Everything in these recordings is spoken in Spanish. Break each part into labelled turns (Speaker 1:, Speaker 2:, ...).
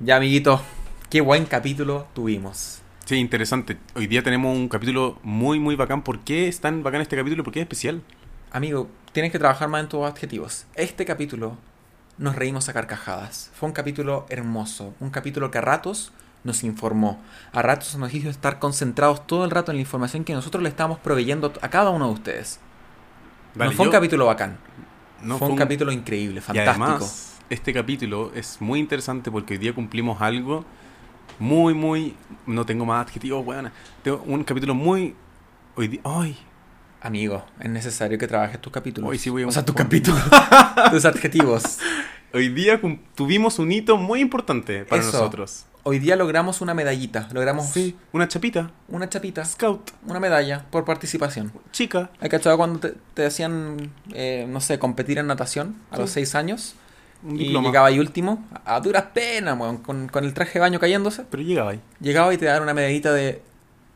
Speaker 1: Ya, amiguitos, qué buen capítulo tuvimos.
Speaker 2: Sí, interesante. Hoy día tenemos un capítulo muy, muy bacán. ¿Por qué es tan bacán este capítulo? ¿Por qué es especial?
Speaker 1: Amigo, tienes que trabajar más en tus adjetivos. Este capítulo nos reímos a carcajadas. Fue un capítulo hermoso, un capítulo que a ratos nos informó, a ratos nos hizo estar concentrados todo el rato en la información que nosotros le estábamos proveyendo a cada uno de ustedes.
Speaker 2: Dale,
Speaker 1: no fue un
Speaker 2: yo-
Speaker 1: capítulo bacán,
Speaker 2: no,
Speaker 1: fue un capítulo increíble,
Speaker 2: y
Speaker 1: fantástico.
Speaker 2: además, este capítulo es muy interesante porque hoy día cumplimos algo muy, muy... No tengo más adjetivos, weón. Tengo un capítulo muy... Hoy día... ¡Ay!
Speaker 1: Amigo, es necesario que trabajes tus capítulos.
Speaker 2: Hoy sí voy a
Speaker 1: o
Speaker 2: un-
Speaker 1: sea, tus capítulos, tus adjetivos.
Speaker 2: Hoy día cum- tuvimos un hito muy importante para
Speaker 1: Eso.
Speaker 2: nosotros.
Speaker 1: Hoy día logramos una medallita, logramos
Speaker 2: Sí, una chapita.
Speaker 1: una chapita,
Speaker 2: Scout.
Speaker 1: una medalla por participación.
Speaker 2: Chica.
Speaker 1: ¿Hay cachado cuando te, te hacían, eh, no sé, competir en natación a los
Speaker 2: Sí.
Speaker 1: seis años?
Speaker 2: Un
Speaker 1: y
Speaker 2: diploma.
Speaker 1: llegaba ahí último, a duras penas, weón, con, con el traje de baño cayéndose.
Speaker 2: Pero llegaba ahí.
Speaker 1: Llegaba y te daban una medallita de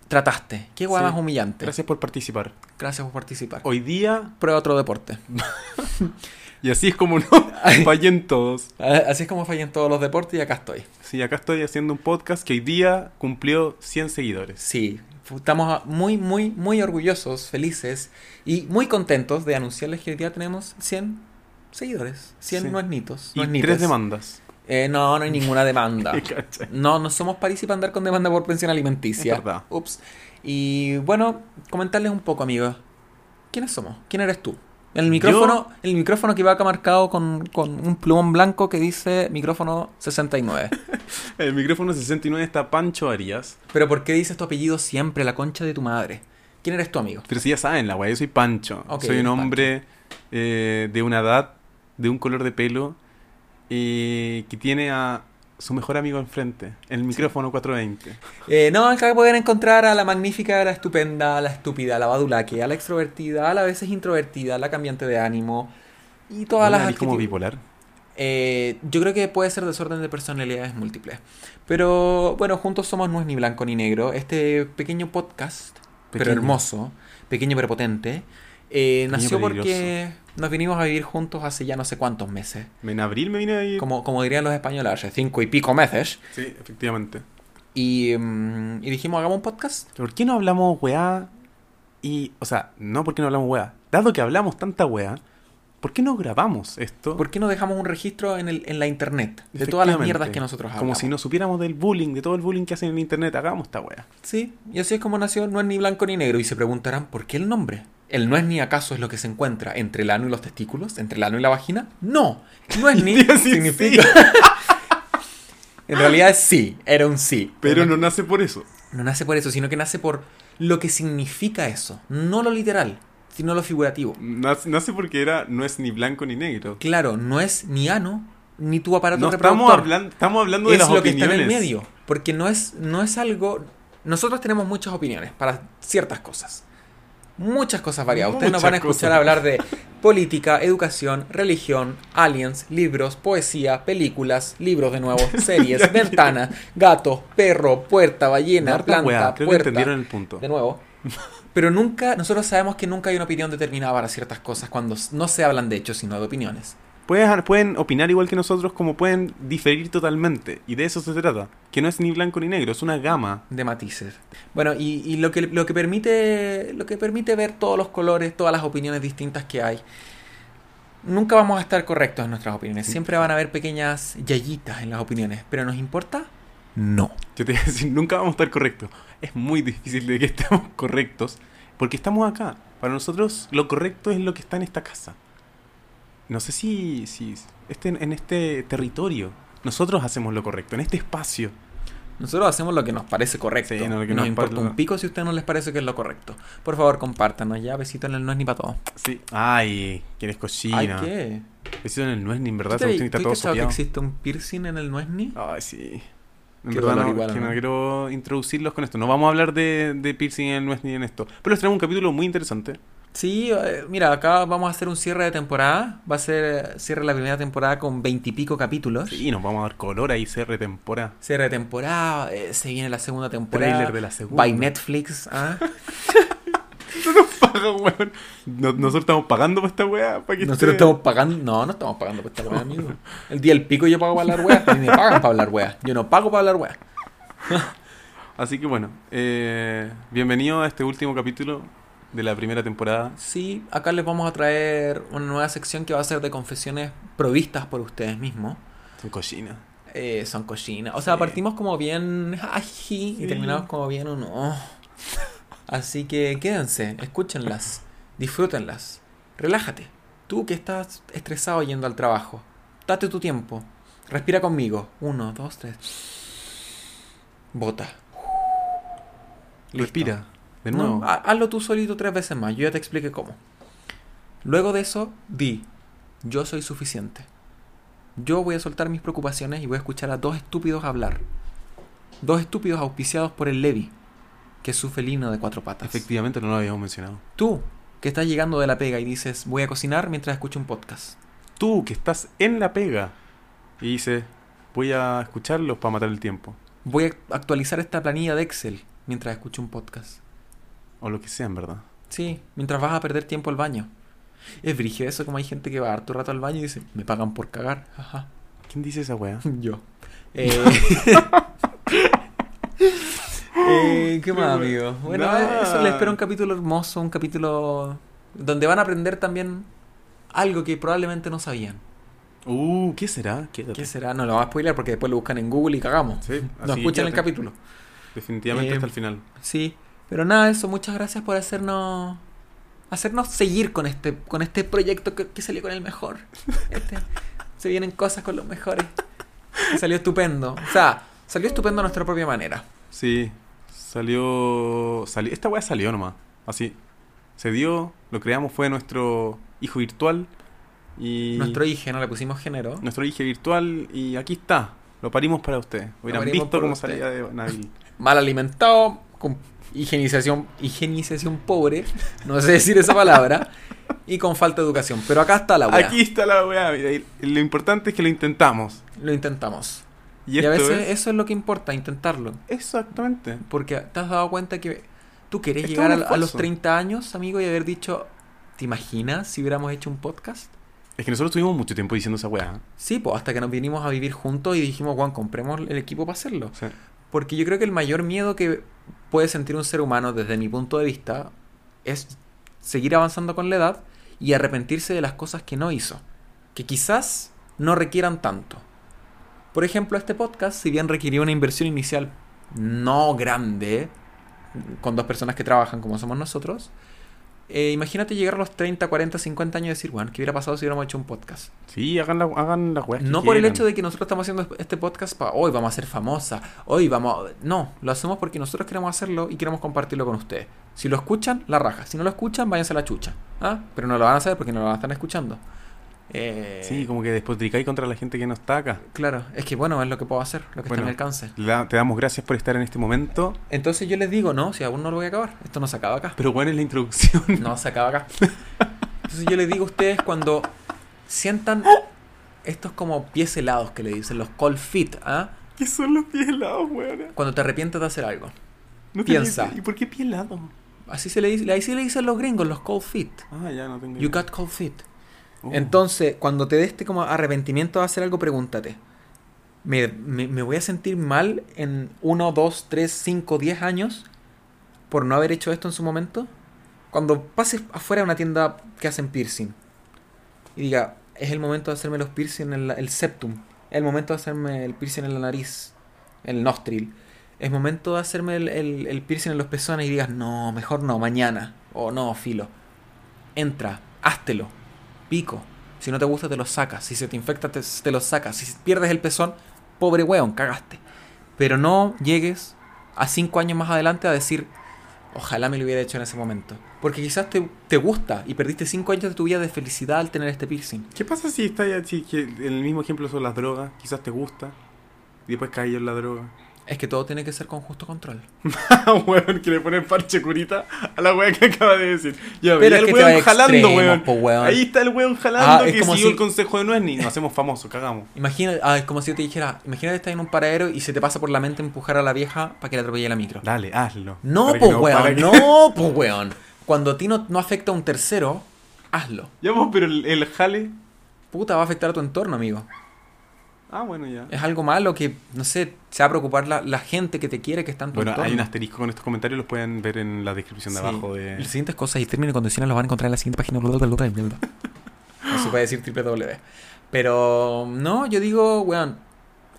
Speaker 1: trataste. Qué guay
Speaker 2: Sí.
Speaker 1: más humillante. Gracias.
Speaker 2: Gracias por participar.
Speaker 1: por participar.
Speaker 2: Hoy día...
Speaker 1: Prueba otro deporte.
Speaker 2: Y así es como no fallé en todos.
Speaker 1: A- Así es como fallé en todos los deportes y acá estoy.
Speaker 2: Sí, acá estoy haciendo un podcast que hoy día cumplió 100 seguidores.
Speaker 1: Sí, fu- estamos ah, muy, muy, muy orgullosos, felices y muy contentos de anunciarles que hoy día tenemos 100 seguidores, 100
Speaker 2: Sí.
Speaker 1: nuesnitos.
Speaker 2: Y
Speaker 1: nuesnites.
Speaker 2: tres demandas.
Speaker 1: Eh, no, no hay ninguna demanda.
Speaker 2: ¿Cachai?
Speaker 1: No, no somos París y para andar con demanda por pensión alimenticia.
Speaker 2: Es verdad.
Speaker 1: Ups. Y bueno, comentarles un poco, amigos. ¿Quiénes somos? ¿Quién eres tú? El micrófono, el micrófono que va acá marcado con, con un plumón blanco que dice micrófono 69.
Speaker 2: El micrófono 69 está Pancho Arias.
Speaker 1: Pero ¿por qué dices tu apellido siempre, la concha de tu madre? ¿Quién eres tú, amigo?
Speaker 2: Pero si ya saben, la weá, yo soy Pancho.
Speaker 1: Ok,
Speaker 2: soy un
Speaker 1: Pancho.
Speaker 2: hombre eh, de una edad, de un color de pelo, eh, que tiene a su mejor amigo enfrente, el micrófono 420.
Speaker 1: Eh, no, acá pueden encontrar a la magnífica, a la estupenda, a la estúpida, a la badulaque, a la extrovertida, a la veces introvertida, a la cambiante de ánimo y todas
Speaker 2: ¿No
Speaker 1: las
Speaker 2: la vi como
Speaker 1: adjetivi-
Speaker 2: bipolar.
Speaker 1: Eh, yo creo que puede ser desorden de personalidades múltiples. Pero bueno, juntos somos no es ni blanco ni negro. Este pequeño podcast, pero
Speaker 2: Pequeño.
Speaker 1: hermoso, pequeño pero potente, eh,
Speaker 2: Pequeño
Speaker 1: nació
Speaker 2: pero
Speaker 1: porque nos vinimos a vivir juntos hace ya no sé cuántos meses.
Speaker 2: En abril me vine ahí.
Speaker 1: Como, como dirían los españoles, hace cinco y pico meses.
Speaker 2: Sí, efectivamente.
Speaker 1: Y, mm, y dijimos, hagamos un podcast.
Speaker 2: ¿Por qué no hablamos weá? Y, o sea, no porque no hablamos weá. Dado que hablamos tanta weá, ¿por qué no grabamos esto?
Speaker 1: ¿Por qué no dejamos un registro en, el, en la internet de todas las
Speaker 2: Efectivamente.
Speaker 1: mierdas que nosotros hablamos?
Speaker 2: Como si no supiéramos del bullying, de todo el bullying que hacen en internet. Hagamos esta weá.
Speaker 1: Sí, y así es como nació No es ni blanco ni negro. Y se preguntarán, ¿por qué el nombre? ¿El no es ni acaso es lo que se encuentra entre el ano y los testículos? ¿Entre el ano y la vagina? No, no es ni
Speaker 2: Dios, sí,
Speaker 1: significa... en realidad es sí, era un sí.
Speaker 2: Pero no nace por eso.
Speaker 1: No nace por eso, sino que nace por lo que significa eso. No lo literal, sino lo figurativo.
Speaker 2: Nace, nace porque era, no es ni blanco ni negro.
Speaker 1: Claro, no es ni ano, ni tu aparato
Speaker 2: No
Speaker 1: reproductor.
Speaker 2: estamos hablando, estamos hablando de
Speaker 1: es
Speaker 2: las
Speaker 1: lo que
Speaker 2: opiniones.
Speaker 1: está en el medio. Porque no es, no es algo. Nosotros tenemos muchas opiniones para ciertas cosas. Muchas cosas variadas. Ustedes nos van a
Speaker 2: Muchas
Speaker 1: escuchar
Speaker 2: cosas.
Speaker 1: hablar de política, educación, religión, aliens, libros, poesía, películas, libros de nuevo, series, ventanas, gatos, perro, puerta, ballena,
Speaker 2: Harta
Speaker 1: planta,
Speaker 2: weá, creo que
Speaker 1: puerta.
Speaker 2: entendieron el punto.
Speaker 1: De nuevo. Pero nunca, nosotros sabemos que nunca hay una opinión determinada para ciertas cosas cuando no se hablan de hechos, sino de opiniones.
Speaker 2: Pueden, pueden opinar igual que nosotros, como pueden diferir totalmente. Y de eso se trata. Que no es ni blanco ni negro, es una gama.
Speaker 1: de matices. Bueno, y, y lo, que, lo, que permite, lo que permite ver todos los colores, todas las opiniones distintas que hay. Nunca vamos a estar correctos en nuestras opiniones. Siempre van a haber pequeñas yayitas en las opiniones. ¿Pero nos importa? No.
Speaker 2: Yo te iba a decir, nunca vamos a estar correctos. Es muy difícil de que estemos correctos, porque estamos acá. Para nosotros, lo correcto es lo que está en esta casa. No sé si, si este, en este territorio nosotros hacemos lo correcto, en este espacio.
Speaker 1: Nosotros hacemos lo que nos parece correcto.
Speaker 2: Sí, no, lo que
Speaker 1: nos
Speaker 2: nos
Speaker 1: importa
Speaker 2: parece-
Speaker 1: un pico si a ustedes no les parece que es lo correcto. Por favor, compártanos ya. Besito en el no es ni para todos.
Speaker 2: Sí. Ay, que eres
Speaker 1: Ay,
Speaker 2: cochina.
Speaker 1: ¿qué?
Speaker 2: Eso en el no es ni en verdad,
Speaker 1: ¿Tú
Speaker 2: esa
Speaker 1: te-
Speaker 2: cuestión
Speaker 1: tú
Speaker 2: está
Speaker 1: has
Speaker 2: todo
Speaker 1: cachado que
Speaker 2: sopeado.
Speaker 1: existe un piercing en el no es ni?
Speaker 2: Ay, sí. En
Speaker 1: Qué
Speaker 2: verdad
Speaker 1: dolor
Speaker 2: no,
Speaker 1: igual,
Speaker 2: que
Speaker 1: ¿no?
Speaker 2: no quiero introducirlos con esto. No vamos a hablar de, de piercing en el no es ni en esto. Pero les traemos un capítulo muy interesante.
Speaker 1: Sí, eh, mira, acá vamos a hacer un cierre de temporada. Va a ser eh, cierre de la primera temporada con veintipico capítulos.
Speaker 2: Y nos vamos a dar color ahí, cierre temporada.
Speaker 1: Cierre de temporada, eh, se viene la segunda temporada.
Speaker 2: Tráiler de la segunda.
Speaker 1: By Netflix, ¿ah?
Speaker 2: no nos pagan, weón. No- nosotros estamos pagando por esta weá. Para que
Speaker 1: Nosotros
Speaker 2: esté-
Speaker 1: estamos pagando. No, no estamos pagando por esta weá, amigo. El día del pico yo pago para hablar weá. A mí me pagan para hablar weá. Yo no pago para hablar weá.
Speaker 2: Así que bueno, eh, bienvenido a este último capítulo de la primera temporada.
Speaker 1: Sí, acá les vamos a traer una nueva sección que va a ser de confesiones provistas por ustedes mismos.
Speaker 2: Son cochinas.
Speaker 1: Eh, son cochinas. O sea,
Speaker 2: Sí.
Speaker 1: partimos como bien. Ay, sí,
Speaker 2: Sí.
Speaker 1: Y terminamos como bien o no. Así que quédense, escúchenlas, disfrútenlas. Relájate. Tú que estás estresado yendo al trabajo, date tu tiempo. Respira conmigo. Uno, dos, tres. Bota. Listo.
Speaker 2: Respira. Ah, De
Speaker 1: No,
Speaker 2: nuevo.
Speaker 1: ha- hazlo tú solito tres veces más. Yo ya te expliqué cómo. Luego de eso, di, yo soy suficiente. Yo voy a soltar mis preocupaciones y voy a escuchar a dos estúpidos hablar. Dos estúpidos auspiciados por el Levi, que es su felino de cuatro patas.
Speaker 2: Efectivamente no lo habíamos mencionado.
Speaker 1: Tú, que estás llegando de la pega y dices, voy a cocinar mientras escucho un podcast.
Speaker 2: Tú que estás en la pega y dices, voy a escucharlos para matar el tiempo.
Speaker 1: Voy a actualizar esta planilla de Excel mientras escucho un podcast.
Speaker 2: O lo que sea, en verdad.
Speaker 1: Sí, mientras vas a perder tiempo al baño. Es brígido eso, como hay gente que va harto rato al baño y dice, me pagan por cagar. Ajá.
Speaker 2: ¿Quién dice esa weá?
Speaker 1: Yo. Eh... Eh, ¿Qué más, amigo? Bueno, eh,
Speaker 2: Nada.
Speaker 1: eso les espero un capítulo hermoso, un capítulo donde van a aprender también algo que probablemente no sabían.
Speaker 2: Uh, ¿qué será? Quédate.
Speaker 1: ¿Qué será? No lo vamos a spoiler porque después lo buscan en Google y cagamos.
Speaker 2: Sí,
Speaker 1: No
Speaker 2: así
Speaker 1: escuchan el
Speaker 2: quédate.
Speaker 1: capítulo.
Speaker 2: Definitivamente
Speaker 1: Eh,
Speaker 2: hasta el final.
Speaker 1: Sí. Pero nada, eso, muchas gracias por hacernos hacernos seguir con este con este proyecto que, que salió con el mejor. Este, se vienen cosas con los mejores. Y salió estupendo. O sea, salió estupendo a nuestra propia manera.
Speaker 2: Sí, salió, salió. Esta weá salió nomás. Así. Se dio, lo creamos, fue nuestro hijo virtual. Y
Speaker 1: Nuestro IG, no le pusimos género.
Speaker 2: nuestro hijo virtual. Y aquí está. Lo parimos para usted. Hubieran
Speaker 1: parimos
Speaker 2: visto
Speaker 1: por
Speaker 2: cómo
Speaker 1: usted.
Speaker 2: salía de Nabil.
Speaker 1: Mal alimentado, con higienización, higienización pobre, no sé decir esa palabra, y con falta de educación. Pero acá está la weá.
Speaker 2: Aquí está la weá. mira, y Lo importante es que lo intentamos.
Speaker 1: Lo intentamos. Y,
Speaker 2: Y,
Speaker 1: a
Speaker 2: esto
Speaker 1: veces
Speaker 2: es-
Speaker 1: eso es lo que importa, intentarlo.
Speaker 2: Exactamente.
Speaker 1: Porque te has dado cuenta que tú querés
Speaker 2: Es todo
Speaker 1: llegar
Speaker 2: un
Speaker 1: a, a los
Speaker 2: esfuerzo.
Speaker 1: 30 años, amigo, y haber dicho, ¿te imaginas si hubiéramos hecho un podcast?
Speaker 2: Es que nosotros tuvimos mucho tiempo diciendo esa weá. ¿eh?
Speaker 1: Sí, pues hasta que nos vinimos a vivir juntos y dijimos, Juan, compremos el equipo para hacerlo.
Speaker 2: O sea,
Speaker 1: Porque yo creo que el mayor miedo que puede sentir un ser humano desde mi punto de vista es seguir avanzando con la edad y arrepentirse de las cosas que no hizo, que quizás no requieran tanto. Por ejemplo, este podcast, si bien requirió una inversión inicial no grande, con dos personas que trabajan como somos nosotros, eh, imagínate llegar a los 30, 40, 50 años y decir, bueno, ¿qué hubiera pasado si hubiéramos hecho un podcast?
Speaker 2: sí, hagan la, hagan la weá.
Speaker 1: No por el hecho de que nosotros estamos haciendo este podcast para hoy vamos a ser famosa, hoy vamos a... No, lo hacemos porque nosotros queremos hacerlo y queremos compartirlo con ustedes. Si lo escuchan, la raja. Si no lo escuchan, váyanse a la chucha. ¿ah? Pero no lo van a saber porque no lo van a estar escuchando. Eh,
Speaker 2: Sí, como que despotricáis contra la gente que no está acá.
Speaker 1: Claro, es que bueno, es lo que puedo hacer, lo que está
Speaker 2: Bueno.
Speaker 1: en mi alcance.
Speaker 2: La- te damos gracias por estar en este momento.
Speaker 1: Entonces yo les digo, no, si aún no lo voy a acabar. Esto no se acaba acá.
Speaker 2: Pero bueno, es la introducción.
Speaker 1: No, se acaba acá. Entonces yo les digo a ustedes cuando sientan estos como pies helados que le dicen, los cold feet, ¿ah?
Speaker 2: ¿Qué son los pies helados, weón?
Speaker 1: cuando te arrepientes de hacer algo.
Speaker 2: No
Speaker 1: Piensa.
Speaker 2: ¿Y por qué pie helado?
Speaker 1: Así se le dice, así le dicen los gringos, los cold feet.
Speaker 2: Ah, ya no tengo
Speaker 1: You
Speaker 2: idea.
Speaker 1: got cold feet.
Speaker 2: Uh,
Speaker 1: Entonces, cuando te dé este como arrepentimiento de hacer algo, pregúntate. ¿Me, me, me voy a sentir mal en 1, 2, 3, 5, 10 años por no haber hecho esto en su momento? Cuando pases afuera de una tienda que hacen piercing y diga, es el momento de hacerme los piercing en la- el septum, es el momento de hacerme el piercing en la nariz, el nostril, es momento de hacerme el, el- el piercing en los pezones y digas, no, mejor no, mañana, o no, filo. Entra, háztelo, pico. Si no te gusta, te lo sacas. Si se te infecta, te, te lo sacas. Si pierdes el pezón, pobre weón, cagaste. Pero no llegues a cinco años más adelante a decir, ojalá me lo hubiera hecho en ese momento. Porque quizás te, te gusta y perdiste cinco años de tu vida de felicidad al tener este piercing.
Speaker 2: ¿Qué pasa si está ya, si que en el mismo ejemplo son las drogas? Quizás te gusta. Y después cae en la droga.
Speaker 1: Es que todo tiene que ser con justo control.
Speaker 2: Ah, weón, que le ponen parche curita a la weá que acaba de decir. Ya,
Speaker 1: Pero
Speaker 2: y
Speaker 1: es
Speaker 2: el
Speaker 1: que te
Speaker 2: weón
Speaker 1: vaya
Speaker 2: jalando,
Speaker 1: extremo,
Speaker 2: weón.
Speaker 1: po, weón.
Speaker 2: Ahí está el weón jalando
Speaker 1: Ah, es
Speaker 2: que
Speaker 1: como
Speaker 2: siguió
Speaker 1: si-
Speaker 2: el consejo de Noesni. Nos hacemos famosos, cagamos.
Speaker 1: Imagina, ah, es como si yo te dijera, imagina que estás en un paradero y se te pasa por la mente empujar a la vieja para que le atropelle la micro.
Speaker 2: Dale, hazlo.
Speaker 1: No,
Speaker 2: Para que
Speaker 1: pues
Speaker 2: para
Speaker 1: weón,
Speaker 2: que-
Speaker 1: no, pues weón. Cuando a ti no, no afecta a un tercero, hazlo.
Speaker 2: Ya, pues, pero el, el jale.
Speaker 1: Puta, va a afectar a tu entorno, amigo.
Speaker 2: Ah, bueno, ya.
Speaker 1: Es algo malo que, no sé, se va a preocupar la, la gente que te quiere, que está en tu
Speaker 2: Bueno,
Speaker 1: entorno.
Speaker 2: hay un asterisco con estos comentarios, los pueden ver en la descripción de
Speaker 1: Sí.
Speaker 2: abajo de.
Speaker 1: Las siguientes cosas y términos y condiciones los van a encontrar en la siguiente página. No se puede decir triple W. Pero no, yo digo, weón,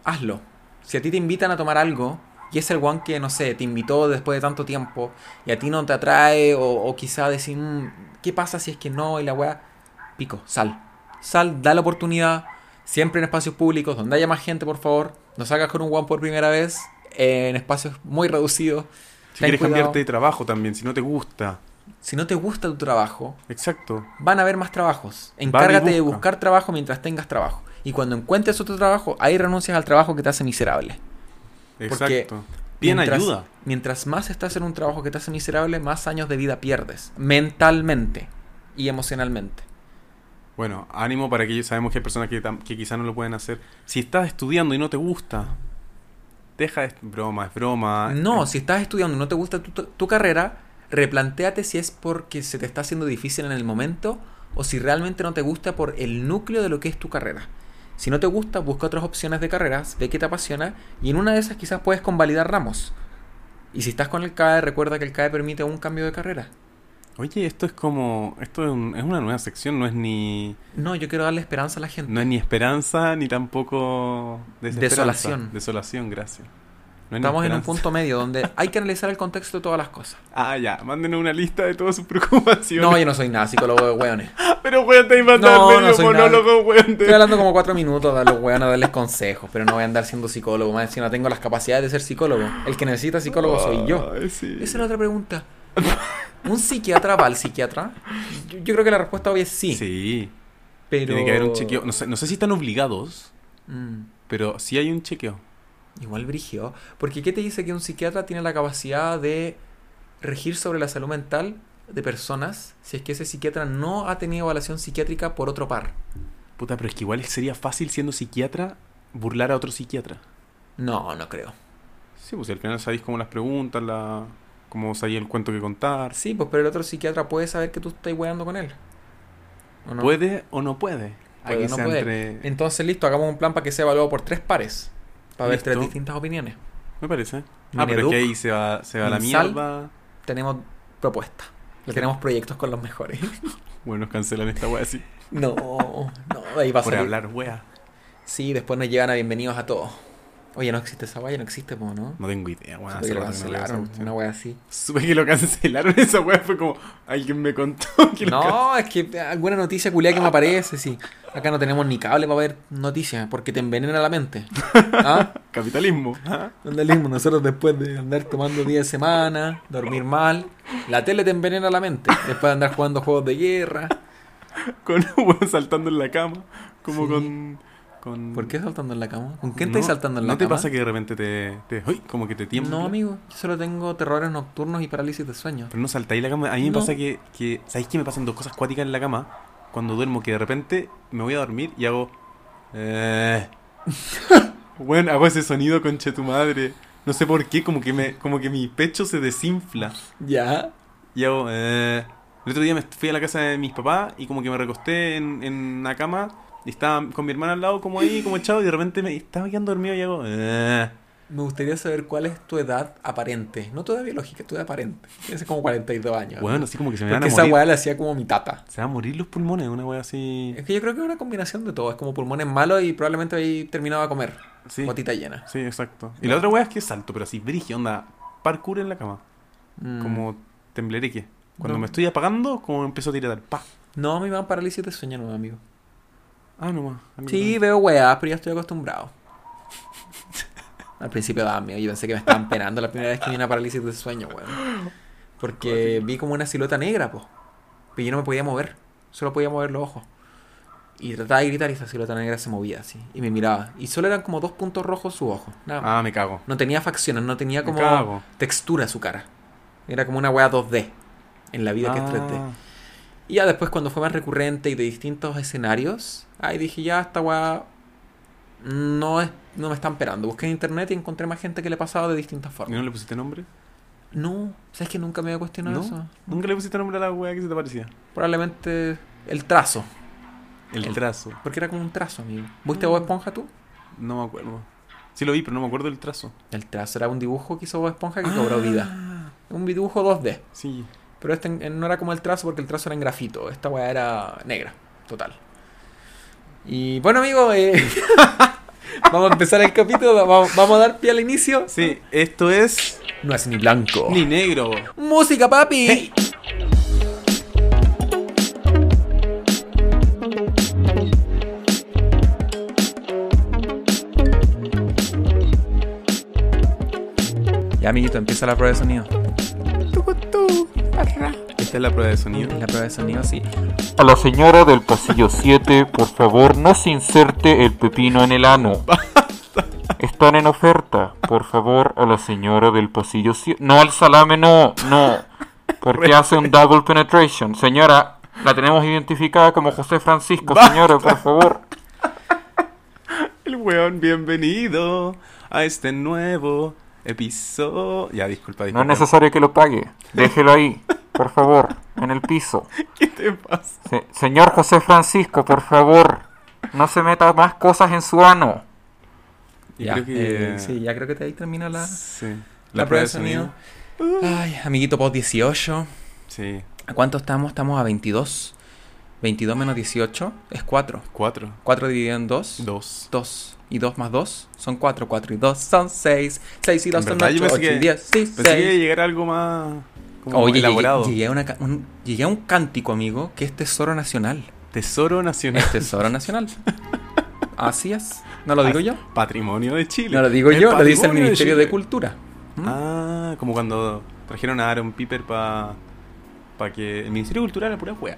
Speaker 1: hazlo. Si a ti te invitan a tomar algo y es el weón que, no sé, te invitó después de tanto tiempo y a ti no te atrae o, o quizá decir, "Mm, ¿qué pasa si es que no? Y la weá, pico, sal. Sal, da la oportunidad. Siempre en espacios públicos, donde haya más gente, por favor. No salgas con un weón por primera vez eh, en espacios muy reducidos.
Speaker 2: Si
Speaker 1: Ten
Speaker 2: quieres
Speaker 1: cuidado.
Speaker 2: cambiarte de trabajo también, si no te gusta.
Speaker 1: Si no te gusta tu trabajo,
Speaker 2: Exacto.
Speaker 1: van a haber más trabajos.
Speaker 2: y
Speaker 1: Encárgate de
Speaker 2: busca.
Speaker 1: buscar trabajo mientras tengas trabajo. Y cuando encuentres otro trabajo, ahí renuncias al trabajo que te hace miserable. Porque
Speaker 2: Exacto. Bien
Speaker 1: Mientras-
Speaker 2: ayuda.
Speaker 1: Mientras más estás en un trabajo que te hace miserable, más años de vida pierdes. Mentalmente y emocionalmente.
Speaker 2: Bueno, ánimo para aquellos, sabemos que hay personas que, tam- que quizá no lo pueden hacer. Si estás estudiando y no te gusta, deja de... Broma, es broma.
Speaker 1: No,
Speaker 2: Eh,
Speaker 1: si estás estudiando y no te gusta tu, tu carrera, replantéate si es porque se te está haciendo difícil en el momento o si realmente no te gusta por el núcleo de lo que es tu carrera. Si no te gusta, busca otras opciones de carreras, ve qué te apasiona y en una de esas quizás puedes convalidar ramos. Y si estás con el CAE, recuerda que el CAE permite un cambio de carrera.
Speaker 2: Oye, esto es como... Esto es, un- es una nueva sección, no es ni...
Speaker 1: No, yo quiero darle esperanza a la gente.
Speaker 2: No es ni esperanza, ni tampoco... desesperanza.
Speaker 1: Desolación.
Speaker 2: Desolación, gracias. No es ni
Speaker 1: Estamos en un
Speaker 2: esperanza.
Speaker 1: punto medio donde hay que analizar el contexto de todas las cosas.
Speaker 2: Ah, ya, mándenos una lista de todas sus preocupaciones.
Speaker 1: No, yo no soy nada psicólogo de hueones.
Speaker 2: Pero weón, te iba a
Speaker 1: No,
Speaker 2: dar
Speaker 1: no
Speaker 2: medio
Speaker 1: soy nada.
Speaker 2: monólogo, weón. de-
Speaker 1: Estoy hablando como cuatro minutos a los weones a darles consejos, pero no voy a andar siendo psicólogo, más si no tengo las capacidades de ser psicólogo. El que necesita psicólogo soy yo.
Speaker 2: Ay, sí.
Speaker 1: Esa es la otra pregunta. ¿Un psiquiatra va al psiquiatra? Yo, yo creo que la respuesta hoy es sí.
Speaker 2: Sí.
Speaker 1: pero...
Speaker 2: Tiene que haber un chequeo. No sé, no sé si están obligados,
Speaker 1: Mm,
Speaker 2: pero sí hay un chequeo.
Speaker 1: igual brigio. Porque ¿qué te dice que un psiquiatra tiene la capacidad de regir sobre la salud mental de personas si es que ese psiquiatra no ha tenido evaluación psiquiátrica por otro par?
Speaker 2: Puta, pero es que igual sería fácil siendo psiquiatra burlar a otro psiquiatra.
Speaker 1: No, no creo.
Speaker 2: Sí, pues al final sabéis como las preguntas, la... cómo sabéis el cuento que contar.
Speaker 1: Sí, pues pero el otro psiquiatra puede saber que tú estás weando con él. ¿O no?
Speaker 2: ¿Puede o no puede?
Speaker 1: Puede
Speaker 2: Aquí
Speaker 1: o no
Speaker 2: se
Speaker 1: puede.
Speaker 2: entre-
Speaker 1: Entonces, listo, hagamos un plan para que sea evaluado por tres pares. Para ver
Speaker 2: Listo.
Speaker 1: tres distintas opiniones.
Speaker 2: Me parece. Ah,
Speaker 1: Mineduc,
Speaker 2: pero es que ahí se va, se va la
Speaker 1: Minsal.
Speaker 2: mierda.
Speaker 1: Tenemos propuesta. Le tenemos proyectos con los mejores.
Speaker 2: Bueno, nos cancelan esta wea así.
Speaker 1: No, no, de ahí va a
Speaker 2: Por
Speaker 1: salir.
Speaker 2: hablar, wea.
Speaker 1: Sí, después nos llegan a bienvenidos a todos. Oye, no existe esa valla, no existe, po, ¿no?
Speaker 2: No tengo idea, weón.
Speaker 1: Oye,
Speaker 2: Ah, hace
Speaker 1: lo
Speaker 2: rato que no veo esa
Speaker 1: cancelaron,
Speaker 2: cuestión.
Speaker 1: una wea así.
Speaker 2: Supe que lo cancelaron esa wea fue como alguien me contó que lo cancelaron.
Speaker 1: No, es que ah, alguna noticia culia que me aparece, sí. Acá no tenemos ni cable para ver noticias, porque te envenena la mente. ¿Ah?
Speaker 2: Capitalismo. ¿ah?
Speaker 1: Vandalismo, nosotros después de andar tomando 10 semanas, dormir mal, la tele te envenena la mente, después de andar jugando juegos de guerra.
Speaker 2: Con un weón saltando en la cama. Como
Speaker 1: Sí.
Speaker 2: con, con.
Speaker 1: ¿Por qué saltando en la cama? ¿Con quién
Speaker 2: No,
Speaker 1: estáis saltando en la
Speaker 2: ¿No
Speaker 1: cama?
Speaker 2: te pasa que de repente te. te- ¡Uy! Como que te tiembla.
Speaker 1: No, amigo, yo solo tengo terrores nocturnos y parálisis de sueño.
Speaker 2: Pero no saltáis la cama. A mí me
Speaker 1: No.
Speaker 2: pasa que, que. ¿Sabéis que me pasan dos cosas cuáticas en la cama? Cuando duermo, que de repente me voy a dormir y hago. Eh. bueno, hago ese sonido, conche tu madre. No sé por qué, como que, me, como que mi pecho se desinfla.
Speaker 1: Ya.
Speaker 2: Y hago. eh. El otro día me fui a la casa de mis papás y como que me recosté en, en una cama y estaba con mi hermana al lado, como ahí, como echado, y de repente me estaba quedando dormido y hago. Eh.
Speaker 1: Me gustaría saber cuál es tu edad aparente. No tu edad biológica, tu edad aparente. Tienes como 42 años.
Speaker 2: Bueno, así como que se me van
Speaker 1: Porque
Speaker 2: a
Speaker 1: esa
Speaker 2: morir.
Speaker 1: weá la hacía como mi tata.
Speaker 2: Se van a morir los pulmones, una weá así.
Speaker 1: Es que yo creo que es una combinación de todo. Es como pulmones malos y probablemente ahí terminaba de comer.
Speaker 2: Sí,
Speaker 1: Botita llena.
Speaker 2: sí, exacto. Y la otra weá es que salto, pero así, brigio, onda, parkour en la cama.
Speaker 1: Mm.
Speaker 2: Como temblereque. Cuando
Speaker 1: No.
Speaker 2: me estoy apagando, como empiezo a tirar. Pa.
Speaker 1: Mm. No, a mí me dan parálisis de sueño, no, amigo.
Speaker 2: Ah, no más. Ah, no
Speaker 1: Sí,
Speaker 2: más.
Speaker 1: veo weá, pero ya estoy acostumbrado. Al principio daba miedo, yo pensé que me estaban penando la primera vez que vi una parálisis de sueño, weón. Porque vi como una silueta negra, po. Pero yo no me podía mover, solo podía mover los ojos. Y trataba de gritar y esa silueta negra se movía así. Y me miraba. Y solo eran como dos puntos rojos su ojo. Nada más.
Speaker 2: Ah, me cago.
Speaker 1: No tenía facciones, no tenía
Speaker 2: Me
Speaker 1: como
Speaker 2: cago.
Speaker 1: textura su cara. Era como una weá 2D. En la vida que es 3D.
Speaker 2: Ah,
Speaker 1: Y ya después cuando fue más recurrente y de distintos escenarios, ahí dije, ya, esta weá no, es, no me están esperando. Busqué en internet y encontré más gente que le pasaba de distintas
Speaker 2: ¿Y no
Speaker 1: formas.
Speaker 2: le pusiste nombre?
Speaker 1: No, ¿sabes que nunca me había cuestionado
Speaker 2: ¿No?
Speaker 1: eso?
Speaker 2: Nunca le pusiste nombre a la weá que se te parecía.
Speaker 1: Probablemente el trazo,
Speaker 2: El,
Speaker 1: El-
Speaker 2: trazo.
Speaker 1: porque era como un trazo, amigo. ¿Viste
Speaker 2: Ah.
Speaker 1: a Bob Esponja tú?
Speaker 2: No me acuerdo. Sí lo vi, pero no me acuerdo del trazo.
Speaker 1: El trazo era un dibujo que hizo Bob Esponja que
Speaker 2: Ah.
Speaker 1: cobró vida. Un dibujo 2D.
Speaker 2: Sí.
Speaker 1: Pero este en- en- no era como el trazo porque el trazo era en grafito. Esta weá era negra, total. Y bueno, amigo, eh, vamos a empezar el capítulo. Vamos, vamos a dar pie al inicio.
Speaker 2: Sí, esto es
Speaker 1: No es ni blanco.
Speaker 2: ni negro.
Speaker 1: ¡Música, papi!
Speaker 2: Hey.
Speaker 1: Ya, amiguito, empieza la prueba de sonido.
Speaker 2: Esta es la prueba de sonido.
Speaker 1: La prueba de sonido, sí.
Speaker 3: A la señora del pasillo 7, por favor, no se inserte el pepino en el ano. Están en oferta. Por favor, a la señora del pasillo 7. No al salame, no, no. Porque hace un double penetration. Señora, la tenemos identificada como José Francisco. Señora, por favor.
Speaker 2: El weón, bienvenido a este nuevo episodio. Ya, disculpa,
Speaker 3: No
Speaker 2: disculpa.
Speaker 3: es necesario que lo pague. Déjelo ahí, por favor, en el piso.
Speaker 2: ¿Qué te pasa?
Speaker 3: Se- señor José Francisco, por favor, no se meta más cosas en su ano.
Speaker 2: Y
Speaker 1: ya,
Speaker 2: creo que-
Speaker 1: eh, sí, ya creo que te ahí termina la,
Speaker 2: Sí.
Speaker 1: la prueba de sonido. Ay, amiguito, post 18.
Speaker 2: Sí.
Speaker 1: ¿A cuánto estamos? Estamos a 22. 22 menos 18 es 4.
Speaker 2: Cuatro.
Speaker 1: 4 dividido en 2.
Speaker 2: Dos.
Speaker 1: 2. Y 2 más 2 son 4. 4 y 2 son 6. 6 y 2
Speaker 2: En
Speaker 1: son
Speaker 2: verdad, yo
Speaker 1: 8. 8
Speaker 2: pensé
Speaker 1: y
Speaker 2: que-
Speaker 1: 10. Sí,
Speaker 2: Pensé que iba a
Speaker 1: 6.
Speaker 2: llegar algo más como
Speaker 1: Oye, llegué,
Speaker 2: elaborado.
Speaker 1: llegué a una ca- un, llegué a un cántico, amigo, que es tesoro nacional.
Speaker 2: Tesoro Nacional.
Speaker 1: Es tesoro nacional. Así es. ¿No lo digo yo?
Speaker 2: Patrimonio de Chile.
Speaker 1: No lo digo
Speaker 2: El
Speaker 1: yo, lo dice el
Speaker 2: patrimonio
Speaker 1: Ministerio de,
Speaker 2: Chile.
Speaker 1: Cultura. ¿Mm?
Speaker 2: Ah, como cuando trajeron a Aaron Piper para pa que el Ministerio de Cultura era pura weá.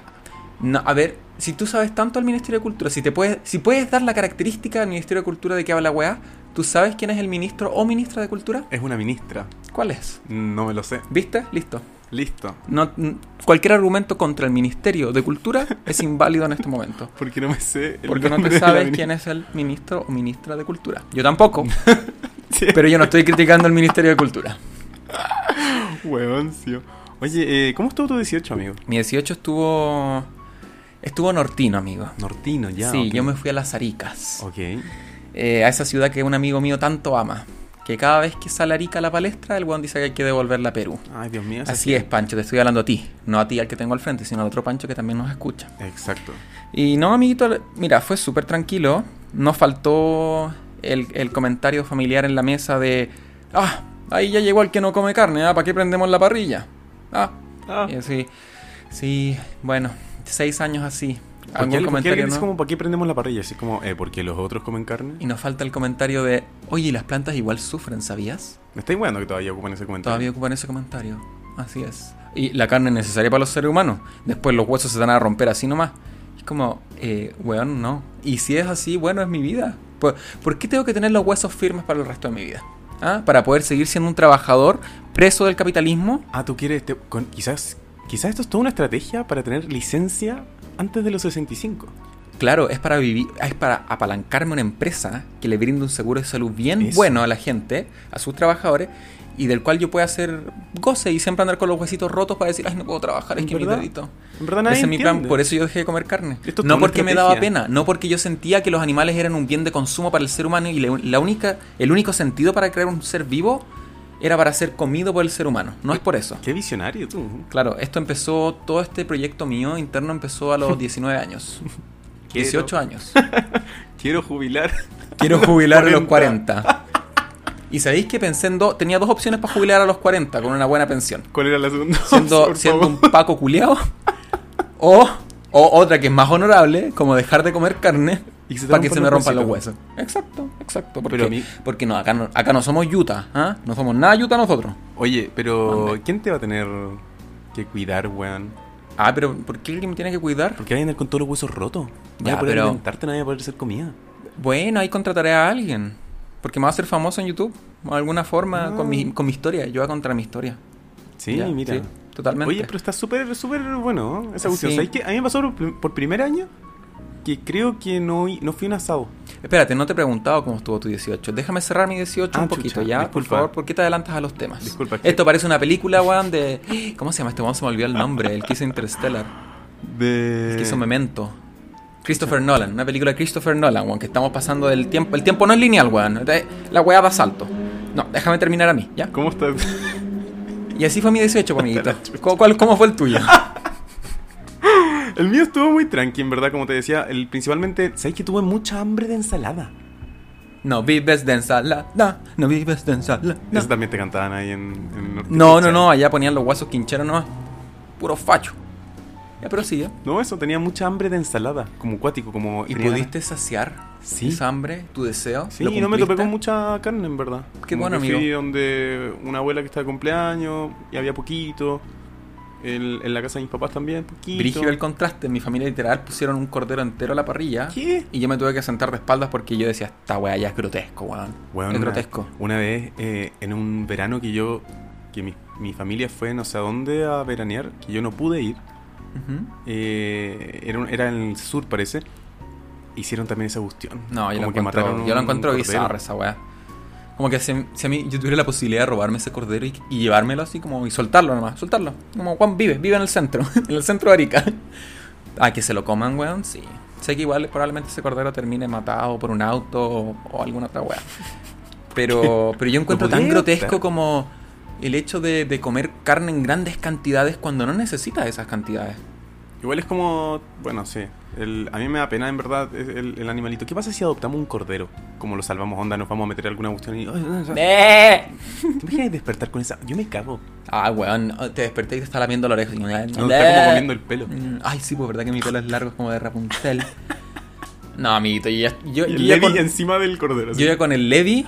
Speaker 1: No, a ver, si tú sabes tanto al Ministerio de Cultura, si te puedes, si puedes dar la característica del Ministerio de Cultura de que habla weá, ¿tú sabes quién es el ministro o ministra de Cultura?
Speaker 2: Es una ministra.
Speaker 1: ¿Cuál es?
Speaker 2: No me lo sé.
Speaker 1: ¿Viste? Listo.
Speaker 2: Listo.
Speaker 1: No, n- cualquier argumento contra el Ministerio de Cultura es inválido en este momento.
Speaker 2: Porque no me sé. el
Speaker 1: Porque no
Speaker 2: nombre
Speaker 1: te
Speaker 2: de la
Speaker 1: sabes
Speaker 2: ministra.
Speaker 1: quién es el ministro o ministra de Cultura. Yo tampoco,
Speaker 2: Sí.
Speaker 1: pero yo no estoy criticando al Ministerio de Cultura.
Speaker 2: Huevoncio. Oye, eh, ¿cómo estuvo tu 18, amigo?
Speaker 1: Mi 18 estuvo. Estuvo nortino, amigo.
Speaker 2: Nortino, ya.
Speaker 1: sí,
Speaker 2: ok.
Speaker 1: yo me fui a las Aricas.
Speaker 2: Ok.
Speaker 1: eh, a esa ciudad que un amigo mío tanto ama. Que cada vez que sale Arica a la palestra, el weón dice que hay que devolverla a Perú.
Speaker 2: Ay, Dios mío. esa
Speaker 1: Así es, Pancho, te estoy hablando a ti. No a ti al que tengo al frente, sino al otro Pancho que también nos escucha.
Speaker 2: Exacto.
Speaker 1: Y no, amiguito, mira, fue súper tranquilo. No faltó el, el comentario familiar en la mesa de... Ah, ahí ya llegó el que no come carne, ¿ah? ¿Para qué prendemos la parrilla? Ah,
Speaker 2: Ah.
Speaker 1: y así... Sí, bueno, seis años así.
Speaker 2: ¿Por qué,
Speaker 1: Algún
Speaker 2: por qué
Speaker 1: comentario,
Speaker 2: alguien dice
Speaker 1: ¿no?
Speaker 2: como, ¿para qué prendemos la parrilla? Así como, eh, ¿por qué los otros comen carne?
Speaker 1: Y nos falta el comentario de... Oye, ¿y las plantas igual sufren, ¿sabías?
Speaker 2: Me estáis weando que todavía ocupan ese comentario.
Speaker 1: Todavía ocupan ese comentario. Así es. Y la carne es necesaria para los seres humanos. Después los huesos se van a romper así nomás. Es como, eh, weón, no. Y si es así, bueno, es mi vida. ¿Por, por qué tengo que tener los huesos firmes para el resto de mi vida? ¿Ah? Para poder seguir siendo un trabajador preso del capitalismo.
Speaker 2: Ah, tú quieres. te- con- quizás, quizás esto es toda una estrategia para tener licencia antes de los 65.
Speaker 1: Claro, es para vivir, es para apalancarme una empresa que le brinde un seguro de salud bien
Speaker 2: Eso.
Speaker 1: bueno a la gente, a sus trabajadores, y del cual yo pueda hacer goce y siempre andar con los huesitos rotos para decir, ay, no puedo trabajar, es
Speaker 2: ¿En
Speaker 1: que mi
Speaker 2: verdad?
Speaker 1: dedito.
Speaker 2: En verdad, nadie
Speaker 1: Ese es mi plan,
Speaker 2: entiende.
Speaker 1: por eso yo dejé de comer carne.
Speaker 2: Esto es toda
Speaker 1: no
Speaker 2: una
Speaker 1: porque me
Speaker 2: estrategia.
Speaker 1: daba pena, no porque yo sentía que los animales eran un bien de consumo para el ser humano y le- la única, el único sentido para crear un ser vivo era para ser comido por el ser humano. No es por eso.
Speaker 2: Qué visionario tú.
Speaker 1: Claro, esto empezó, todo este proyecto mío interno empezó a los 19 años.
Speaker 2: Quiero-
Speaker 1: 18 años.
Speaker 2: Quiero jubilar.
Speaker 1: Quiero jubilar a los
Speaker 2: 40.
Speaker 1: 40. Y sabéis que pensé en dos, tenía dos opciones para jubilar a los 40 con una buena pensión.
Speaker 2: ¿Cuál era la segunda?
Speaker 1: siendo,
Speaker 2: Por
Speaker 1: siendo
Speaker 2: favor.
Speaker 1: un paco culiao o, o otra que es más honorable, como dejar de comer carne
Speaker 2: Y que se te
Speaker 1: para que
Speaker 2: rompan
Speaker 1: se me
Speaker 2: los
Speaker 1: rompan los
Speaker 2: huesitos.
Speaker 1: huesos. Exacto, exacto. Porque,
Speaker 2: Pero a mí-
Speaker 1: porque no, acá no, acá no somos Utah, ¿ah? no somos nada Utah nosotros.
Speaker 2: Oye, pero
Speaker 1: Mande.
Speaker 2: ¿quién te va a tener que cuidar, weón?
Speaker 1: Ah, pero ¿por qué alguien me tiene que cuidar?
Speaker 2: Porque vas a andar con todos los huesos rotos. No vas
Speaker 1: Ya,
Speaker 2: a poder
Speaker 1: pero-
Speaker 2: alimentarte, nadie va a poder hacer comida.
Speaker 1: Bueno, ahí contrataré a alguien. Porque me va a hacer famoso en YouTube, de alguna forma,
Speaker 2: Ah.
Speaker 1: con, mi, con mi historia. Yo voy a contar mi historia.
Speaker 2: Sí,
Speaker 1: Ya,
Speaker 2: mira.
Speaker 1: sí, totalmente.
Speaker 2: Oye, pero está súper, súper bueno ¿no? esa cuestión.
Speaker 1: Sí.
Speaker 2: ¿Sabes qué? A mí me pasó por, prim- por primer año que creo que no, no fui a un asado.
Speaker 1: Espérate, no te he preguntado cómo estuvo tu 18. Déjame cerrar mi 18
Speaker 2: Ah,
Speaker 1: un poquito
Speaker 2: chucha,
Speaker 1: ya, por
Speaker 2: disculpa.
Speaker 1: favor, porque te adelantas a los temas.
Speaker 2: Disculpa, es que-
Speaker 1: Esto parece una película, weón, de. ¿Cómo se llama este weón? Se me olvidó el nombre, el que hizo Interstellar,
Speaker 2: De...
Speaker 1: el que hizo
Speaker 2: Eh,
Speaker 1: Memento. Christopher Nolan, una película de Christopher Nolan, weón, que estamos pasando del tiempo. El tiempo no es lineal, weón. te- La weá va a salto. No, déjame terminar a mí, ¿ya?
Speaker 2: ¿Cómo estás?
Speaker 1: Y así fue mi 18, pues, amiguito. ¿Cu- cuál- ¿Cómo fue el tuyo?
Speaker 2: El mío estuvo muy tranqui, en verdad, como te decía. El, principalmente, ¿sabes que tuve mucha hambre de ensalada?
Speaker 1: No vives de ensalada, no vives de ensalada.
Speaker 2: Eso también te cantaban ahí en... en Norte
Speaker 1: No, no,
Speaker 2: Quinchal.
Speaker 1: no, allá ponían los guasos quincheros nomás. Puro facho. Ya, pero sí, ¿eh?
Speaker 2: No, eso, tenía mucha hambre de ensalada, como cuático, como...
Speaker 1: ¿Y
Speaker 2: tenía-
Speaker 1: pudiste saciar
Speaker 2: Sí.
Speaker 1: esa hambre, tu deseo?
Speaker 2: Sí,
Speaker 1: ¿Lo
Speaker 2: y no me topé
Speaker 1: cumpliste?
Speaker 2: con mucha carne, en verdad.
Speaker 1: Qué
Speaker 2: Como
Speaker 1: bueno,
Speaker 2: que
Speaker 1: amigo.
Speaker 2: Fui donde una abuela que estaba de cumpleaños, y había poquito. El- en la casa de mis papás también, poquito.
Speaker 1: Brígido el contraste. En mi familia literal pusieron un cordero entero a la parrilla.
Speaker 2: ¿Qué?
Speaker 1: Y yo me tuve que sentar de espaldas porque yo decía, esta weá ya es grotesco, weón.
Speaker 2: Weón,
Speaker 1: es
Speaker 2: una-
Speaker 1: grotesco.
Speaker 2: Una, vez, eh, en un verano que yo... Que mi, mi familia fue no sé a dónde a veranear, que yo no pude ir.
Speaker 1: Ujú.
Speaker 2: Eh, era, un- era en el sur, parece. Hicieron también esa cuestión.
Speaker 1: No, yo lo,
Speaker 2: Como que
Speaker 1: encuentro,
Speaker 2: mataron
Speaker 1: yo lo
Speaker 2: un
Speaker 1: encuentro
Speaker 2: cordero.
Speaker 1: bizarro esa weá. Como que si, si a mí yo tuviera la posibilidad de robarme ese cordero y, y llevármelo así como y soltarlo nomás, soltarlo. Como Juan vive, vive en el centro, en el centro de Arica. Ah, que se lo coman, weón, sí. Sé que igual probablemente ese cordero termine matado por un auto o, o alguna otra weá. Pero, pero yo encuentro tan
Speaker 2: podría
Speaker 1: grotesco
Speaker 2: adoptar.
Speaker 1: como el hecho de, de comer carne en grandes cantidades cuando no necesitas esas cantidades.
Speaker 2: Igual es como. Bueno, sí. El- a mí me da pena, en verdad, es el, el animalito. ¿Qué pasa si adoptamos un cordero? Como lo salvamos, onda, nos vamos a meter alguna cuestión y. Ay, ay, ay.
Speaker 1: ¡Eh!
Speaker 2: ¿Te imaginas despertar con esa? Yo me cago.
Speaker 1: Ah, weón, te desperté y te está lamiendo la oreja. No,
Speaker 2: No, está como comiendo el pelo.
Speaker 1: Mm, Ay, sí, pues verdad que mi pelo es largo, es como de Rapunzel. No, amiguito, yo ya, yo,
Speaker 2: Y
Speaker 1: yo
Speaker 2: el
Speaker 1: ya
Speaker 2: Levi
Speaker 1: con,
Speaker 2: encima del cordero. así.
Speaker 1: yo ya con el Levi,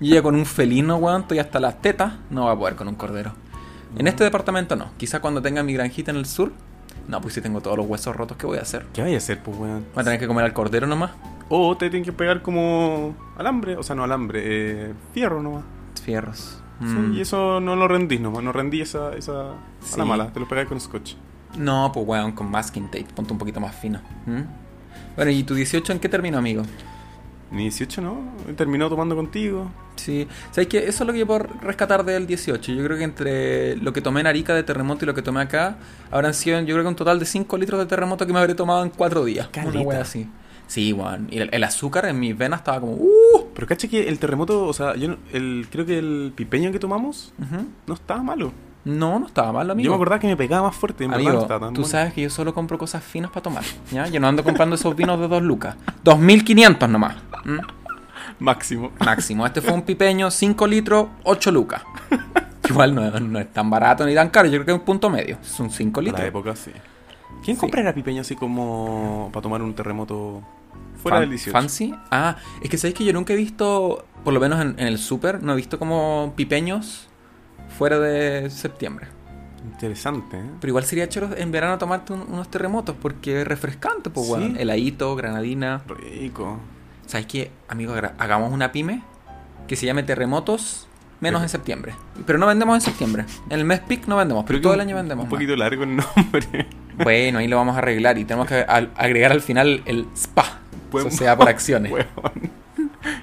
Speaker 1: yo ya con un felino, weón, estoy hasta las tetas, no va a poder con un cordero. En
Speaker 2: Mm.
Speaker 1: este departamento no, quizá cuando tenga mi granjita en el sur. No, pues si tengo todos los huesos rotos, ¿qué voy a hacer?
Speaker 2: ¿Qué vaya a hacer, pues, weón?
Speaker 1: Voy a tener que comer al cordero nomás.
Speaker 2: O te tienen que pegar como. Alambre. O sea, no alambre, eh, fierro nomás.
Speaker 1: Fierros.
Speaker 2: Sí,
Speaker 1: Mm.
Speaker 2: y eso no lo rendís nomás. No rendí esa. esa A
Speaker 1: Sí.
Speaker 2: la mala. Te lo pegáis con scotch.
Speaker 1: No, pues weón, con masking tape, ponte un poquito más fino. ¿Mm? Bueno, ¿y tu 18 en qué terminó, amigo?
Speaker 2: Mi 18 no, terminó tomando contigo.
Speaker 1: Sí, sabes que eso es lo que yo puedo rescatar del 18. Yo creo que entre lo que tomé en Arica de terremoto y lo que tomé acá, habrán sido, yo creo que un total de 5 litros de terremoto que me habré tomado en 4 días.
Speaker 2: Caleta.
Speaker 1: Una wea así. Sí, weón. Y el, el azúcar en mis venas estaba como. ¡Uh!
Speaker 2: Pero cacha que el terremoto, o sea, yo no- el, creo que el pipeño que tomamos
Speaker 1: Ujú.
Speaker 2: no estaba malo.
Speaker 1: No, no estaba mal, amigo.
Speaker 2: Yo me acordaba que me pegaba más fuerte, en verdad no
Speaker 1: Amigo,
Speaker 2: estaba tan
Speaker 1: tú
Speaker 2: bueno.
Speaker 1: sabes que yo solo compro cosas finas para tomar. ¿ya? Yo no ando comprando esos vinos de 2 lucas. 2.500 nomás. ¿m?
Speaker 2: Máximo.
Speaker 1: Máximo. Este fue un pipeño, 5 litros, 8 lucas. Igual no, no es tan barato ni tan caro. Yo creo que es un punto medio. Es un 5
Speaker 2: A la
Speaker 1: litros.
Speaker 2: época, sí. ¿Quién
Speaker 1: Sí.
Speaker 2: comprará pipeño así como para tomar un terremoto fuera
Speaker 1: Fan-
Speaker 2: del 18?
Speaker 1: ¿Fancy? Ah, es que sabéis que yo nunca he visto, por lo menos en, en el súper, no he visto como pipeños fuera de septiembre.
Speaker 2: Interesante, ¿eh?
Speaker 1: Pero igual sería choro en verano tomarte un- unos terremotos porque es refrescante, pues,
Speaker 2: Sí.
Speaker 1: weón. Heladito, granadina.
Speaker 2: Rico.
Speaker 1: ¿Sabéis qué, amigos? Hagra- Hagamos una pyme que se llame Terremotos menos
Speaker 2: Pero-
Speaker 1: en septiembre. Pero no vendemos en septiembre. En el mes peak no vendemos, pero
Speaker 2: Creo que
Speaker 1: todo
Speaker 2: un-
Speaker 1: el año vendemos.
Speaker 2: Un
Speaker 1: más.
Speaker 2: poquito largo el nombre.
Speaker 1: Bueno, ahí lo vamos a arreglar y tenemos que al- agregar al final el spa.
Speaker 2: Podemos-
Speaker 1: Sociedad por acciones.
Speaker 2: Huevón.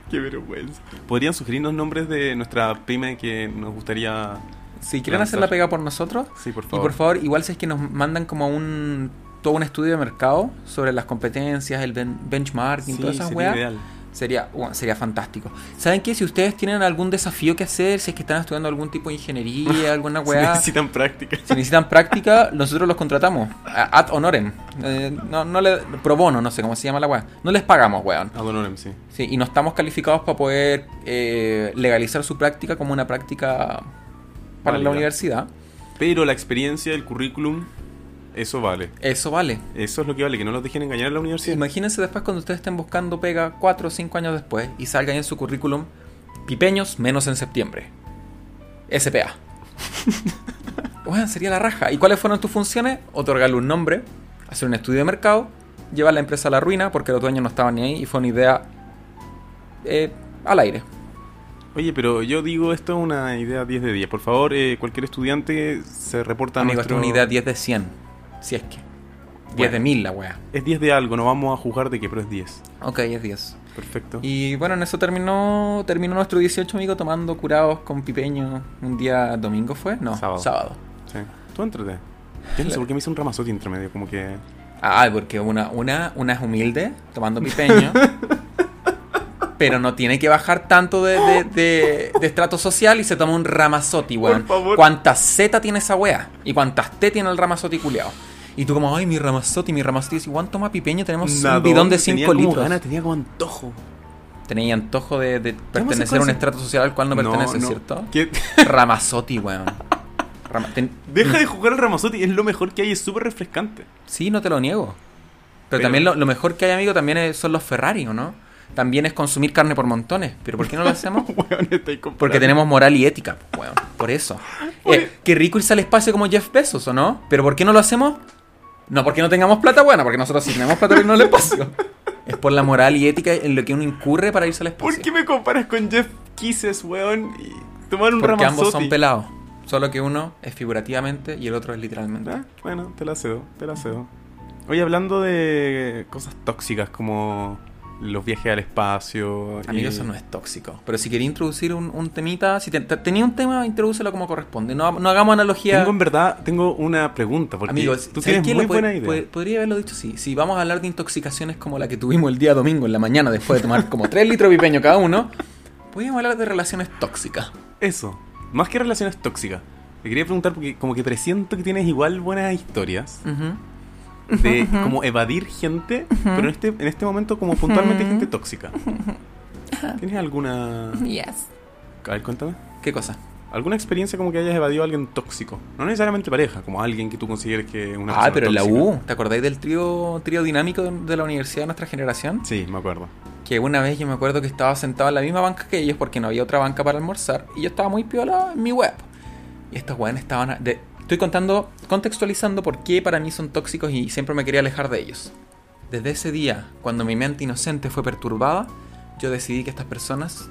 Speaker 2: Qué vergüenza. ¿Podrían sugerirnos nombres de nuestra pyme que nos gustaría...?
Speaker 1: Si quieren hacer la
Speaker 2: Lanzar.
Speaker 1: pega por nosotros,
Speaker 2: Sí, por
Speaker 1: Y
Speaker 2: favor.
Speaker 1: por favor, igual si es que nos mandan como un todo un estudio de mercado sobre las competencias, el ben- benchmarking,
Speaker 2: Sí,
Speaker 1: todas esas
Speaker 2: sería
Speaker 1: weas,
Speaker 2: ideal.
Speaker 1: sería, bueno, sería fantástico. ¿Saben qué? Si ustedes tienen algún desafío que hacer, si es que están estudiando algún tipo de ingeniería, alguna
Speaker 2: Si
Speaker 1: wea, si
Speaker 2: necesitan práctica.
Speaker 1: necesitan práctica, nosotros los contratamos. A- Ad honorem. Eh, no, no le, pro bono, no sé cómo se llama la wea. No les pagamos, weón.
Speaker 2: Ad honorem, Ah, sí.
Speaker 1: Sí, y no estamos calificados para poder eh, legalizar su práctica como una práctica para la
Speaker 2: Válida.
Speaker 1: universidad.
Speaker 2: Pero la experiencia, el currículum, eso vale.
Speaker 1: Eso vale.
Speaker 2: Eso es lo que vale, que no los dejen engañar en la universidad.
Speaker 1: Imagínense después cuando ustedes estén buscando pega 4 o 5 años después y salga ahí en su currículum pipeños menos en septiembre. SPA. Bueno, sería la raja. ¿Y cuáles fueron tus funciones? Otorgarle un nombre, hacer un estudio de mercado, llevar la empresa a la ruina porque los dueños no estaban ni ahí y fue una idea eh, al aire.
Speaker 2: Oye, pero yo digo esto es una idea 10 de 10. Por favor, eh, cualquier estudiante se reporta a
Speaker 1: Amigo, esto
Speaker 2: nuestro...
Speaker 1: es una idea 10 de 100. Si es que. 10 de
Speaker 2: Bueno.
Speaker 1: 1000 la wea.
Speaker 2: Es 10 de algo, no vamos a juzgar de qué, pero es 10.
Speaker 1: Ok, es 10.
Speaker 2: Perfecto.
Speaker 1: Y bueno, en eso terminó terminó nuestro 18 amigo tomando curados con pipeño un día domingo fue, no,
Speaker 2: Sábado.
Speaker 1: sábado.
Speaker 2: Sí. Tú entrate. Yo no sé por qué me hice un ramazote entre medio, como que.
Speaker 1: Ah, porque una una una es humilde tomando pipeño. Pero no tiene que bajar tanto de, de- de- de estrato social y se toma un ramazotti, weón.
Speaker 2: Por favor.
Speaker 1: ¿Cuántas Z tiene esa wea? ¿Y cuántas T tiene el ramazotti culiao? Y tú como, ay, mi ramazotti, mi ramazotti. Si Juan toma pipeño, tenemos un bidón de 5
Speaker 2: Tenía como
Speaker 1: litros.
Speaker 2: gana, tenía como antojo.
Speaker 1: Tenía antojo de, de pertenecer a un
Speaker 2: consejo.
Speaker 1: estrato social al cual no pertenece,
Speaker 2: no.
Speaker 1: ¿cierto?
Speaker 2: ¿Qué?
Speaker 1: Ramazotti, weón. Rama- ten-
Speaker 2: Deja de jugar al Ramazotti, es lo mejor que hay, es súper refrescante.
Speaker 1: Sí, no te lo niego. Pero,
Speaker 2: Pero-
Speaker 1: también lo, lo mejor que hay, amigo, también es- son los Ferrari, ¿o no? También es consumir carne por montones. ¿Pero por qué no lo hacemos?
Speaker 2: Weón, estoy comprando.
Speaker 1: Porque tenemos moral y ética, pues, weón. Por eso.
Speaker 2: Oye.
Speaker 1: Eh, qué rico irse al espacio como Jeff Bezos, ¿o no? ¿Pero por qué no lo hacemos? No porque no tengamos plata, bueno, porque nosotros sí tenemos plata y no al espacio. Es por la moral y ética en lo que uno incurre para irse al espacio.
Speaker 2: ¿Por qué me comparas con Jeff Kisses, weón? Y tomar un
Speaker 1: Porque
Speaker 2: Ramazotti.
Speaker 1: ambos son pelados. Solo que uno es figurativamente y el otro es literalmente.
Speaker 2: Ah, Bueno, te la cedo, te la cedo. Oye, hablando de cosas tóxicas como los viajes al espacio. y-
Speaker 1: Amigo, eso no es tóxico. Pero si quería introducir un, un temita, si te- te- tenía un tema, introdúcelo como corresponde. No, no hagamos analogía.
Speaker 2: Tengo en verdad, tengo una pregunta, porque
Speaker 1: Amigos,
Speaker 2: tú
Speaker 1: ¿sabes
Speaker 2: tienes
Speaker 1: qué?
Speaker 2: muy
Speaker 1: Lo pod-
Speaker 2: buena idea.
Speaker 1: pod- podría haberlo dicho sí. Si vamos a hablar de intoxicaciones como la que tuvimos el día domingo en la mañana después de tomar como 3 litros de pipeño cada uno, podríamos hablar de relaciones tóxicas.
Speaker 2: Eso, más que relaciones tóxicas. Te quería preguntar porque como que presiento que tienes igual buenas historias
Speaker 1: Ujú.
Speaker 2: de como evadir gente, pero en este, en este momento como puntualmente gente tóxica. ¿Tienes alguna... A ver, cuéntame.
Speaker 1: ¿Qué cosa?
Speaker 2: ¿Alguna experiencia como que hayas evadido a alguien tóxico? No necesariamente pareja, como alguien que tú consideres que es una
Speaker 1: ah,
Speaker 2: persona
Speaker 1: pero en la
Speaker 2: tóxica.
Speaker 1: U, ¿te acordáis del trío, trío dinámico de, de la universidad de nuestra generación?
Speaker 2: Sí, me acuerdo.
Speaker 1: Que una vez yo me acuerdo que estaba sentado en la misma banca que ellos porque no había otra banca para almorzar y yo estaba muy piola en mi web. Y estos weones estaban... a- de- Estoy contando, contextualizando por qué para mí son tóxicos y siempre me quería alejar de ellos. Desde ese día, cuando mi mente inocente fue perturbada, yo decidí que estas personas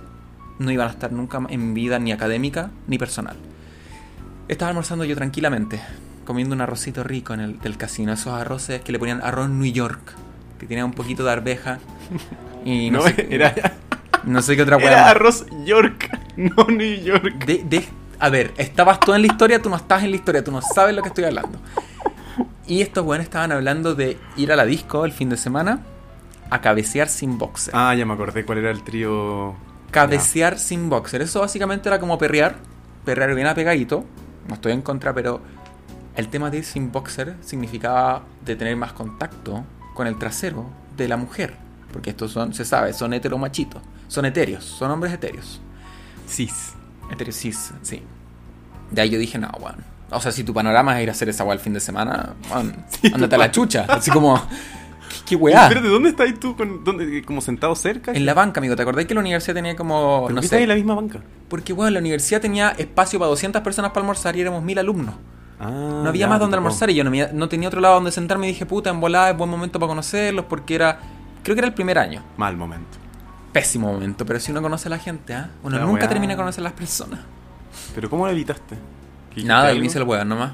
Speaker 1: no iban a estar nunca en mi vida ni académica ni personal. Estaba almorzando yo tranquilamente, comiendo un arrocito rico en el del casino, esos arroces que le ponían arroz New York, que tenía un poquito de arveja y no,
Speaker 2: no,
Speaker 1: sé,
Speaker 2: era,
Speaker 1: no sé qué otra hueá.
Speaker 2: era
Speaker 1: más.
Speaker 2: arroz York, no New York.
Speaker 1: De- de- a ver, estabas tú en la historia, tú no estás en la historia, tú no sabes lo que estoy hablando. Y estos weones estaban hablando de ir a la disco el fin de semana a cabecear sin boxer.
Speaker 2: Ah, ya me acordé cuál era el trío...
Speaker 1: cabecear sin boxer. Eso básicamente era como perrear, perrear bien apegadito. No estoy en contra, pero el tema de ir sin boxer significaba de tener más contacto con el trasero de la mujer. Porque estos son, se sabe, son heteromachitos, son etéreos, son hombres etéreos.
Speaker 2: Ya. Cis.
Speaker 1: Heterosis, sí. De ahí yo dije, no, weón. O sea, si tu panorama es ir a hacer esa weá el fin de semana, weón, ándate a la chucha. Así como, ¿qué, qué weá?
Speaker 2: Espérate, ¿dónde estás tú? Con, dónde, ¿Como sentado cerca?
Speaker 1: En la banca, amigo. ¿Te acordás que la universidad tenía como,
Speaker 2: ¿Pero
Speaker 1: no
Speaker 2: qué estás
Speaker 1: sé?
Speaker 2: en la misma banca?
Speaker 1: Porque, weón, la universidad tenía espacio para 200 personas para almorzar y éramos 1000 alumnos.
Speaker 2: Ah,
Speaker 1: No había
Speaker 2: ya,
Speaker 1: más donde
Speaker 2: te tocó.
Speaker 1: almorzar y yo no, me- no tenía otro lado donde sentarme y dije, puta, en volada es buen momento para conocerlos porque era, creo que era el primer año.
Speaker 2: Mal momento.
Speaker 1: Pésimo momento, pero si uno conoce a la gente, ¿ah? Uno
Speaker 2: La
Speaker 1: nunca
Speaker 2: weá.
Speaker 1: termina de conocer a las personas.
Speaker 2: ¿Pero cómo lo evitaste? ¿Que
Speaker 1: Nada,
Speaker 2: dijiste
Speaker 1: yo me hice el
Speaker 2: algo?
Speaker 1: weón nomás.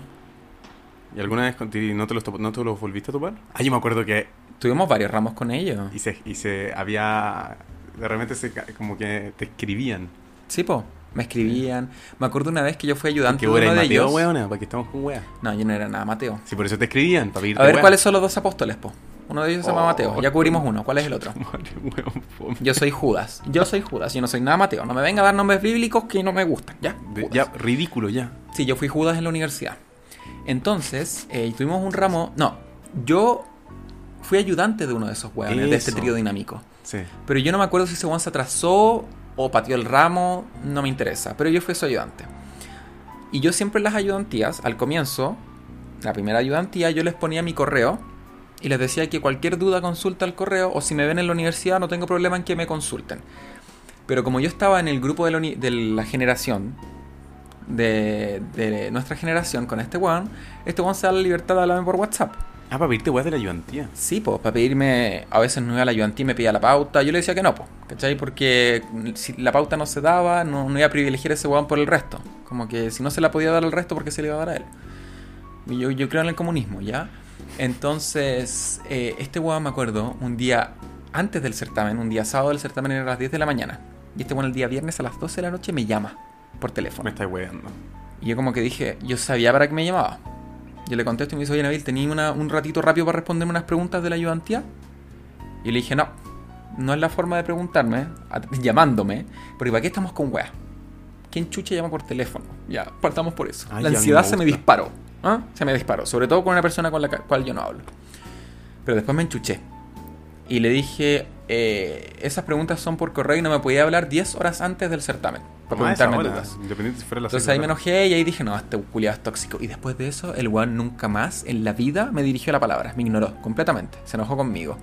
Speaker 2: ¿Y alguna vez con ti no te, los topo- no te los volviste a topar? Ah, yo me acuerdo que
Speaker 1: Tuvimos varios ramos con ellos.
Speaker 2: y se, y se había... De repente se, ca- como que te escribían.
Speaker 1: Sí, po. Me escribían. Me acuerdo una vez que yo fui ayudante
Speaker 2: Que
Speaker 1: de
Speaker 2: vos
Speaker 1: uno
Speaker 2: eras
Speaker 1: de
Speaker 2: Mateo,
Speaker 1: ellos.
Speaker 2: weona, para que estamos con wea.
Speaker 1: No, yo no era nada Mateo.
Speaker 2: Sí, por eso te escribían, para pedirte
Speaker 1: A ver,
Speaker 2: wea.
Speaker 1: ¿cuáles son los dos apóstoles, po? Uno de ellos se llama
Speaker 2: Oh.
Speaker 1: Mateo. Ya cubrimos uno. ¿Cuál es el otro?
Speaker 2: Madre, weón, fome.
Speaker 1: Yo soy Judas. Yo soy Judas. Yo no soy nada Mateo. No me venga a dar nombres bíblicos que no me gustan. Ya.
Speaker 2: De-
Speaker 1: Judas.
Speaker 2: ya, ridículo ya.
Speaker 1: Sí, yo fui Judas en la universidad. Entonces, eh, tuvimos un ramo. No, yo fui ayudante de uno de esos hueones, de este
Speaker 2: Eso.
Speaker 1: trío dinámico.
Speaker 2: Sí.
Speaker 1: Pero yo no me acuerdo si ese weón se atrasó o pateó el ramo, no me interesa. Pero yo fui su ayudante. Y yo siempre en las ayudantías, al comienzo, la primera ayudantía, yo les ponía mi correo y les decía que cualquier duda consulta al correo o si me ven en la universidad no tengo problema en que me consulten. Pero como yo estaba en el grupo de la, uni- de la generación, de, de nuestra generación con este weón, este weón se da la libertad de hablarme por WhatsApp.
Speaker 2: Ah, para pedirte weas de la ayudantía.
Speaker 1: Sí, pues, para pedirme, a veces no iba a la ayudantía y me pedía la pauta. Yo le decía que no, pues, ¿cachai? Porque mm, si la pauta no se daba, no, no iba a privilegiar a ese weón por el resto. Como que si no se la podía dar al resto, ¿por qué se le iba a dar a él? Y Yo, yo creo en el comunismo, ¿ya? Entonces, eh, este weón, me acuerdo, un día antes del certamen, un día sábado el certamen era a las 10 de la mañana. Y este bueno el día viernes a las 12 de la noche me llama por teléfono.
Speaker 2: Me estáis weando.
Speaker 1: Y yo como que dije, yo sabía para qué me llamaba. Yo le contesto y me dice, oye Nabil, ¿tenía una- un ratito rápido para responderme unas preguntas de la ayudantía? Y le dije, no, no es la forma de preguntarme, a- llamándome, porque ¿para qué estamos con weas? ¿Quién chucha llama por teléfono? Ya, partamos por eso.
Speaker 2: Ay,
Speaker 1: la
Speaker 2: a mí
Speaker 1: ansiedad
Speaker 2: me
Speaker 1: se me
Speaker 2: gusta.
Speaker 1: disparó. ¿ah? Se me disparó, sobre todo con una persona con la ca- cual yo no hablo. Pero después me enchuché. Y le dije, eh, esas preguntas son por correo y no me podía hablar 10 horas antes del certamen. Para
Speaker 2: Ah, esa
Speaker 1: preguntarme
Speaker 2: hora,
Speaker 1: dudas.
Speaker 2: Independiente si fuera la
Speaker 1: Entonces
Speaker 2: seis
Speaker 1: ahí
Speaker 2: de
Speaker 1: me
Speaker 2: la
Speaker 1: enojé y ahí dije, no, este culiado es tóxico. Y después de eso, el weón nunca más en la vida me dirigió la palabra. Me ignoró completamente. Se enojó conmigo.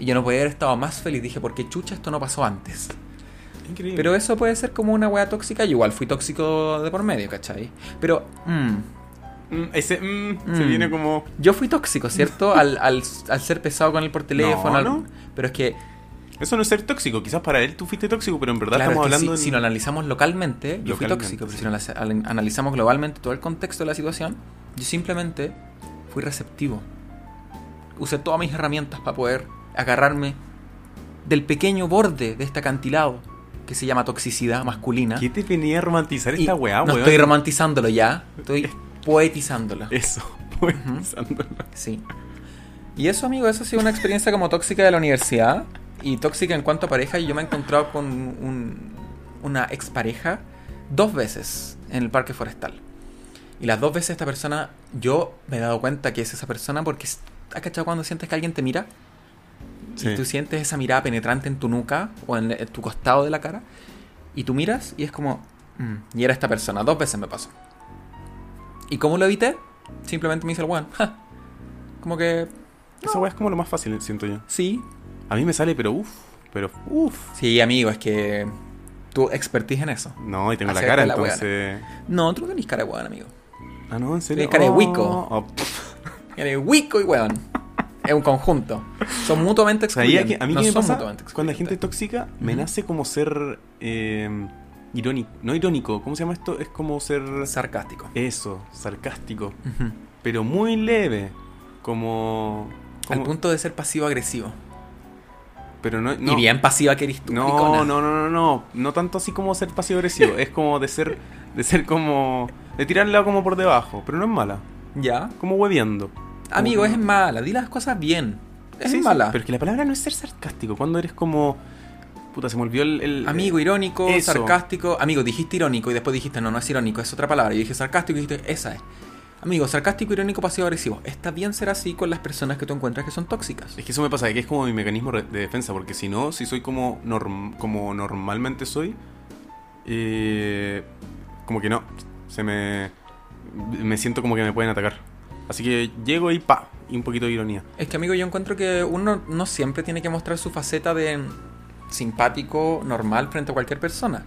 Speaker 1: Y yo no podía haber estado más feliz. Dije, porque chucha, esto no pasó antes.
Speaker 2: tarde. Increíble.
Speaker 1: Pero eso puede ser como una weá tóxica. Yo igual fui tóxico de por medio, ¿cachai? Pero, mm,
Speaker 2: Mm, ese mm, se
Speaker 1: Mm.
Speaker 2: viene como.
Speaker 1: yo fui tóxico, ¿cierto? Al, al- al ser pesado con él por teléfono.
Speaker 2: No,
Speaker 1: al-
Speaker 2: no.
Speaker 1: Pero es que,
Speaker 2: Eso no es ser tóxico. Quizás para él tú fuiste tóxico, pero en verdad
Speaker 1: claro, es
Speaker 2: estamos
Speaker 1: que
Speaker 2: hablando.
Speaker 1: si,
Speaker 2: en-
Speaker 1: si lo analizamos localmente, yo fui
Speaker 2: Localmente,
Speaker 1: tóxico. Pero
Speaker 2: sí.
Speaker 1: si lo analiza- al- analizamos globalmente todo el contexto de la situación, yo simplemente fui receptivo. Usé todas mis herramientas para poder agarrarme del pequeño borde de este acantilado que se llama toxicidad masculina.
Speaker 2: ¿Qué te venía a romantizar
Speaker 1: Y
Speaker 2: esta weá,
Speaker 1: no
Speaker 2: weón?
Speaker 1: estoy romantizándolo ya, estoy poetizándolo.
Speaker 2: Eso, pensándolo.
Speaker 1: Sí. Y eso, amigo, eso ha sido una experiencia como tóxica de la universidad y tóxica en cuanto a pareja. Y yo me he encontrado con un- una expareja dos veces en el parque forestal. Y las dos veces esta persona, yo me he dado cuenta que es esa persona porque es- ¿has cachado cuando sientes que alguien te mira?
Speaker 2: Sí.
Speaker 1: Y tú sientes esa mirada penetrante en tu nuca o en, en tu costado de la cara. Y tú miras y es como... "Mm". Y era esta persona. Dos veces me pasó. ¿Y cómo lo evité? Simplemente me hice el one. Como que...
Speaker 2: Esa weá es como lo más fácil, siento yo.
Speaker 1: Sí.
Speaker 2: A mí me sale, pero uff, pero uff.
Speaker 1: Sí, amigo, es que... Tú expertise en eso.
Speaker 2: No, y tengo la
Speaker 1: Acerca
Speaker 2: cara,
Speaker 1: la weá.
Speaker 2: entonces.
Speaker 1: No, tú no tenés cara de weón, amigo.
Speaker 2: Ah, no, en serio.
Speaker 1: Tiene cara de
Speaker 2: Oh,
Speaker 1: huico.
Speaker 2: oh, pff.
Speaker 1: Eres huico y weón. Es un conjunto. Son mutuamente
Speaker 2: O sea, ahí
Speaker 1: excluyentes.
Speaker 2: a que- a mí
Speaker 1: no
Speaker 2: que me
Speaker 1: son
Speaker 2: pasa
Speaker 1: mutuamente excluyentes.
Speaker 2: cuando la gente es tóxica, me
Speaker 1: Ujú.
Speaker 2: nace como ser eh, irónico. No irónico, ¿cómo se llama esto? Es como ser.
Speaker 1: Sarcástico.
Speaker 2: Eso, sarcástico.
Speaker 1: Ujú.
Speaker 2: Pero muy leve. Como.
Speaker 1: Al
Speaker 2: como-
Speaker 1: punto de ser pasivo-agresivo.
Speaker 2: Pero no, no,
Speaker 1: Y bien pasiva que eres tú.
Speaker 2: No, no,
Speaker 1: maricona.
Speaker 2: no, no, no. No tanto así como ser pasivo agresivo. es como de ser. De ser como. De tirarla como por debajo. Pero no es mala.
Speaker 1: Ya.
Speaker 2: Como hueviando.
Speaker 1: Amigo,
Speaker 2: Como-
Speaker 1: es mala, di las cosas bien. Es
Speaker 2: Sí, sí,
Speaker 1: mala.
Speaker 2: pero es que la palabra no es ser sarcástico. Cuando eres como. Puta, se me olvidó el. el-
Speaker 1: Amigo, irónico,
Speaker 2: Eso.
Speaker 1: sarcástico. Amigo, dijiste irónico y después dijiste, no, no es irónico, es otra palabra. Yo dije sarcástico y dijiste, esa es. Amigo, sarcástico, irónico, pasivo, agresivo. Está bien ser así con las personas que tú encuentras que son tóxicas.
Speaker 2: Es que eso me pasa, que es como mi mecanismo re- de defensa, porque si no, si soy como, norm- como normalmente soy, eh, como que no, se me, me siento como que me pueden atacar. Así que llego y pa, y un poquito de ironía.
Speaker 1: Es que, amigo, yo encuentro que uno no siempre tiene que mostrar su faceta de simpático, normal, frente a cualquier persona.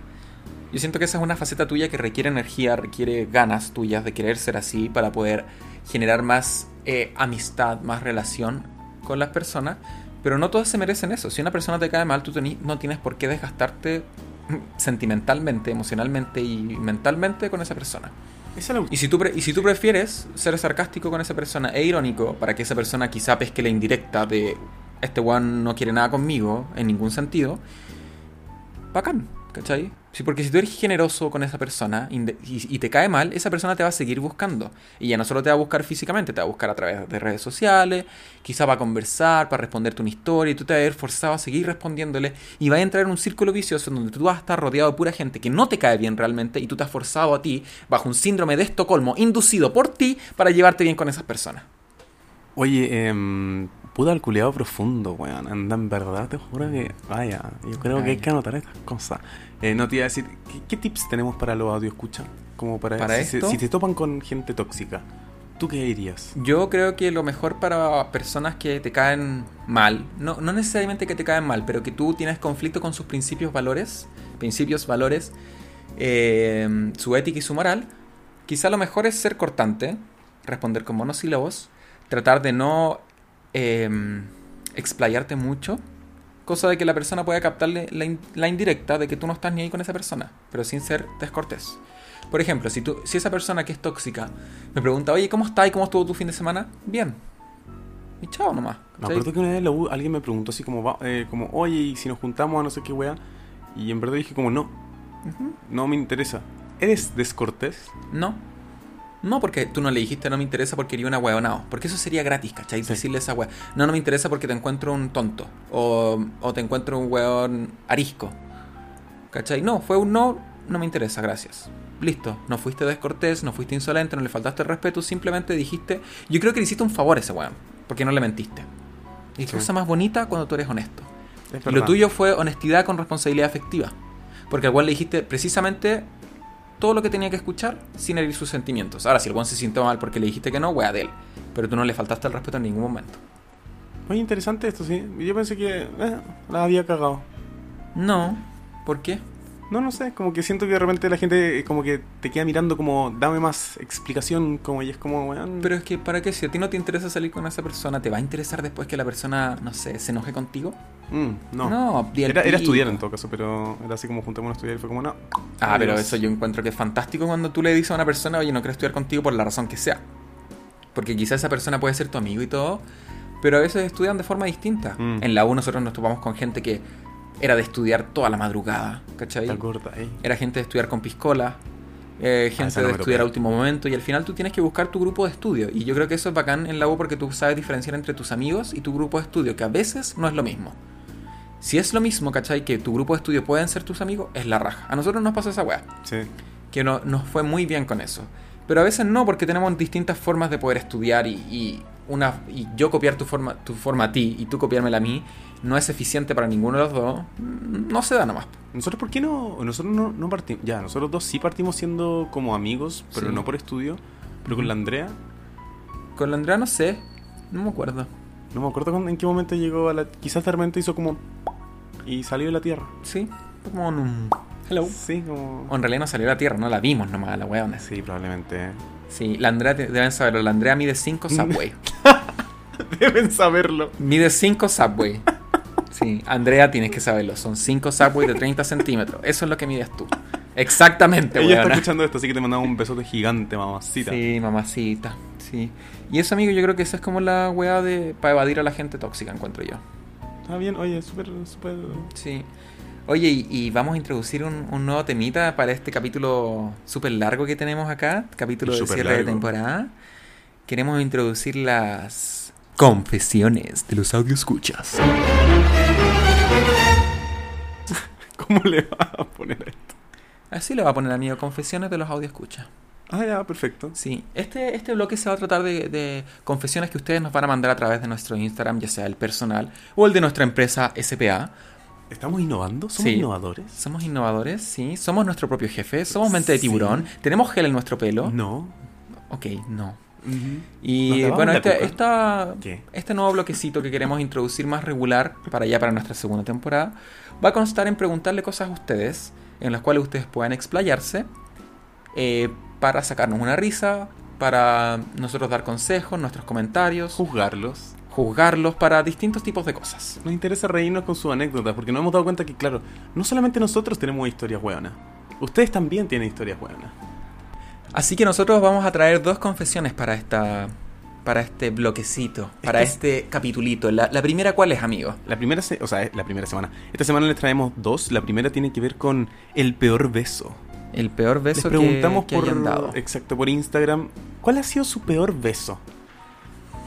Speaker 1: Yo siento que esa es una faceta tuya que requiere energía, requiere ganas tuyas de querer ser así para poder generar más eh, amistad, más relación con las personas. Pero no todas se merecen eso. Si una persona te cae mal, tú teni- no tienes por qué desgastarte mm, sentimentalmente, emocionalmente y mentalmente con esa persona.
Speaker 2: Esa es la
Speaker 1: Y si, tú pre- y si tú prefieres ser sarcástico con esa persona e irónico para que esa persona quizá pesque la indirecta de este one no quiere nada conmigo en ningún sentido, bacán, ¿cachai? Sí, porque si tú eres generoso con esa persona inde- y, y te cae mal, esa persona te va a seguir buscando. Y ya no solo te va a buscar físicamente, te va a buscar a través de redes sociales, quizá va a conversar, para responderte una historia, y tú te vas a ver forzado a seguir respondiéndole. Y va a entrar en un círculo vicioso en donde tú vas a estar rodeado de pura gente que no te cae bien realmente, y tú te has forzado a ti, bajo un síndrome de Estocolmo, inducido por ti, para llevarte bien con esas personas.
Speaker 2: Oye, em, puta el culeado profundo, weón. Anda, en verdad, te juro que. Vaya, yo creo que hay
Speaker 1: Vaya.
Speaker 2: que anotar estas cosas. Eh, no te iba a decir, ¿qué, qué tips tenemos para los audio escucha? Como para,
Speaker 1: ¿Para
Speaker 2: si, se-
Speaker 1: esto?
Speaker 2: si te topan con gente tóxica, ¿tú qué dirías?
Speaker 1: Yo creo que lo mejor para personas que te caen mal, no, no necesariamente que te caen mal, pero que tú tienes conflicto con sus principios, valores, principios, valores, eh, su ética y su moral, quizá lo mejor es ser cortante, responder con monosílabos, tratar de no eh, explayarte mucho, cosa de que la persona pueda captarle la, in- la indirecta de que tú no estás ni ahí con esa persona, pero sin ser descortés. Por ejemplo, si, tú, si esa persona que es tóxica me pregunta, oye, ¿cómo está y cómo estuvo tu fin de semana? Bien. Y chao nomás.
Speaker 2: Me
Speaker 1: ¿cachai?
Speaker 2: acuerdo que una vez en la U alguien me preguntó así como, va- eh, como, oye, ¿y si nos juntamos a no sé qué wea? Y en verdad dije como, no,
Speaker 1: Ujú.
Speaker 2: no me interesa. ¿Eres descortés?
Speaker 1: No. No, porque tú no le dijiste no me interesa porque iría una hueonao. Porque eso sería gratis, ¿cachai?
Speaker 2: Sí.
Speaker 1: Decirle esa hueá. No, no me interesa porque te encuentro un tonto. O, o te encuentro un hueón arisco. ¿Cachai? No, fue un no, no me interesa, gracias. Listo. No fuiste descortés, no fuiste insolente, no le faltaste el respeto. Simplemente dijiste. Yo creo que le hiciste un favor a ese hueón. Porque no le mentiste. Y
Speaker 2: Sí.
Speaker 1: cosa más bonita cuando tú eres honesto.
Speaker 2: Es
Speaker 1: Y
Speaker 2: verdad.
Speaker 1: lo tuyo fue honestidad con responsabilidad afectiva. Porque al cual le dijiste precisamente todo lo que tenía que escuchar sin herir sus sentimientos. Ahora, si el buen se sintió mal porque le dijiste que no, wea de él. Pero tú no le faltaste el respeto en ningún momento.
Speaker 2: Muy interesante esto, sí. Yo pensé que eh, la había cagado.
Speaker 1: No. ¿Por qué?
Speaker 2: No, no sé, como que siento que de repente la gente eh, como que te queda mirando como, dame más explicación, como y es como, weón.
Speaker 1: Pero es que, ¿para qué? Si a ti no te interesa salir con esa persona, ¿te va a interesar después que la persona, no sé, se enoje contigo?
Speaker 2: Mm, no.
Speaker 1: No, di el
Speaker 2: Era, era
Speaker 1: pico.
Speaker 2: estudiar en todo caso, pero era así como juntamos a estudiar y fue como, no.
Speaker 1: Ah, pero
Speaker 2: adiós.
Speaker 1: eso yo encuentro que es fantástico cuando tú le dices a una persona, oye, no quiero estudiar contigo por la razón que sea. Porque quizás esa persona puede ser tu amigo y todo, pero a veces estudian de forma distinta.
Speaker 2: Mm.
Speaker 1: En la U nosotros nos topamos con gente que era de estudiar toda la madrugada, ¿cachai?
Speaker 2: Te acorda, eh.
Speaker 1: Era gente de estudiar con piscola, eh,
Speaker 2: Ah,
Speaker 1: gente
Speaker 2: esa no
Speaker 1: de
Speaker 2: me
Speaker 1: estudiar a
Speaker 2: tocó.
Speaker 1: último momento, y al final tú tienes que buscar tu grupo de estudio. Y yo creo que eso es bacán en la U porque tú sabes diferenciar entre tus amigos y tu grupo de estudio, que a veces no es lo mismo. Si es lo mismo, ¿cachai? Que tu grupo de estudio pueden ser tus amigos, es la raja. A nosotros nos pasó esa weá
Speaker 2: Sí.
Speaker 1: que no, nos fue muy bien con eso. Pero a veces no, porque tenemos distintas formas de poder estudiar y, y una, y yo copiar tu forma, tu forma a ti y tú copiármela a mí no es eficiente para ninguno de los dos. Mm, No se da nomás.
Speaker 2: ¿Nosotros por qué no? Nosotros no, partimos. Ya, nosotros dos sí partimos siendo como amigos, pero
Speaker 1: Sí.
Speaker 2: no por estudio. Pero con la Andrea,
Speaker 1: Con la Andrea no sé, no me acuerdo.
Speaker 2: no me acuerdo cuándo- en qué momento llegó a la. Quizás de repente hizo como. Y salió de la tierra.
Speaker 1: Sí, fue como en un... Hello.
Speaker 2: Sí, como.
Speaker 1: Oh. O en realidad no salió a la Tierra, no la vimos nomás a la weona.
Speaker 2: Sí, probablemente.
Speaker 1: Sí, la Andrea, te- deben saberlo, la Andrea mide 5 Subway.
Speaker 2: Deben saberlo.
Speaker 1: Mide 5 Subway. Sí, Andrea, tienes que saberlo. Son 5 Subway de 30 centímetros. Eso es lo que mides tú. Exactamente,
Speaker 2: Ella está
Speaker 1: weona.
Speaker 2: escuchando esto, así que te mandamos un besote gigante, mamacita.
Speaker 1: Sí, mamacita. Sí. Y eso, amigo, yo creo que esa es como la weá de. para evadir a la gente tóxica, encuentro yo.
Speaker 2: Está bien, oye, súper, súper.
Speaker 1: Sí. Oye, y, y vamos a introducir un, un nuevo temita para este capítulo súper largo que tenemos acá, capítulo de
Speaker 2: Súper
Speaker 1: cierre de
Speaker 2: largo.
Speaker 1: temporada. Queremos introducir las confesiones de los audio escuchas.
Speaker 2: ¿Cómo le vas a poner a esto?
Speaker 1: Así lo va a poner, amigo, confesiones de los audio escuchas.
Speaker 2: Ah, ya, perfecto.
Speaker 1: Sí, este, este bloque se va a tratar de, de confesiones que ustedes nos van a mandar a través de nuestro Instagram, ya sea el personal o el de nuestra empresa SPA.
Speaker 2: ¿Estamos innovando? ¿Somos
Speaker 1: Sí.
Speaker 2: innovadores?
Speaker 1: Somos innovadores, sí. Somos nuestro propio jefe. Somos mente de
Speaker 2: Sí.
Speaker 1: tiburón. Tenemos gel en nuestro pelo.
Speaker 2: No.
Speaker 1: Ok, no.
Speaker 2: Ujú. ¿Nos
Speaker 1: Y
Speaker 2: lavamos
Speaker 1: bueno,
Speaker 2: la
Speaker 1: este,
Speaker 2: cuca?
Speaker 1: esta-
Speaker 2: ¿Qué?
Speaker 1: este nuevo bloquecito que queremos introducir más regular para ya para nuestra segunda temporada va a constar en preguntarle cosas a ustedes, en las cuales ustedes puedan explayarse eh, para sacarnos una risa, para nosotros dar consejos, nuestros comentarios,
Speaker 2: Juzgarlos.
Speaker 1: juzgarlos para distintos tipos de cosas.
Speaker 2: Nos interesa reírnos con sus anécdotas, porque nos hemos dado cuenta que, claro, no solamente nosotros tenemos historias hueonas. Ustedes también tienen historias hueonas.
Speaker 1: Así que nosotros vamos a traer dos confesiones para esta para este bloquecito, para este capitulito. La, la primera cuál es, amigo?
Speaker 2: La primera, se- o sea, eh, la primera semana. Esta semana les traemos dos. La primera tiene que ver con el peor beso.
Speaker 1: El peor beso
Speaker 2: les preguntamos
Speaker 1: que, que
Speaker 2: por
Speaker 1: hayan dado.
Speaker 2: exacto por Instagram, ¿cuál ha sido su peor beso?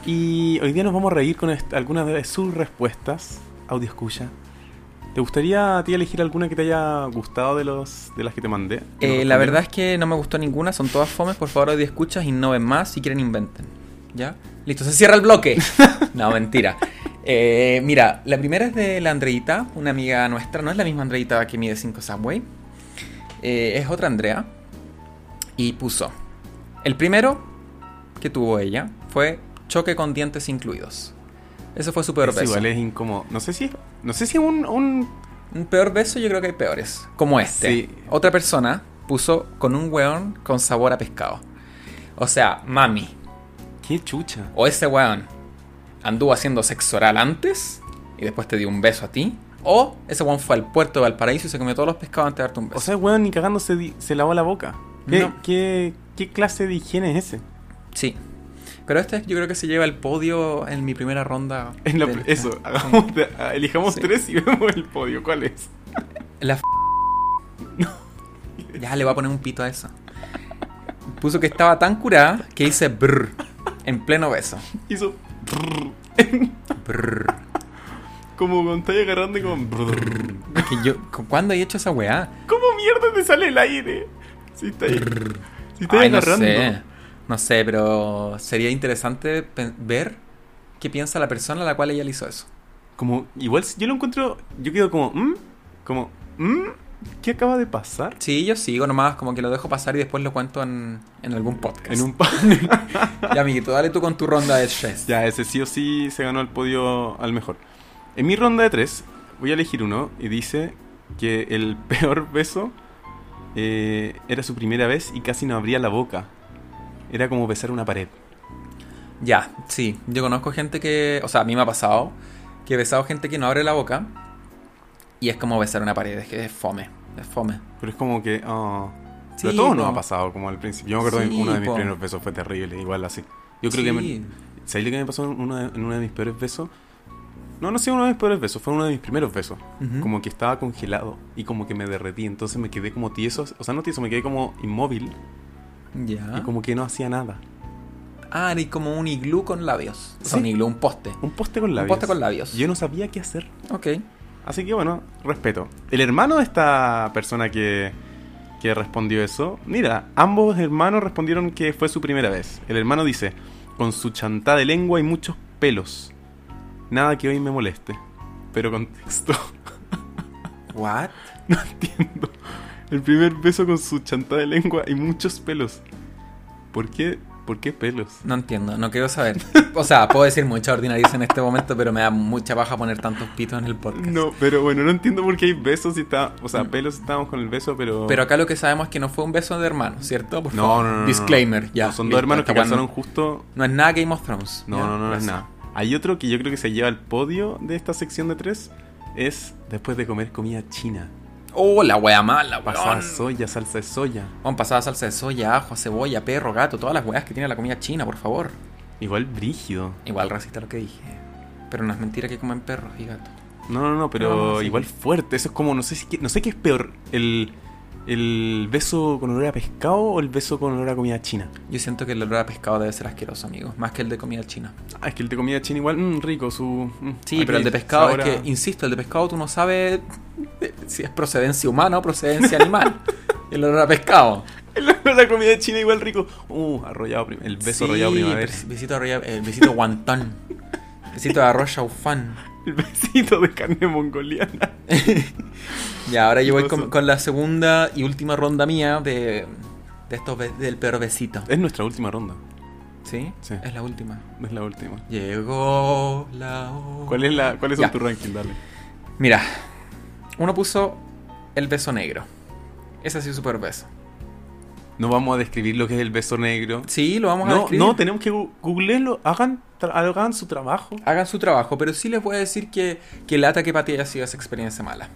Speaker 2: Y hoy día nos vamos a reír con est- algunas de sus respuestas. Audio escucha. ¿Te gustaría a ti elegir alguna que te haya gustado de los de las que te mandé? Que
Speaker 1: Eh, la
Speaker 2: nos respondieron?
Speaker 1: verdad es que no me gustó ninguna, son todas fomes. Por favor, hoy escuchas, innoven más, si quieren inventen. ¿Ya? Listo, se cierra el bloque. No, mentira. Eh, mira, la primera es de la Andreita, una amiga nuestra, no es la misma Andreita que mide 5 Subway. Eh, es otra Andrea. Y puso. El primero que tuvo ella fue choque con dientes incluidos. Eso fue su peor
Speaker 2: Es
Speaker 1: beso.
Speaker 2: igual, es incómodo. No sé si es, no sé si es un, un-
Speaker 1: Un peor beso yo creo que hay peores. Como este.
Speaker 2: Sí.
Speaker 1: Otra persona puso con un weón con sabor a pescado. O sea, mami.
Speaker 2: Qué chucha.
Speaker 1: O ese weón anduvo haciendo sexo oral antes y después te dio un beso a ti. O ese weón fue al puerto de Valparaíso y se comió todos los pescados antes de darte un beso.
Speaker 2: O sea, el weón ni cagando se, di- se lavó la boca. ¿Qué,
Speaker 1: No.
Speaker 2: qué, qué clase de higiene es ese?
Speaker 1: sí. Pero este yo creo que se lleva el podio en mi primera ronda.
Speaker 2: En la-
Speaker 1: del-
Speaker 2: eso, hagamos, ah, elijamos
Speaker 1: Sí.
Speaker 2: tres y vemos el podio. ¿Cuál es?
Speaker 1: La f- Ya le voy a poner un pito a eso. Puso que estaba tan curada que hice brr en pleno beso.
Speaker 2: Hizo
Speaker 1: Brr.
Speaker 2: como con estáis agarrando y como. ¿Cómo
Speaker 1: Que yo, ¿cu- ¿Cuándo he hecho esa weá?
Speaker 2: mierda te sale el aire? Si estáis si estáis
Speaker 1: Ay, no
Speaker 2: agarrando.
Speaker 1: sé. No sé, pero sería interesante pe- ver qué piensa la persona a la cual ella le hizo eso.
Speaker 2: Como, igual si yo lo encuentro, yo quedo como, ¿Mm? Como, ¿Mm? ¿Qué acaba de pasar?
Speaker 1: Sí, yo sigo nomás, como que lo dejo pasar y después lo cuento en, en algún podcast.
Speaker 2: En un panel.
Speaker 1: Ya, amiguito, dale tú con tu ronda de stress.
Speaker 2: ya, ese sí o sí se ganó el podio al mejor. En mi ronda de tres, voy a elegir uno y dice que el peor beso eh, era su primera vez y casi no abría la boca. Era como besar una pared.
Speaker 1: Ya, sí. Yo conozco gente que. O sea, a mí me ha pasado que he besado gente que no abre la boca y es como besar una pared. Es que es fome. Es fome.
Speaker 2: Pero es como que, ah, pero
Speaker 1: Sí,
Speaker 2: a todos nos
Speaker 1: po.
Speaker 2: ha pasado, como al principio. Yo me acuerdo que
Speaker 1: Sí,
Speaker 2: uno de mis
Speaker 1: po.
Speaker 2: primeros besos fue terrible, igual así. Yo creo que me-
Speaker 1: Sí.
Speaker 2: ¿Sabéis lo que me pasó en uno, de, en uno de mis peores besos? No, no sé uno de mis peores besos, fue uno de mis primeros besos.
Speaker 1: Ujú.
Speaker 2: Como que estaba congelado y como que me derretí, entonces me quedé como tieso, o sea, no tieso, me quedé como inmóvil
Speaker 1: Ya.
Speaker 2: y como que no hacía nada.
Speaker 1: Ah, y como un iglú con labios. O sea,
Speaker 2: Sí.
Speaker 1: un iglú, un poste.
Speaker 2: Un poste con labios.
Speaker 1: poste con labios.
Speaker 2: Yo no sabía qué hacer.
Speaker 1: Ok.
Speaker 2: Así que bueno, respeto. El hermano de esta persona que, que respondió eso, mira, ambos hermanos respondieron que fue su primera vez. El hermano dice, con su chantá de lengua y muchos pelos. Nada que hoy me moleste. Pero contexto,
Speaker 1: What?
Speaker 2: no entiendo. El primer beso con su chantá de lengua y muchos pelos. ¿Por qué? ¿Por qué pelos?
Speaker 1: No entiendo, no quiero saber. O sea, puedo decir mucha ordinariedad en este momento, pero me da mucha paja poner tantos pitos en el podcast.
Speaker 2: No, pero bueno, no entiendo por qué hay besos y está... O sea, pelos estábamos con el beso, pero...
Speaker 1: Mm. Pero acá lo que sabemos es que no fue un beso de hermano, ¿cierto? Por
Speaker 2: No,
Speaker 1: favor.
Speaker 2: no, no, no, no.
Speaker 1: Disclaimer, ya.
Speaker 2: No, son
Speaker 1: listo,
Speaker 2: dos hermanos que
Speaker 1: esta weá no-
Speaker 2: casaron justo
Speaker 1: No es nada Game of Thrones.
Speaker 2: No,
Speaker 1: ¿ya?
Speaker 2: no, no, no es
Speaker 1: Gracias.
Speaker 2: nada. Hay otro que yo creo que se lleva al podio de esta sección de tres. Es después de comer comida china.
Speaker 1: Oh, la wea mala,
Speaker 2: Pasada
Speaker 1: weón.
Speaker 2: soya, salsa de soya.
Speaker 1: Weón, pasada salsa de soya, ajo, cebolla, perro, gato, todas las weas que tiene la comida china, por favor.
Speaker 2: Igual brígido.
Speaker 1: Igual racista lo que dije. Pero no es mentira que comen perros y gatos.
Speaker 2: No, no, no, pero
Speaker 1: No, no, sí.
Speaker 2: igual fuerte. Eso es como, no sé, si, no sé qué es peor. El, el beso con olor a pescado o el beso con olor a comida china.
Speaker 1: Yo siento que el olor a pescado debe ser asqueroso, amigo. Más que el de comida china.
Speaker 2: Ah, es que el de comida china igual, mm, rico, su... mm,
Speaker 1: Sí,
Speaker 2: aquí
Speaker 1: pero el de pescado
Speaker 2: sabor a-
Speaker 1: es que, insisto, el de pescado tú no sabes si es procedencia humana o procedencia animal. el olor a pescado.
Speaker 2: El olor a la comida china igual rico. Uh, arrollado prim- El beso arrollado primavera.
Speaker 1: pero Besito arrollado, eh, besito guantán. besito de arroz chaufán.
Speaker 2: El besito de carne mongoliana.
Speaker 1: Ya, ahora yo voy
Speaker 2: Cosa.
Speaker 1: con, con la segunda y última ronda mía de, de estos be- del peor besito.
Speaker 2: Es nuestra última ronda.
Speaker 1: ¿Sí?
Speaker 2: Sí.
Speaker 1: Es la última.
Speaker 2: Es la última.
Speaker 1: Llegó la hora.
Speaker 2: ¿Cuál es la, ¿Cuáles son
Speaker 1: Ya.
Speaker 2: tu ranking? Dale.
Speaker 1: Mira, uno puso el beso negro. Ese ha sido super beso.
Speaker 2: No vamos a describir lo que es el beso negro.
Speaker 1: Sí, lo vamos a
Speaker 2: no,
Speaker 1: describir.
Speaker 2: no, tenemos que gu- googlearlo. Hagan, tra- hagan su trabajo.
Speaker 1: Hagan su trabajo, pero sí les voy a decir que, que lata que para ti haya sido esa experiencia mala.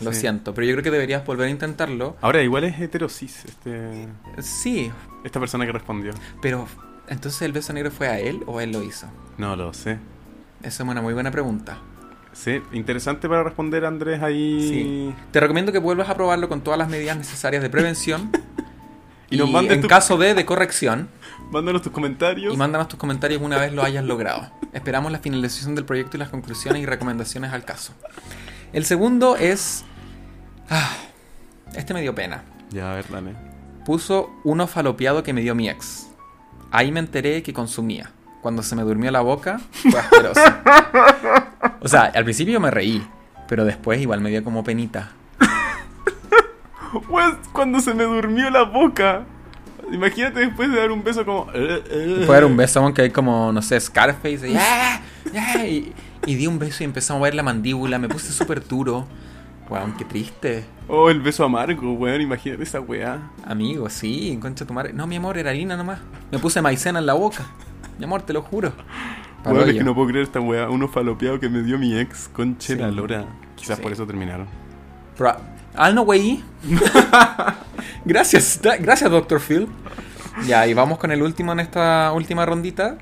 Speaker 1: Lo
Speaker 2: Sí.
Speaker 1: siento, pero yo creo que deberías volver a intentarlo.
Speaker 2: Ahora, igual es heterosis este,
Speaker 1: Sí,
Speaker 2: esta persona que respondió.
Speaker 1: pero entonces el beso negro fue a él o él lo hizo.
Speaker 2: No lo sé.
Speaker 1: Esa es una muy buena pregunta.
Speaker 2: Sí, interesante para responder, Andrés, ahí.
Speaker 1: Te recomiendo que vuelvas a probarlo con todas las medidas necesarias de prevención
Speaker 2: Y
Speaker 1: y,
Speaker 2: nos mandes
Speaker 1: en
Speaker 2: tu-
Speaker 1: caso de, de corrección.
Speaker 2: Mándanos tus comentarios.
Speaker 1: Y mándanos tus comentarios una vez lo hayas logrado. Esperamos la finalización del proyecto y las conclusiones y recomendaciones al caso. El segundo es... ah, este me dio pena.
Speaker 2: Ya, a ver, dale.
Speaker 1: Puso uno falopeado que me dio mi ex. Ahí me enteré que consumía. Cuando se me durmió la boca, fue asqueroso. O sea, al principio me reí, pero después igual me dio como penita.
Speaker 2: Pues cuando se me durmió la boca. Imagínate después de dar un beso como.
Speaker 1: Fue dar un beso, aunque hay como, no sé, Scarface. Y, ¡Ah! ¡Ah! y, y di un beso y empezó a mover la mandíbula. Me puse súper duro. Weón, qué triste.
Speaker 2: Oh, el beso amargo, weón. Imagínate esa weá.
Speaker 1: Amigo, sí, concha tu madre. No, mi amor, era harina nomás. Me puse maicena en la boca. Mi amor, te lo juro.
Speaker 2: Weón, es
Speaker 1: Parodia.
Speaker 2: que no puedo creer esta weá. Uno falopeado que me dio mi ex con la
Speaker 1: Sí.
Speaker 2: lora. Quizás
Speaker 1: Sí.
Speaker 2: por eso terminaron.
Speaker 1: Pro- Ah, no, güey. gracias, da- gracias, Dr. Phil. Ya, y vamos con el último en esta última rondita.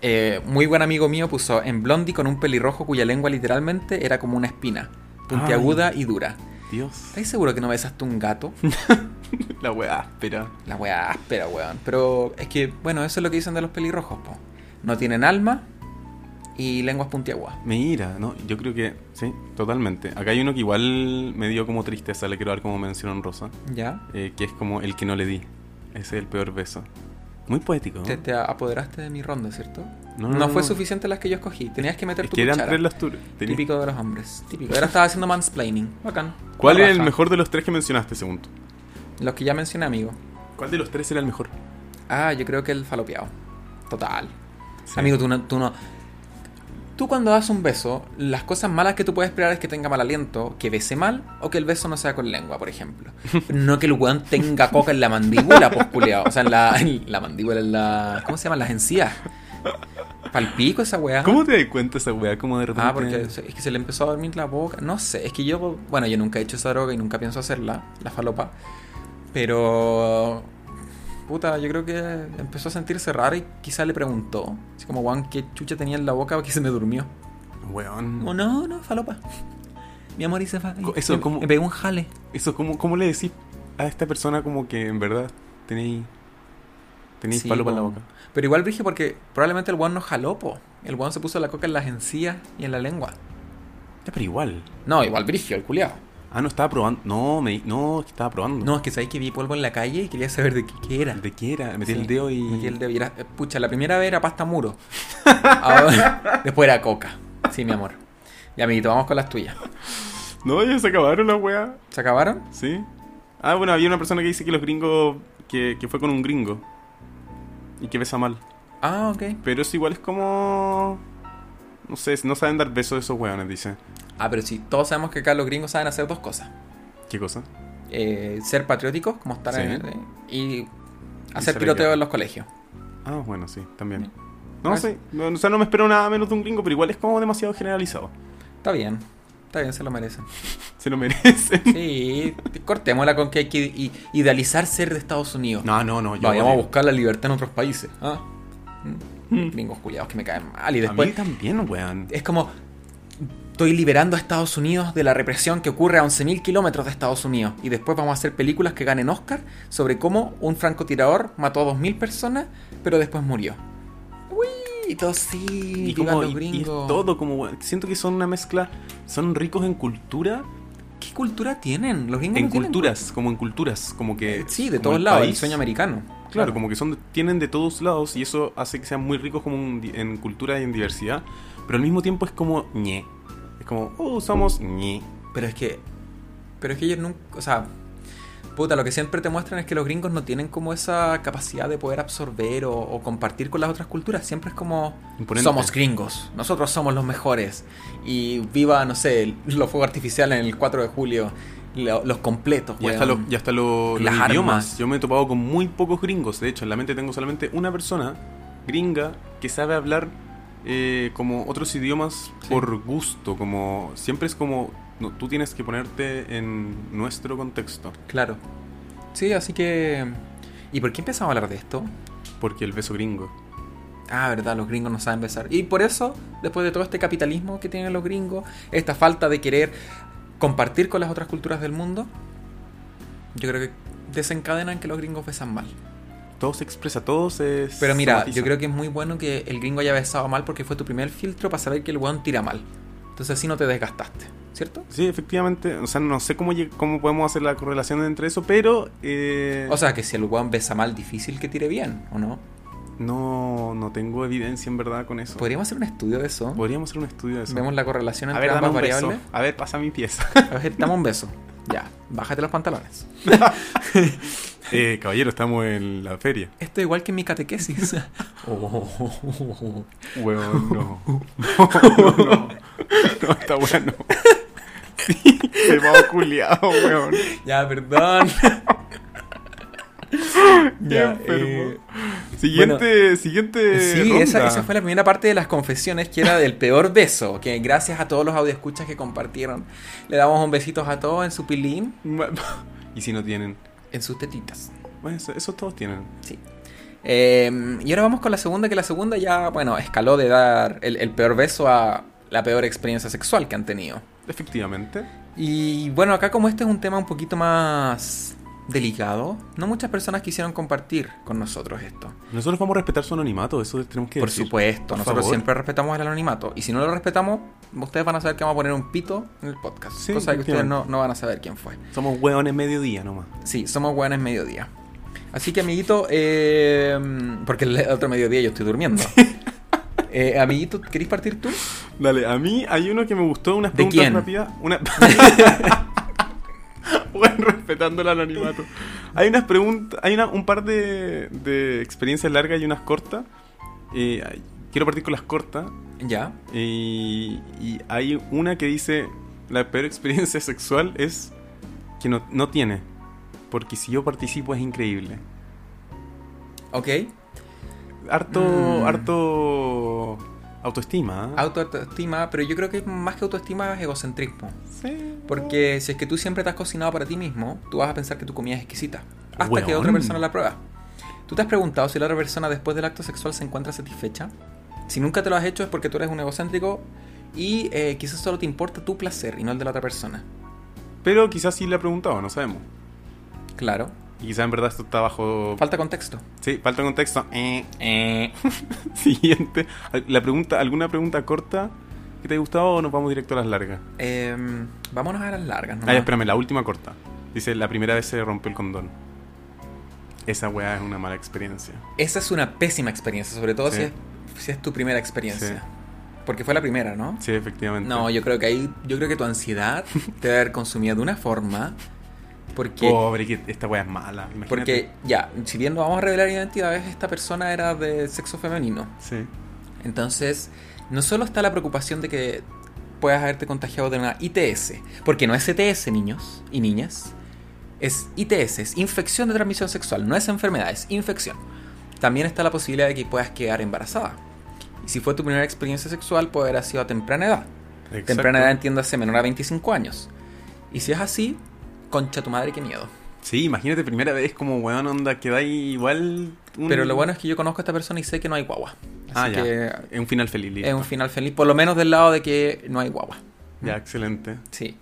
Speaker 1: Eh, muy buen amigo mío puso en Blondie con un pelirrojo cuya lengua literalmente era como una espina, puntiaguda y dura.
Speaker 2: Dios.
Speaker 1: ¿Estáis seguro que no besaste un gato?
Speaker 2: La weá áspera.
Speaker 1: La weá áspera, weón. Pero es que, bueno, eso es lo que dicen de los pelirrojos, po. No tienen alma y lenguas puntiagudas.
Speaker 2: Mira, no, yo creo que sí, totalmente. Acá hay uno que igual me dio como tristeza, le quiero dar como mención rosa,
Speaker 1: ¿Ya?
Speaker 2: que es como el que no le di. Ese es el peor beso. Muy poético. ¿no?
Speaker 1: Te, te apoderaste de mi ronda, ¿cierto?
Speaker 2: No,
Speaker 1: No,
Speaker 2: no, no,
Speaker 1: fue
Speaker 2: no.
Speaker 1: suficiente las que yo escogí. Tenías que meter
Speaker 2: Es
Speaker 1: tu
Speaker 2: que eran
Speaker 1: cuchara.
Speaker 2: tres los tours. Tenía-
Speaker 1: Típico de los hombres. Típico. Ahora estaba haciendo mansplaining. Bacán.
Speaker 2: ¿Cuál
Speaker 1: La
Speaker 2: era el
Speaker 1: raja.
Speaker 2: mejor de los tres que mencionaste, según tú?
Speaker 1: Los que ya mencioné, amigo.
Speaker 2: ¿Cuál de los tres era el mejor?
Speaker 1: Ah, yo creo que el falopeado. Total.
Speaker 2: Sí.
Speaker 1: Amigo, tú no, tú no. Tú cuando das un beso, las cosas malas que tú puedes esperar es que tenga mal aliento, que bese mal o que el beso no sea con lengua, por ejemplo. No que el weón tenga coca en la mandíbula, pues culiao. O sea, en la, en la mandíbula, en la. ¿Cómo se llaman? Las encías. Palpico esa weá.
Speaker 2: ¿Cómo te das cuenta esa weá? Como de repente.
Speaker 1: Ah, porque se- es que se le empezó a dormir la boca. No sé, es que yo, bueno, yo nunca he hecho esa droga y nunca pienso hacerla, la falopa. Pero, puta, yo creo que empezó a sentirse raro y quizá le preguntó, así como, Juan, ¿qué chucha tenía en la boca que se me durmió?
Speaker 2: Weón.
Speaker 1: Como, no, no, falopa. Mi amor, hice fa-
Speaker 2: Co- eso,
Speaker 1: me,
Speaker 2: ¿cómo?
Speaker 1: me pegó un jale.
Speaker 2: Eso, ¿cómo, cómo le decís a esta persona como que en verdad tenéis. Tenéis
Speaker 1: Sí,
Speaker 2: palo para la
Speaker 1: como-
Speaker 2: boca?
Speaker 1: Pero igual dije porque probablemente el Juan no jaló, po. El Juan se puso la coca en las encías y en la lengua.
Speaker 2: Ya, pero igual.
Speaker 1: No, igual brigio, el culiao.
Speaker 2: Ah, no, estaba probando. No, me, no, es que estaba probando.
Speaker 1: No, es que sabéis que vi polvo en la calle y quería saber de qué, qué era.
Speaker 2: ¿De qué era? Metí
Speaker 1: Sí,
Speaker 2: el dedo y.
Speaker 1: metí el dedo y era- eh, pucha, la primera vez era pasta muro. Ahora- después era coca. Sí, mi amor. Ya, amiguito, vamos con las tuyas.
Speaker 2: No, ya se acabaron las weas.
Speaker 1: ¿Se acabaron?
Speaker 2: ¿Sí? Ah, bueno, había una persona que dice que los gringos. que, que fue con un gringo. Y que besa mal.
Speaker 1: Ah, ok.
Speaker 2: Pero eso igual es como. No sé, no saben dar besos esos weones, dice.
Speaker 1: Ah, pero sí, todos sabemos que acá los gringos saben hacer dos cosas.
Speaker 2: ¿Qué cosa?
Speaker 1: Eh, ser patrióticos, como estar
Speaker 2: Sí.
Speaker 1: en... eh, y
Speaker 2: ser
Speaker 1: hacer tiroteo
Speaker 2: allá.
Speaker 1: en los colegios.
Speaker 2: Ah, bueno, sí, también.
Speaker 1: Sí.
Speaker 2: No
Speaker 1: Ah,
Speaker 2: sé, no, o sea, no me espero nada menos de un gringo, pero igual es como demasiado generalizado.
Speaker 1: Está bien. Está bien, se lo merecen.
Speaker 2: Se lo merecen.
Speaker 1: Sí, cortémosla con que hay que i- idealizar ser de Estados Unidos.
Speaker 2: No, no, no, yo.
Speaker 1: Vayamos a
Speaker 2: odio.
Speaker 1: buscar la libertad en otros países. ¿ah? Mm, Gringos culiados que me caen mal. Y
Speaker 2: A
Speaker 1: después
Speaker 2: mí también, weón.
Speaker 1: es como estoy liberando a Estados Unidos de la represión que ocurre a 11.000 kilómetros de Estados Unidos y después vamos a hacer películas que ganen Oscar sobre cómo un francotirador mató a 2.000 personas pero después murió. Uy, todo sí,
Speaker 2: Y,
Speaker 1: vivan
Speaker 2: como,
Speaker 1: los
Speaker 2: y- y es
Speaker 1: gringos.
Speaker 2: todo como, weón. Siento que son una mezcla. Son ricos en cultura.
Speaker 1: ¿Qué cultura tienen? Los gringos
Speaker 2: en
Speaker 1: no tienen
Speaker 2: culturas, como en culturas, como
Speaker 1: cul-
Speaker 2: que.
Speaker 1: Sí, de
Speaker 2: como
Speaker 1: todos
Speaker 2: el
Speaker 1: lados, el
Speaker 2: país.
Speaker 1: sueño americano.
Speaker 2: Claro, como que son de- tienen de todos lados y eso hace que sean muy ricos como en di- en cultura y en diversidad, pero al mismo tiempo es como ñe. Es como, oh, somos ñe.
Speaker 1: Pero es que. Pero es que ellos nunca. O sea. Puta, lo que siempre te muestran es que los gringos no tienen como esa capacidad de poder absorber o, o compartir con las otras culturas. Siempre es como.
Speaker 2: Imponente.
Speaker 1: Somos gringos. Nosotros somos los mejores. Y viva, no sé, el- los fuegos artificiales en el 4 de julio. lo- los completos,
Speaker 2: Y
Speaker 1: weón.
Speaker 2: hasta, los, y hasta lo- los
Speaker 1: em, Las
Speaker 2: idiomas.
Speaker 1: armas.
Speaker 2: Yo me he topado con muy pocos gringos. De hecho, en la mente tengo solamente una persona gringa que sabe hablar eh, como otros idiomas por gusto. Como siempre es como no, tú tienes que ponerte en nuestro contexto.
Speaker 1: Claro. Sí, así que. ¿Y por qué empezamos a hablar de esto?
Speaker 2: Porque el beso gringo.
Speaker 1: Ah, verdad, los gringos no saben besar. Y por eso, después de todo este capitalismo que tienen los gringos, esta falta de querer compartir con las otras culturas del mundo, yo creo que desencadenan que los gringos besan mal.
Speaker 2: Todo se expresa, todo se.
Speaker 1: Pero mira, yo creo que es muy bueno que el gringo haya besado mal porque fue tu primer filtro para saber que el weón tira mal. Entonces así no te desgastaste, ¿cierto?
Speaker 2: Sí, efectivamente. O sea, no sé cómo, lleg- cómo podemos hacer la correlación entre eso, pero. eh,
Speaker 1: O sea, que si el weón besa mal, difícil que tire bien, ¿o no?
Speaker 2: no, no tengo evidencia en verdad con eso.
Speaker 1: ¿Podríamos hacer un estudio de eso?
Speaker 2: Podríamos hacer un estudio de eso.
Speaker 1: Pues Vemos la correlación
Speaker 2: a
Speaker 1: entre
Speaker 2: ver, dame
Speaker 1: ambas
Speaker 2: un beso.
Speaker 1: variables.
Speaker 2: A ver, pasa mi pieza.
Speaker 1: A ver, dame un beso. Ya, bájate los pantalones.
Speaker 2: eh, caballero, estamos en la feria.
Speaker 1: Esto es igual que en mi catequesis.
Speaker 2: Oh. Huevón, no. No, no, no. No, está bueno. Sí, se va culiado, huevón.
Speaker 1: Ya, perdón.
Speaker 2: Qué
Speaker 1: Ya,
Speaker 2: enfermo.
Speaker 1: eh,
Speaker 2: Siguiente, siguiente.
Speaker 1: sí,
Speaker 2: Eh, ronda.
Speaker 1: esa, esa fue la primera parte de las confesiones, que era del peor beso. Que gracias a todos los audioscuchas que compartieron, le damos un besito a todos en su pilín,
Speaker 2: Ma- ¿Y si no tienen?
Speaker 1: en sus tetitas.
Speaker 2: Bueno, eso, eso todos tienen.
Speaker 1: Sí. Eh, y ahora vamos con la segunda, que la segunda ya, bueno, escaló de dar el, el peor beso a la peor experiencia sexual que han tenido.
Speaker 2: Efectivamente.
Speaker 1: Y bueno, acá como este es un tema un poquito más delicado, no muchas personas quisieron compartir con nosotros esto.
Speaker 2: Nosotros vamos a respetar su anonimato, eso tenemos que
Speaker 1: Por
Speaker 2: decir.
Speaker 1: supuesto,
Speaker 2: Por
Speaker 1: nosotros
Speaker 2: favor.
Speaker 1: siempre respetamos el anonimato. Y si no lo respetamos, ustedes van a saber que vamos a poner un pito en el podcast.
Speaker 2: Sí,
Speaker 1: cosa que ustedes no,
Speaker 2: efectivamente.
Speaker 1: no van a saber quién fue.
Speaker 2: Somos hueones mediodía nomás.
Speaker 1: Sí, somos buenas mediodía. Así que, amiguito, eh, porque el otro mediodía yo estoy durmiendo. Eh, amiguito, ¿querés partir tú?
Speaker 2: Dale, a mí hay uno que me gustó, unas
Speaker 1: ¿De
Speaker 2: preguntas
Speaker 1: quién?
Speaker 2: rápidas. Una... bueno, respetando el anonimato. Hay unas preguntas, hay una- un par de, de experiencias largas y unas cortas. Eh, ay, quiero partir con las cortas.
Speaker 1: Ya.
Speaker 2: Y, y hay una que dice, la peor experiencia sexual es que no, no tiene. Porque si yo participo es increíble.
Speaker 1: Ok.
Speaker 2: Harto,
Speaker 1: Mm.
Speaker 2: harto autoestima. ¿eh?
Speaker 1: Autoestima, pero yo creo que más que autoestima es egocentrismo.
Speaker 2: Sí.
Speaker 1: Porque si es que tú siempre te has cocinado para ti mismo, tú vas a pensar que tu comida es exquisita. Hasta que
Speaker 2: Weón.
Speaker 1: otra persona la prueba. ¿Tú te has preguntado si la otra persona después del acto sexual se encuentra satisfecha? Si nunca te lo has hecho es porque tú eres un egocéntrico y eh, quizás solo te importa tu placer y no el de la otra persona.
Speaker 2: Pero quizás sí le ha preguntado, no sabemos.
Speaker 1: Claro.
Speaker 2: Y quizás en verdad esto está bajo...
Speaker 1: Falta contexto.
Speaker 2: sí, falta contexto. Eh, eh. Siguiente. La pregunta, ¿Alguna pregunta corta que te haya gustado o nos vamos directo a las largas?
Speaker 1: Em, vámonos a las largas. nomás.
Speaker 2: Ah, ya, espérame, la última corta. Dice, la primera vez se rompió el condón. Esa weá es una mala experiencia.
Speaker 1: Esa es una pésima experiencia, sobre todo
Speaker 2: Sí.
Speaker 1: si, es, si es tu primera experiencia. Porque fue la primera, ¿no?
Speaker 2: Sí, efectivamente.
Speaker 1: No, yo creo que ahí, yo creo que tu ansiedad te debe haber consumido de una forma. Porque,
Speaker 2: Pobre, que esta weá es mala. Oh, imagínate.
Speaker 1: porque ya, si bien no vamos a revelar identidades, esta persona era de sexo femenino.
Speaker 2: Sí.
Speaker 1: Entonces, no solo está la preocupación de que puedas haberte contagiado de una ITS, porque no es ETS, niños y niñas, es ITS, es infección de transmisión sexual, no es enfermedad, es infección. También está la posibilidad de que puedas quedar embarazada. Y si fue tu primera experiencia sexual, puede haber sido a temprana edad.
Speaker 2: Exacto.
Speaker 1: Temprana edad, entiéndase, menor a 25 años. Y si es así, concha tu madre, qué miedo.
Speaker 2: Sí, imagínate, primera vez como weón onda, queda ahí igual... un-
Speaker 1: Pero lo bueno es que yo conozco a esta persona y sé que no hay guagua.
Speaker 2: Ah,
Speaker 1: Así
Speaker 2: ya.
Speaker 1: que
Speaker 2: Es un final feliz.
Speaker 1: es
Speaker 2: listo.
Speaker 1: un final feliz, por lo menos del lado de que no hay guagua.
Speaker 2: Ya, excelente.
Speaker 1: Sí.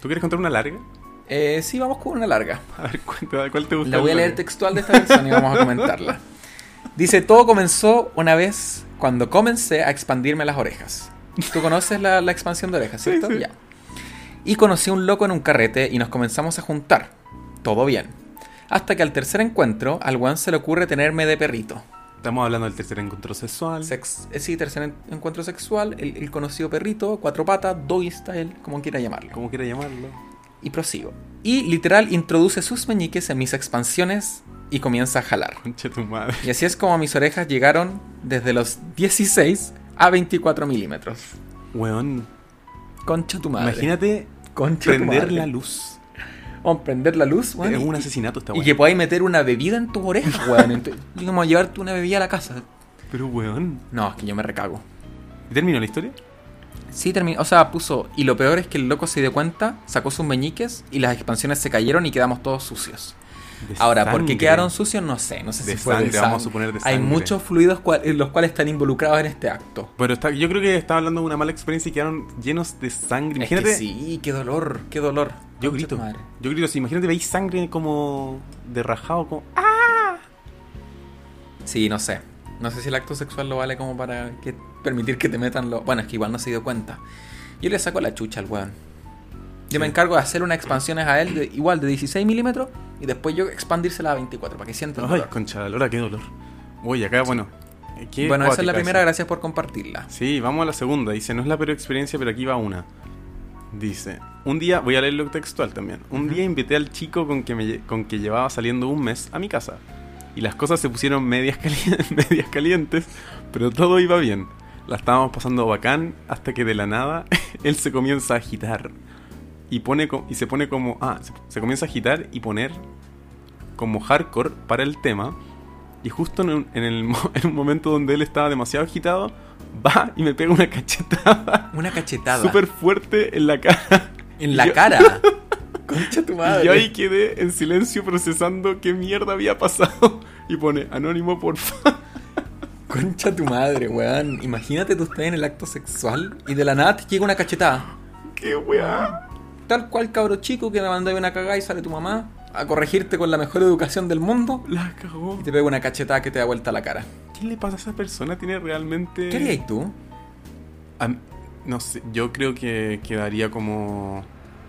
Speaker 2: ¿Tú quieres contar una larga?
Speaker 1: Eh, sí, vamos con una larga.
Speaker 2: A ver, cuenta, ¿cuál te gusta?
Speaker 1: La voy a
Speaker 2: el
Speaker 1: leer
Speaker 2: largo?
Speaker 1: textual de esta versión y vamos a comentarla. Dice, todo comenzó una vez cuando comencé a expandirme las orejas. Tú conoces la, la expansión de orejas,
Speaker 2: Sí,
Speaker 1: ¿cierto?
Speaker 2: sí.
Speaker 1: Ya. Y conocí a un loco en un carrete y nos comenzamos a juntar. Todo bien. Hasta que al tercer encuentro, al weón se le ocurre tenerme de perrito.
Speaker 2: Estamos hablando del tercer encuentro sexual.
Speaker 1: Sex- eh, sí, tercer en- encuentro sexual, el, el conocido perrito, cuatro patas, doggy style, como quiera llamarlo.
Speaker 2: ¿Cómo quiera llamarlo?
Speaker 1: Y prosigo. Y literal introduce sus meñiques en mis expansiones y comienza a jalar.
Speaker 2: Concha tu madre.
Speaker 1: Y así es como mis orejas llegaron desde los 16 a 24 milímetros.
Speaker 2: Weón,
Speaker 1: Concha tu madre.
Speaker 2: imagínate
Speaker 1: Concha tu
Speaker 2: prender
Speaker 1: madre.
Speaker 2: la luz.
Speaker 1: Vamos, prender la luz, weón.
Speaker 2: es
Speaker 1: y-
Speaker 2: un asesinato
Speaker 1: y,
Speaker 2: esta weón.
Speaker 1: que podáis meter una bebida en tus orejas, weón. Entonces, como llevarte una bebida a la casa.
Speaker 2: Pero weón.
Speaker 1: No, es que yo me recago.
Speaker 2: ¿Y ¿Terminó la historia?
Speaker 1: Sí, terminó. O sea, puso. Y lo peor es que el loco se dio cuenta, sacó sus meñiques y las expansiones se cayeron y quedamos todos sucios.
Speaker 2: De
Speaker 1: Ahora, ¿por qué
Speaker 2: sangre.
Speaker 1: quedaron sucios? No sé. No sé
Speaker 2: De
Speaker 1: si fue de
Speaker 2: sangre, vamos a
Speaker 1: sang-
Speaker 2: suponer de
Speaker 1: Hay
Speaker 2: sangre.
Speaker 1: muchos fluidos cual- en los cuales están involucrados en este acto.
Speaker 2: Pero está, yo creo que estaba hablando de una mala experiencia y quedaron llenos de sangre.
Speaker 1: Es que
Speaker 2: Imagínate.
Speaker 1: sí, qué dolor, qué dolor.
Speaker 2: Yo
Speaker 1: Concha tu
Speaker 2: grito.
Speaker 1: madre.
Speaker 2: Yo grito así. Imagínate, veis sangre como de rajado. Como... ¡Ah!
Speaker 1: Sí, no sé. No sé si el acto sexual lo vale como para que permitir que te metan lo. Bueno, es que igual no se dio cuenta. Yo le saco la chucha al weón. Yo me encargo de hacer unas expansiones a él de- igual de 16 milímetros y después yo expandírsela a 24 para que sienta el
Speaker 2: Ay,
Speaker 1: dolor.
Speaker 2: concha de la lora, qué dolor. Uy, acá, bueno. eh, qué
Speaker 1: Bueno, esa es la
Speaker 2: cuática
Speaker 1: primera,
Speaker 2: esa.
Speaker 1: gracias por compartirla.
Speaker 2: Sí, vamos a la segunda. Dice, no es la peor experiencia, pero aquí va una. Dice, un día, voy a leerlo textual también. Un día invité al chico con que, me lle- con que llevaba saliendo un mes a mi casa. Y las cosas se pusieron medias, cali- medias calientes, pero todo iba bien. La estábamos pasando bacán hasta que de la nada él se comienza a agitar. Y, pone co- y se pone como... Ah, se, se comienza a agitar y poner como hardcore para el tema. Y justo en un, en el mo- en un momento donde él estaba demasiado agitado, va y me pega una cachetada
Speaker 1: Una cachetada.
Speaker 2: súper fuerte en la cara.
Speaker 1: En la
Speaker 2: Yo-
Speaker 1: cara. Concha tu
Speaker 2: Y yo ahí
Speaker 1: madre.
Speaker 2: quedé en silencio procesando qué mierda había pasado. Y pone, anónimo, porfa.
Speaker 1: Concha tu madre, weón. Imagínate tú estás en el acto sexual y de la nada te llega una cachetada.
Speaker 2: Qué weá.
Speaker 1: Tal cual cabro chico que le mandáis una cagada y sale tu mamá a corregirte con la mejor educación del mundo
Speaker 2: La cagó.
Speaker 1: y te pega una cachetada que te da vuelta la cara.
Speaker 2: ¿Qué le pasa a esa persona? Tiene realmente...
Speaker 1: ¿Qué harías tú?
Speaker 2: Am- no sé, yo creo que quedaría como...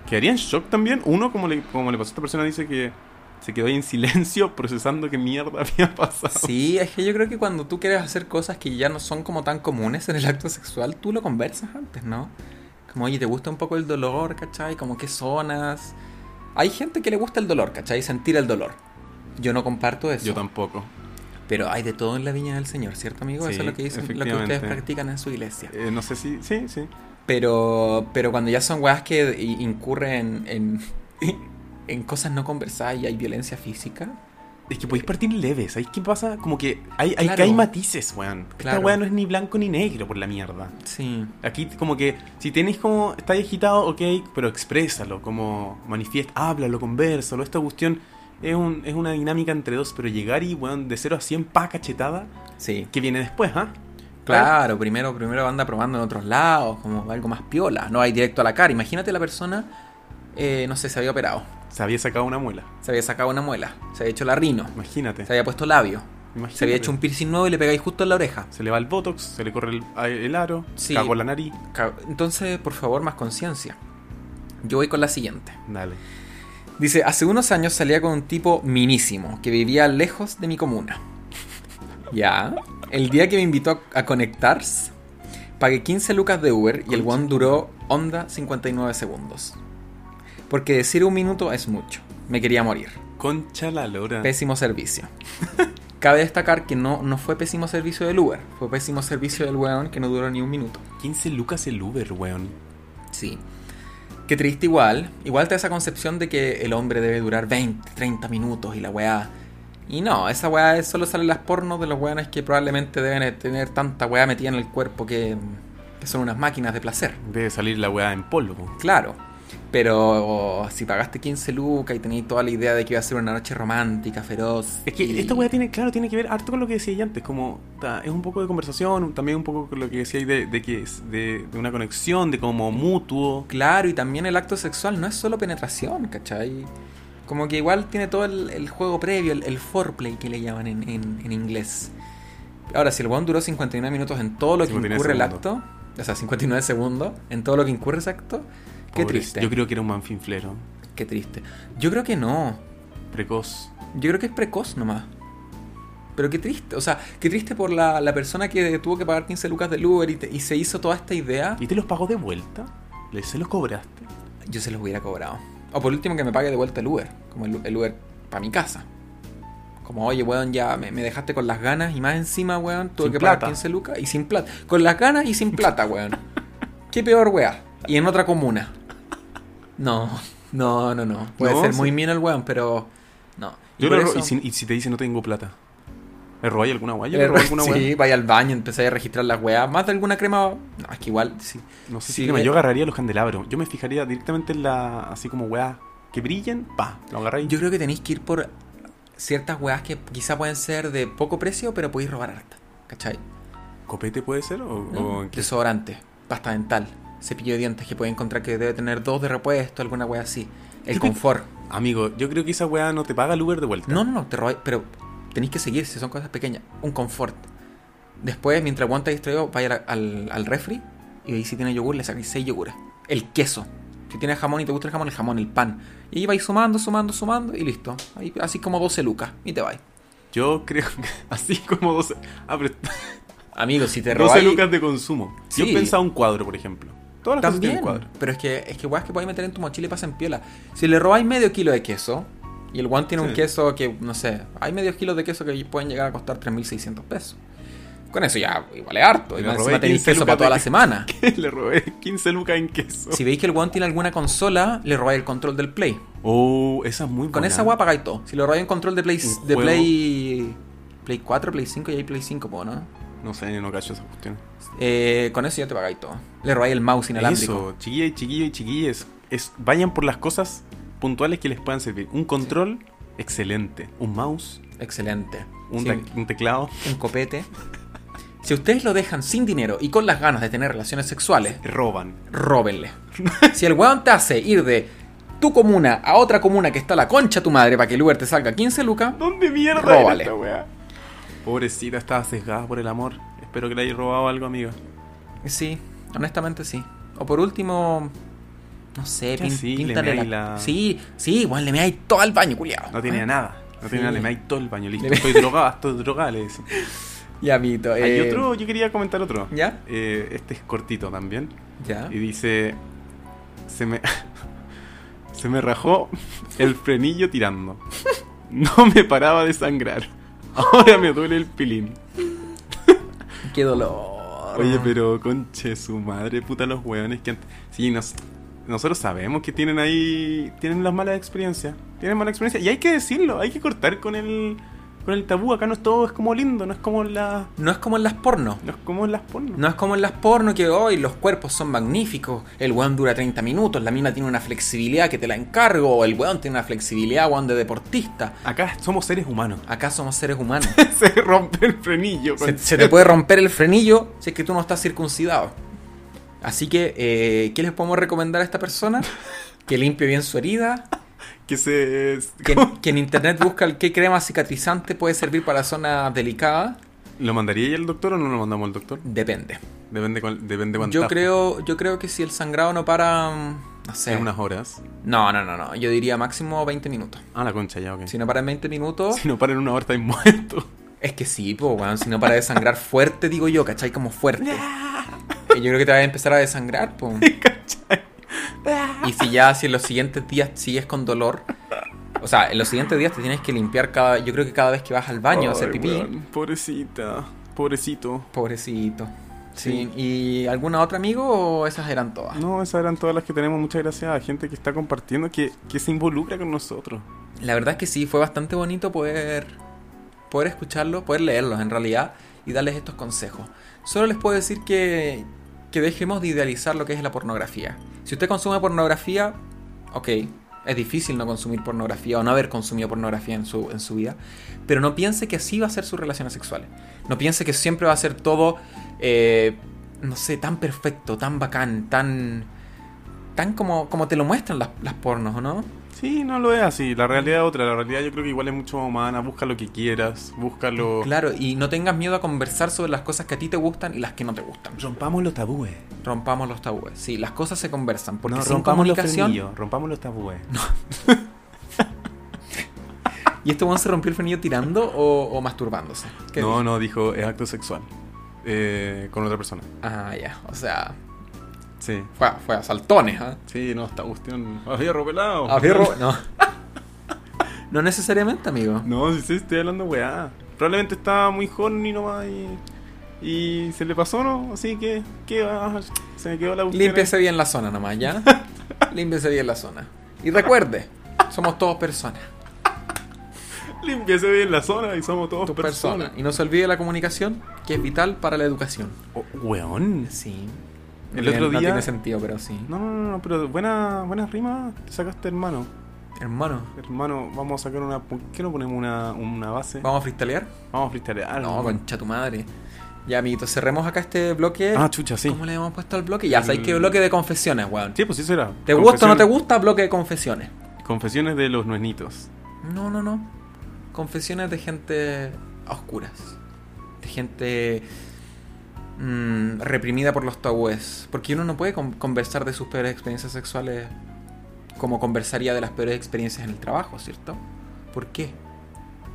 Speaker 2: Quedaría en shock también. Uno, como le, como le pasó a esta persona, dice que se quedó ahí en silencio procesando qué mierda había pasado.
Speaker 1: Sí, es que yo creo que cuando tú quieres hacer cosas que ya no son como tan comunes en el acto sexual, tú lo conversas antes, ¿no? Como, oye, ¿te gusta un poco el dolor, cachai? Como, ¿qué zonas? Hay gente que le gusta el dolor, cachai, sentir el dolor. Yo no comparto eso.
Speaker 2: Yo tampoco.
Speaker 1: Pero hay de todo en la viña del Señor, ¿cierto, amigo? Eso
Speaker 2: Sí,
Speaker 1: es lo que dicen, lo que
Speaker 2: efectivamente.
Speaker 1: ustedes practican en su iglesia.
Speaker 2: Eh, no sé si... Sí, sí.
Speaker 1: Pero, pero cuando ya son weas que i- incurren en, en cosas no conversadas y hay violencia física,
Speaker 2: Es que podéis partir leves. ¿Sabéis qué pasa? Como que hay, hay,
Speaker 1: Claro.
Speaker 2: que hay matices, weón. Esta
Speaker 1: Claro.
Speaker 2: weá no es ni blanco ni negro por la mierda.
Speaker 1: sí.
Speaker 2: Aquí como que si tenéis como, estáis agitado, ok, pero exprésalo, como manifiesta, háblalo, conversalo, esta cuestión es, un, es una dinámica entre dos, pero llegar y, weón, de 0 a 100 pa cachetada,
Speaker 1: Sí.
Speaker 2: que viene después, ¿ah?
Speaker 1: Claro, primero, primero anda probando en otros lados, como algo más piola, no hay directo a la cara. Imagínate la persona, eh, no sé, se había operado,
Speaker 2: Se había sacado una muela,
Speaker 1: se había sacado una muela, se había hecho la rino,
Speaker 2: imagínate.
Speaker 1: se había puesto labio,
Speaker 2: imagínate.
Speaker 1: se había hecho un piercing nuevo y le pegáis justo en la oreja.
Speaker 2: Se le va el botox, se le corre el, el aro,
Speaker 1: Sí.
Speaker 2: cagó la nariz.
Speaker 1: Ca- Entonces, por favor, más conciencia. Yo voy con la siguiente.
Speaker 2: Dale.
Speaker 1: Dice, hace unos años salía con un tipo minísimo, que vivía lejos de mi comuna. Ya. El día que me invitó a, a conectarse, pagué 15 lucas de Uber y el one duró onda 59 segundos. Porque decir un minuto es mucho. Me quería morir.
Speaker 2: Concha la lora.
Speaker 1: Pésimo servicio. Cabe destacar que no, no fue pésimo servicio del Uber, fue pésimo servicio del weón que no duró ni un minuto.
Speaker 2: 15 lucas el Uber, weón.
Speaker 1: Sí. Qué triste igual. Igual te da esa concepción de que el hombre debe durar 20, 30 minutos y la weá. Y no, esa weá es- solo sale en las pornos de los weones que probablemente deben e-, tener tanta weá metida en el cuerpo que, que son unas máquinas de placer.
Speaker 2: Debe salir la weá en polvo.
Speaker 1: Claro. Pero si pagaste 15 lucas y tenías toda la idea de que iba a ser una noche romántica, feroz.
Speaker 2: Es que
Speaker 1: y-
Speaker 2: esta weá tiene, claro, tiene que ver harto con lo que decía yo antes, como ta, es un poco de conversación, también un poco con lo que decía ahí de, de que es de, de una conexión, de como mutuo.
Speaker 1: Claro, y también el acto sexual no es solo penetración, ¿cachai? Como que igual tiene todo el, el juego previo, el, el foreplay que le llaman en, en- en inglés. Ahora, si el one duró 59 minutos en todo lo que
Speaker 2: 59
Speaker 1: incurre el
Speaker 2: segundos.
Speaker 1: acto, o sea, 59 segundos, en todo lo que incurre ese acto, qué
Speaker 2: Pobres,
Speaker 1: triste.
Speaker 2: Yo creo que era un manfinflero,
Speaker 1: Qué triste. Yo creo que no.
Speaker 2: precoz.
Speaker 1: Yo creo que es precoz nomás. Pero qué triste, o sea, qué triste por la, la persona que tuvo que pagar 15 lucas del Uber y, te- y se hizo toda esta idea.
Speaker 2: ¿Y te los pagó de vuelta? ¿Le, ¿Se los cobraste?
Speaker 1: yo se los hubiera cobrado. O por último que me pague de vuelta el Uber, como el, el Uber para mi casa. Como, oye, weón, ya me, me dejaste con las ganas y más encima, weón, tuve
Speaker 2: Sin
Speaker 1: que
Speaker 2: plata.
Speaker 1: pagar 15 lucas y sin plata. Con las ganas y sin plata, weón. Qué peor, weá. Y en otra comuna. No, no, no, no. Puede
Speaker 2: No,
Speaker 1: ser
Speaker 2: sí.
Speaker 1: muy bien el weón, pero no. Y
Speaker 2: Yo
Speaker 1: por
Speaker 2: le ro-
Speaker 1: eso-
Speaker 2: y, si, y si te dice no tengo plata, ¿le robáis alguna weá? Yo
Speaker 1: le
Speaker 2: le robé
Speaker 1: ro-
Speaker 2: alguna weá.
Speaker 1: Eh, sí, vaya al baño, empecé a registrar las weas. Más de alguna crema. No, es que igual, sí.
Speaker 2: No sé
Speaker 1: Sí,
Speaker 2: si crema,
Speaker 1: eh.
Speaker 2: yo agarraría los candelabros. Yo me fijaría directamente en la, así como weá, que brillen, pa, lo agarráis.
Speaker 1: Yo creo que tenéis que ir por ciertas weas que quizá pueden ser de poco precio, pero podéis robar harta. ¿Cachai?
Speaker 2: ¿Copete puede ser? ¿O, o en qué?
Speaker 1: Desodorante, pasta dental, cepillo de dientes que puede encontrar que debe tener dos de repuesto, alguna wea así. El
Speaker 2: Típico-
Speaker 1: confort.
Speaker 2: Amigo, yo creo que esa weá no te paga el Uber de vuelta.
Speaker 1: No, no, no, te robáis, pero tenéis que seguir si son cosas pequeñas. Un confort. Después, mientras aguanta distraído, vaya al, al, al refri y veis si tiene yogur, le sacáis seis yogures. El queso. Si tienes jamón y te gusta el jamón, el jamón, el pan. Y ahí vais sumando, sumando, sumando y listo. Ahí, así como 12 lucas y te vais.
Speaker 2: Yo creo que así como 12, ah, pero
Speaker 1: Amigo, si te
Speaker 2: 12
Speaker 1: robáis...
Speaker 2: lucas de consumo.
Speaker 1: Sí.
Speaker 2: Yo pensaba un cuadro, por ejemplo. Todas las cosas tienen
Speaker 1: También.
Speaker 2: cuadro.
Speaker 1: Pero es que, es que weas que podéis meter en tu mochila y pasan piola. Si le robáis medio kilo de queso, y el guan tiene un
Speaker 2: Sí.
Speaker 1: queso que, no sé, hay medios kilos de queso que pueden llegar a costar 3.600 pesos. Con eso ya igual es harto. Y
Speaker 2: Le
Speaker 1: más
Speaker 2: robáis
Speaker 1: encima tenéis
Speaker 2: 15
Speaker 1: queso
Speaker 2: lucas
Speaker 1: para toda
Speaker 2: de
Speaker 1: la
Speaker 2: que-
Speaker 1: semana.
Speaker 2: Le robé 15 lucas en queso.
Speaker 1: Si veis que el guan tiene alguna consola, le robáis el control del Play.
Speaker 2: Oh, esa es muy buena.
Speaker 1: Con esa wea pagáis todo. Si le robáis un control de Play,
Speaker 2: Un
Speaker 1: de
Speaker 2: juego.
Speaker 1: Play, Play 4, Play 5 y hay Play 5, po, ¿no?
Speaker 2: No sé, yo no cacho esa cuestión.
Speaker 1: Eh, con eso ya te pagáis todo. Le robáis el mouse inalámbrico.
Speaker 2: Eso, chiquillas y chiquillos y chiquillas. Es, vayan por las cosas puntuales que les puedan servir. Un control, excelente. Un mouse,
Speaker 1: Excelente.
Speaker 2: un,
Speaker 1: Sí,
Speaker 2: te- un teclado,
Speaker 1: un copete. Si ustedes lo dejan sin dinero y con las ganas de tener relaciones sexuales,
Speaker 2: roban.
Speaker 1: róbenle. Si el weón te hace ir de tu comuna a otra comuna que está la concha de tu madre para que el Uber te salga 15 lucas,
Speaker 2: ¿Dónde mierda era
Speaker 1: Róbale.
Speaker 2: esta weá? Pobrecita, estaba sesgada por el amor. Espero que le hayas robado algo, amiga.
Speaker 1: sí, honestamente sí. O por último, no sé,
Speaker 2: Ya
Speaker 1: pin-
Speaker 2: sí, le
Speaker 1: píntale
Speaker 2: meáis
Speaker 1: la...
Speaker 2: la-
Speaker 1: Sí, sí, weón, le me ahí todo el baño, culiado.
Speaker 2: No tenía nada. No tenía
Speaker 1: Ah, Sí.
Speaker 2: nada, le me hay todo el baño, listo.
Speaker 1: Le-
Speaker 2: Estoy drogada, estoy drogada, le dicen.
Speaker 1: Ya, amito.
Speaker 2: Hay
Speaker 1: eh,
Speaker 2: otro, yo quería comentar otro.
Speaker 1: ¿Ya? ¿Ah?
Speaker 2: Eh, este es cortito también.
Speaker 1: Ya.
Speaker 2: Y dice: Se me. Se me rajó el frenillo tirando. No me paraba de sangrar. Ahora me duele el pilín.
Speaker 1: Qué dolor.
Speaker 2: Oye, pero conche su madre, puta los hueones que antes. Sí, nos- nosotros sabemos que tienen ahí. Tienen las malas experiencias. Tienen mala experiencia. Y hay que decirlo, hay que cortar con el. Con el tabú. Acá no es todo, es como lindo, no es como la.
Speaker 1: No es como en las porno.
Speaker 2: No es como las porno.
Speaker 1: No es como en las porno que hoy los cuerpos son magníficos. El weón dura 30 minutos, la mina tiene una flexibilidad que te la encargo, o el weón tiene una flexibilidad, weón, de deportista.
Speaker 2: Acá somos seres humanos.
Speaker 1: Acá somos seres humanos.
Speaker 2: se rompe el frenillo.
Speaker 1: se,
Speaker 2: con-
Speaker 1: se te puede romper el frenillo si es que tú no estás circuncidado. Así que, eh, ¿qué les podemos recomendar a esta persona? Que limpie bien su herida.
Speaker 2: Que se.
Speaker 1: Que, en- que en internet busca el qué crema cicatrizante puede servir para zonas delicadas.
Speaker 2: ¿Lo mandaría ya el doctor o no lo mandamos al doctor?
Speaker 1: Depende.
Speaker 2: Depende, cuál- depende cuánto.
Speaker 1: Yo creo, yo creo que si el sangrado no para, mm, no sé.
Speaker 2: En unas horas.
Speaker 1: No, no, no, no. Yo diría máximo 20 minutos.
Speaker 2: Ah, la concha, ya, ok.
Speaker 1: Si no para en 20 minutos,
Speaker 2: Si no paran una hora, estáis muertos.
Speaker 1: es que sí, po, weón. Si no para de sangrar fuerte, digo yo, ¿cachai? Como fuerte. Y yo creo que te va a empezar a desangrar, po. Y si ya, si en los siguientes días sigues con dolor, o sea, en los siguientes días te tienes que limpiar cada. Yo creo que cada vez que vas al baño a hacer
Speaker 2: Ay,
Speaker 1: pipí.
Speaker 2: weón, pobrecita. Pobrecito.
Speaker 1: Pobrecito. Sí. ¿Y alguna otra, amigo? ¿O esas eran todas?
Speaker 2: No, esas eran todas las que tenemos. Muchas gracias a la gente que está compartiendo, que, que se involucra con nosotros.
Speaker 1: La verdad es que sí, fue bastante bonito poder, poder escucharlos, poder leerlos en realidad y darles estos consejos. Solo les puedo decir que, que dejemos de idealizar lo que es la pornografía. Si usted consume pornografía, ok, es difícil no consumir pornografía o no haber consumido pornografía en su, en su vida, pero no piense que así va a ser sus relaciones sexuales. No piense que siempre va a ser todo, eh, no sé, tan perfecto, tan bacán, tan... Tan como, como te lo muestran las, las pornos, ¿o no?
Speaker 2: Sí, no lo es así. La realidad es otra. La realidad yo creo que igual es mucho más humana. Busca lo que quieras. Búscalo.
Speaker 1: Claro, y no tengas miedo a conversar sobre las cosas que a ti te gustan y las que no te gustan.
Speaker 2: Rompamos los tabúes.
Speaker 1: Rompamos los tabúes. Sí, las cosas se conversan. Porque
Speaker 2: no,
Speaker 1: sin
Speaker 2: rompamos los
Speaker 1: comunicación.
Speaker 2: frenillos. Rompamos los tabúes.
Speaker 1: ¿Y este weón se rompió el frenillo tirando o, o masturbándose? ¿Qué
Speaker 2: No,
Speaker 1: dijo?
Speaker 2: no, dijo, es acto sexual. Eh, con otra persona.
Speaker 1: Ah, ya. O sea,
Speaker 2: Sí.
Speaker 1: fue, a- fue a saltones, ¿ah?
Speaker 2: Sí, no, esta cuestión. Había repelado.
Speaker 1: A fierro- No. No necesariamente, amigo.
Speaker 2: No, sí, sí, estoy hablando weá. Probablemente estaba muy horny nomás y. Y se le pasó, ¿no? Así que. que va, se me quedó la cuestión.
Speaker 1: Límpiese bien la zona nomás, ¿ya? Límpiese bien la zona. Y recuerde, somos todos personas.
Speaker 2: ahí. Límpiese bien la zona y somos todos
Speaker 1: Todos
Speaker 2: personas.
Speaker 1: personas. Y no se olvide la comunicación, que es vital para la educación.
Speaker 2: Oh, weón.
Speaker 1: Sí.
Speaker 2: El
Speaker 1: No
Speaker 2: otro
Speaker 1: tiene- No
Speaker 2: día-
Speaker 1: tiene sentido, pero sí.
Speaker 2: No, no, no, no, pero buena, buena rima te sacaste, hermano.
Speaker 1: Hermano,
Speaker 2: Hermano, vamos a sacar una. ¿Por qué no ponemos una, una base?
Speaker 1: ¿vamos a freestylear?
Speaker 2: Vamos a freestylear.
Speaker 1: No, concha tu madre. Ya, amiguitos, cerremos acá este bloque.
Speaker 2: Ah, chucha, sí.
Speaker 1: ¿Cómo le hemos puesto al bloque? Ya,
Speaker 2: El-
Speaker 1: sabéis que bloque de confesiones, weón.
Speaker 2: Sí, pues eso era.
Speaker 1: ¿Te gusta o no te
Speaker 2: Confesiones-
Speaker 1: gusta? Bloque de confesiones.
Speaker 2: Confesiones de los nuenitos.
Speaker 1: No, no, no. Confesiones de gente a oscuras. De gente mm, reprimida por los tabúes. Porque uno no puede con- conversar de sus peores experiencias sexuales como conversaría de las peores experiencias en el trabajo, ¿cierto? ¿Por qué?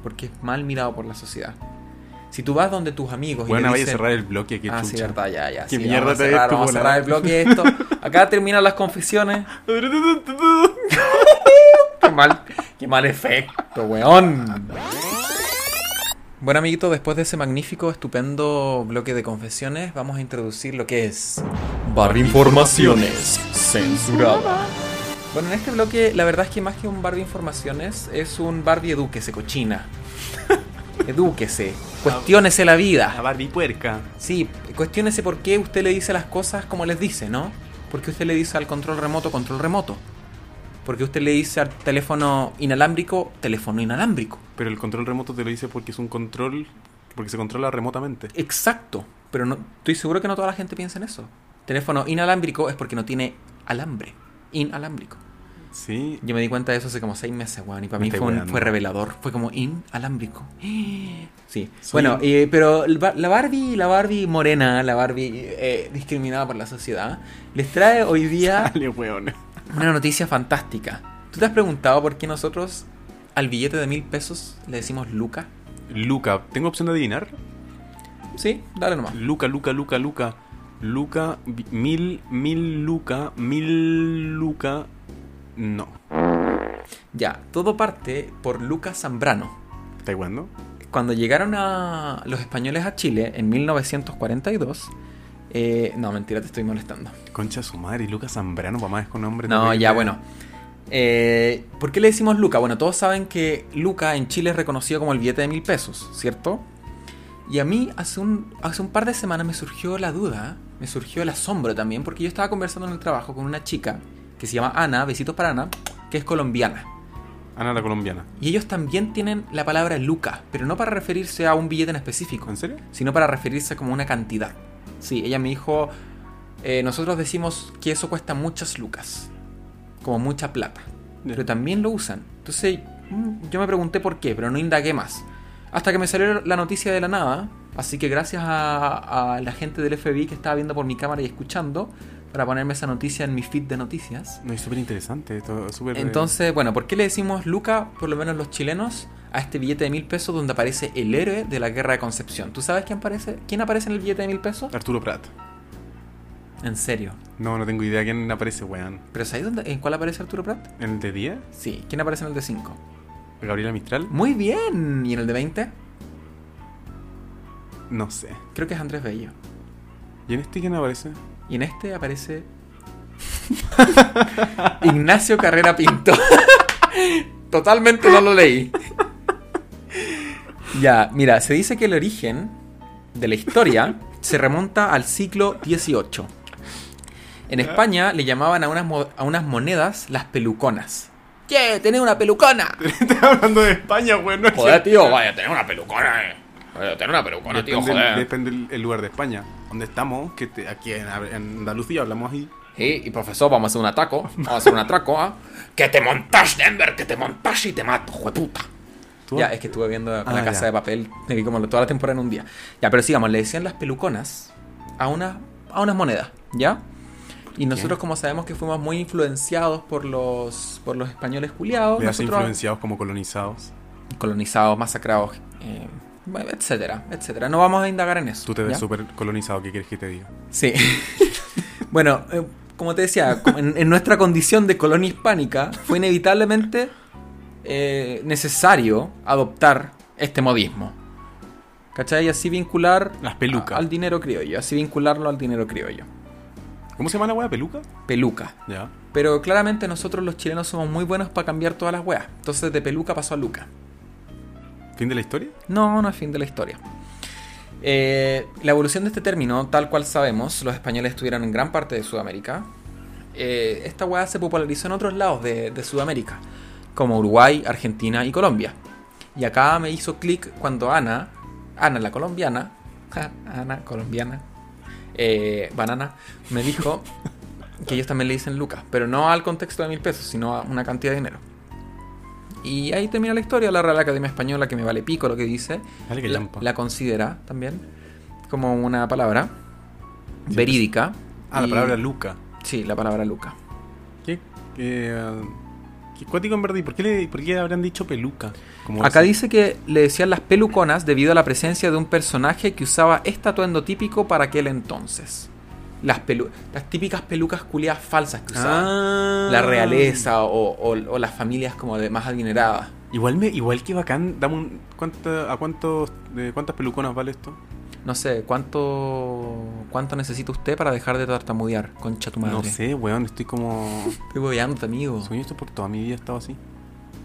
Speaker 1: Porque es mal mirado por la sociedad. Si tú vas donde tus amigos y
Speaker 2: Bueno,
Speaker 1: te
Speaker 2: vaya a
Speaker 1: dicen,
Speaker 2: cerrar el bloque, que
Speaker 1: ah, sí,
Speaker 2: chucha.
Speaker 1: verdad, ya, ya.
Speaker 2: Qué
Speaker 1: sí,
Speaker 2: mierda
Speaker 1: vamos a
Speaker 2: te ves
Speaker 1: cerrar,
Speaker 2: tú,
Speaker 1: vamos a cerrar el
Speaker 2: volado.
Speaker 1: bloque esto. Acá terminan las confesiones. Qué mal, qué mal efecto, weón. Bueno, amiguito, después de ese magnífico, estupendo bloque de confesiones, vamos a introducir lo que es Barrinformaciones censurada. Bueno, en este bloque, la verdad es que más que un Barbie Informaciones, es un Barbie Edúquese, cochina. Edúquese, cuestiónese la vida.
Speaker 2: La Barbie puerca.
Speaker 1: Sí, cuestiónese por qué usted le dice las cosas como les dice, ¿no? Porque usted le dice al control remoto, control remoto. Porque usted le dice al teléfono inalámbrico, teléfono inalámbrico.
Speaker 2: Pero el control remoto te lo dice porque es un control, porque se controla remotamente.
Speaker 1: Exacto. Pero no, estoy seguro que no toda la gente piensa en eso. Teléfono inalámbrico es porque no tiene alambre. Inalámbrico.
Speaker 2: Sí.
Speaker 1: Yo me di cuenta de eso hace como seis meses, weón. Y para
Speaker 2: Me
Speaker 1: mí
Speaker 2: estáis
Speaker 1: fue, un-
Speaker 2: weando.
Speaker 1: fue revelador. Fue como inalámbrico. Sí.
Speaker 2: Soy-
Speaker 1: Bueno, eh, pero la la Barbie, la Barbie morena, la Barbie eh, discriminada por la sociedad, les trae hoy día
Speaker 2: Dale, weón.
Speaker 1: una noticia fantástica. ¿Tú te has preguntado por qué nosotros al billete de mil pesos le decimos Luca?
Speaker 2: Luca, ¿tengo opción de adivinar?
Speaker 1: Sí, dale nomás.
Speaker 2: Luca, Luca, Luca, Luca. Luca, vi- mil, mil Luca, mil Luca. No.
Speaker 1: Ya, todo parte por Luca Zambrano.
Speaker 2: ¿Está igual,
Speaker 1: Cuando llegaron a los españoles a Chile en 1942, eh, no, mentira, te estoy molestando.
Speaker 2: Concha su madre, y Luca Zambrano, para más es con nombre.
Speaker 1: No,
Speaker 2: terrible.
Speaker 1: ya, bueno. Eh, ¿Por qué le decimos Luca? Bueno, todos saben que Luca en Chile es reconocido como el billete de mil pesos, ¿cierto? Y a mí hace un, hace un par de semanas me surgió la duda, me surgió el asombro también, porque yo estaba conversando en el trabajo con una chica que se llama Ana, besitos para Ana, que es colombiana.
Speaker 2: Ana Ah, la colombiana.
Speaker 1: Y ellos también tienen la palabra Luca, pero no para referirse a un billete en específico
Speaker 2: ¿En serio?
Speaker 1: sino para referirse como una cantidad. Sí, ella me dijo, eh, nosotros decimos que eso cuesta muchas lucas, como mucha plata,
Speaker 2: Ya.
Speaker 1: pero también lo usan. Entonces mm, yo me pregunté por qué, pero no indagué más. Hasta que me salió la noticia de la nada, así que gracias a, a la gente del FBI que estaba viendo por mi cámara y escuchando, para ponerme esa noticia en mi feed de noticias.
Speaker 2: No, es súper interesante. Esto es súper. eh,
Speaker 1: Entonces, bueno, ¿por qué le decimos Luca, por lo menos los chilenos, a este billete de mil pesos donde aparece el héroe de la guerra de Concepción? ¿Tú sabes quién aparece? ¿Quién aparece en el billete de mil pesos?
Speaker 2: Arturo Prat.
Speaker 1: En serio.
Speaker 2: No, no tengo idea quién aparece, weón.
Speaker 1: ¿Pero sabes dónde, en cuál aparece Arturo Prat?
Speaker 2: ¿En el de 10?
Speaker 1: Sí. ¿Quién aparece en el de 5?
Speaker 2: ¿Gabriela Mistral?
Speaker 1: Muy bien. ¿Y en el de 20?
Speaker 2: No sé.
Speaker 1: Creo que es Andrés Bello.
Speaker 2: ¿Y en este quién aparece?
Speaker 1: Y en este aparece... Ignacio Carrera Pinto. Totalmente no lo leí. Ya, mira, se dice que el origen de la historia se remonta al siglo XVIII. En España le llamaban a unas, mo- a unas monedas las peluconas. ¿Qué? ¿Tenés una pelucona?
Speaker 2: Estás hablando de España, weón. No
Speaker 1: Joder,
Speaker 2: sé.
Speaker 1: tío, vaya, tenés una pelucona, eh. Vaya, tenés una pelucona, tío,
Speaker 2: Depende,
Speaker 1: joder.
Speaker 2: depende el, el lugar de España. Donde estamos, que te- aquí en, en Andalucía hablamos ahí.
Speaker 1: Sí, y profesor, vamos a hacer un ataco, vamos a hacer un atraco, ¿ah? Que te montás, Denver, que te montás y te mato, jueputa.
Speaker 2: ¿Tú?
Speaker 1: Ya, es que estuve viendo
Speaker 2: Ah,
Speaker 1: la casa
Speaker 2: ya.
Speaker 1: de papel, me vi como toda la temporada en un día. Ya, pero sigamos, le decían las peluconas a, una, a unas monedas, ¿ya? Y nosotros, como sabemos que fuimos muy influenciados por los, por los españoles culiados,
Speaker 2: Le hace
Speaker 1: nosotros
Speaker 2: influenciados como colonizados.
Speaker 1: colonizados, masacrados, eh, etcétera, etcétera. No vamos a indagar en eso.
Speaker 2: Tú te ves
Speaker 1: ¿ya?
Speaker 2: súper colonizado, ¿qué quieres que te diga?
Speaker 1: Sí. bueno, eh, como te decía, como en, en nuestra condición de colonia hispánica fue inevitablemente eh, necesario adoptar este modismo. ¿Cachai? Y así vincular
Speaker 2: Las pelucas.
Speaker 1: a- al dinero criollo, así vincularlo al dinero criollo.
Speaker 2: ¿Cómo se llama la wea? ¿Peluca?
Speaker 1: Peluca.
Speaker 2: Ya.
Speaker 1: Pero claramente nosotros los chilenos somos muy buenos para cambiar todas las weas. Entonces de peluca pasó a luca.
Speaker 2: ¿Fin de la historia?
Speaker 1: No, no es fin de la historia. Eh, la evolución de este término, tal cual sabemos, los españoles estuvieron en gran parte de Sudamérica. Eh, esta weá se popularizó en otros lados de, de Sudamérica, como Uruguay, Argentina y Colombia. Y acá me hizo clic cuando Ana, Ana la colombiana, ja, Ana colombiana, eh, banana, me dijo que ellos también le dicen Lucas, pero no al contexto de mil pesos, sino a una cantidad de dinero. Y ahí termina la historia, la Real Academia Española, que me vale pico lo que dice,
Speaker 2: Dale que
Speaker 1: la,
Speaker 2: llampa.
Speaker 1: la considera también como una palabra
Speaker 2: Sí,
Speaker 1: verídica.
Speaker 2: Ah, la
Speaker 1: Y-
Speaker 2: palabra Luca.
Speaker 1: Sí, la palabra Luca.
Speaker 2: ¿Qué? eh, ¿Qué cuático en verdad? ¿Y por qué, le, por qué habrán dicho peluca? Como
Speaker 1: Acá
Speaker 2: ese-
Speaker 1: dice que le decían las peluconas debido a la presencia de un personaje que usaba este atuendo típico para aquel entonces. Las, pelu- las típicas pelucas culiadas falsas que usaban.
Speaker 2: Ah.
Speaker 1: La realeza o, o- o las familias como de más adineradas.
Speaker 2: Igual, me, igual que bacán, dame un, ¿cuánta- ¿a cuántos, de cuántas peluconas vale esto?
Speaker 1: No sé, ¿cuánto, ¿cuánto necesita usted para dejar de tartamudear? Concha tu madre.
Speaker 2: No sé, weón, estoy como...
Speaker 1: Estoy hueveándote, amigo.
Speaker 2: Sueño esto por toda mi vida, estaba así.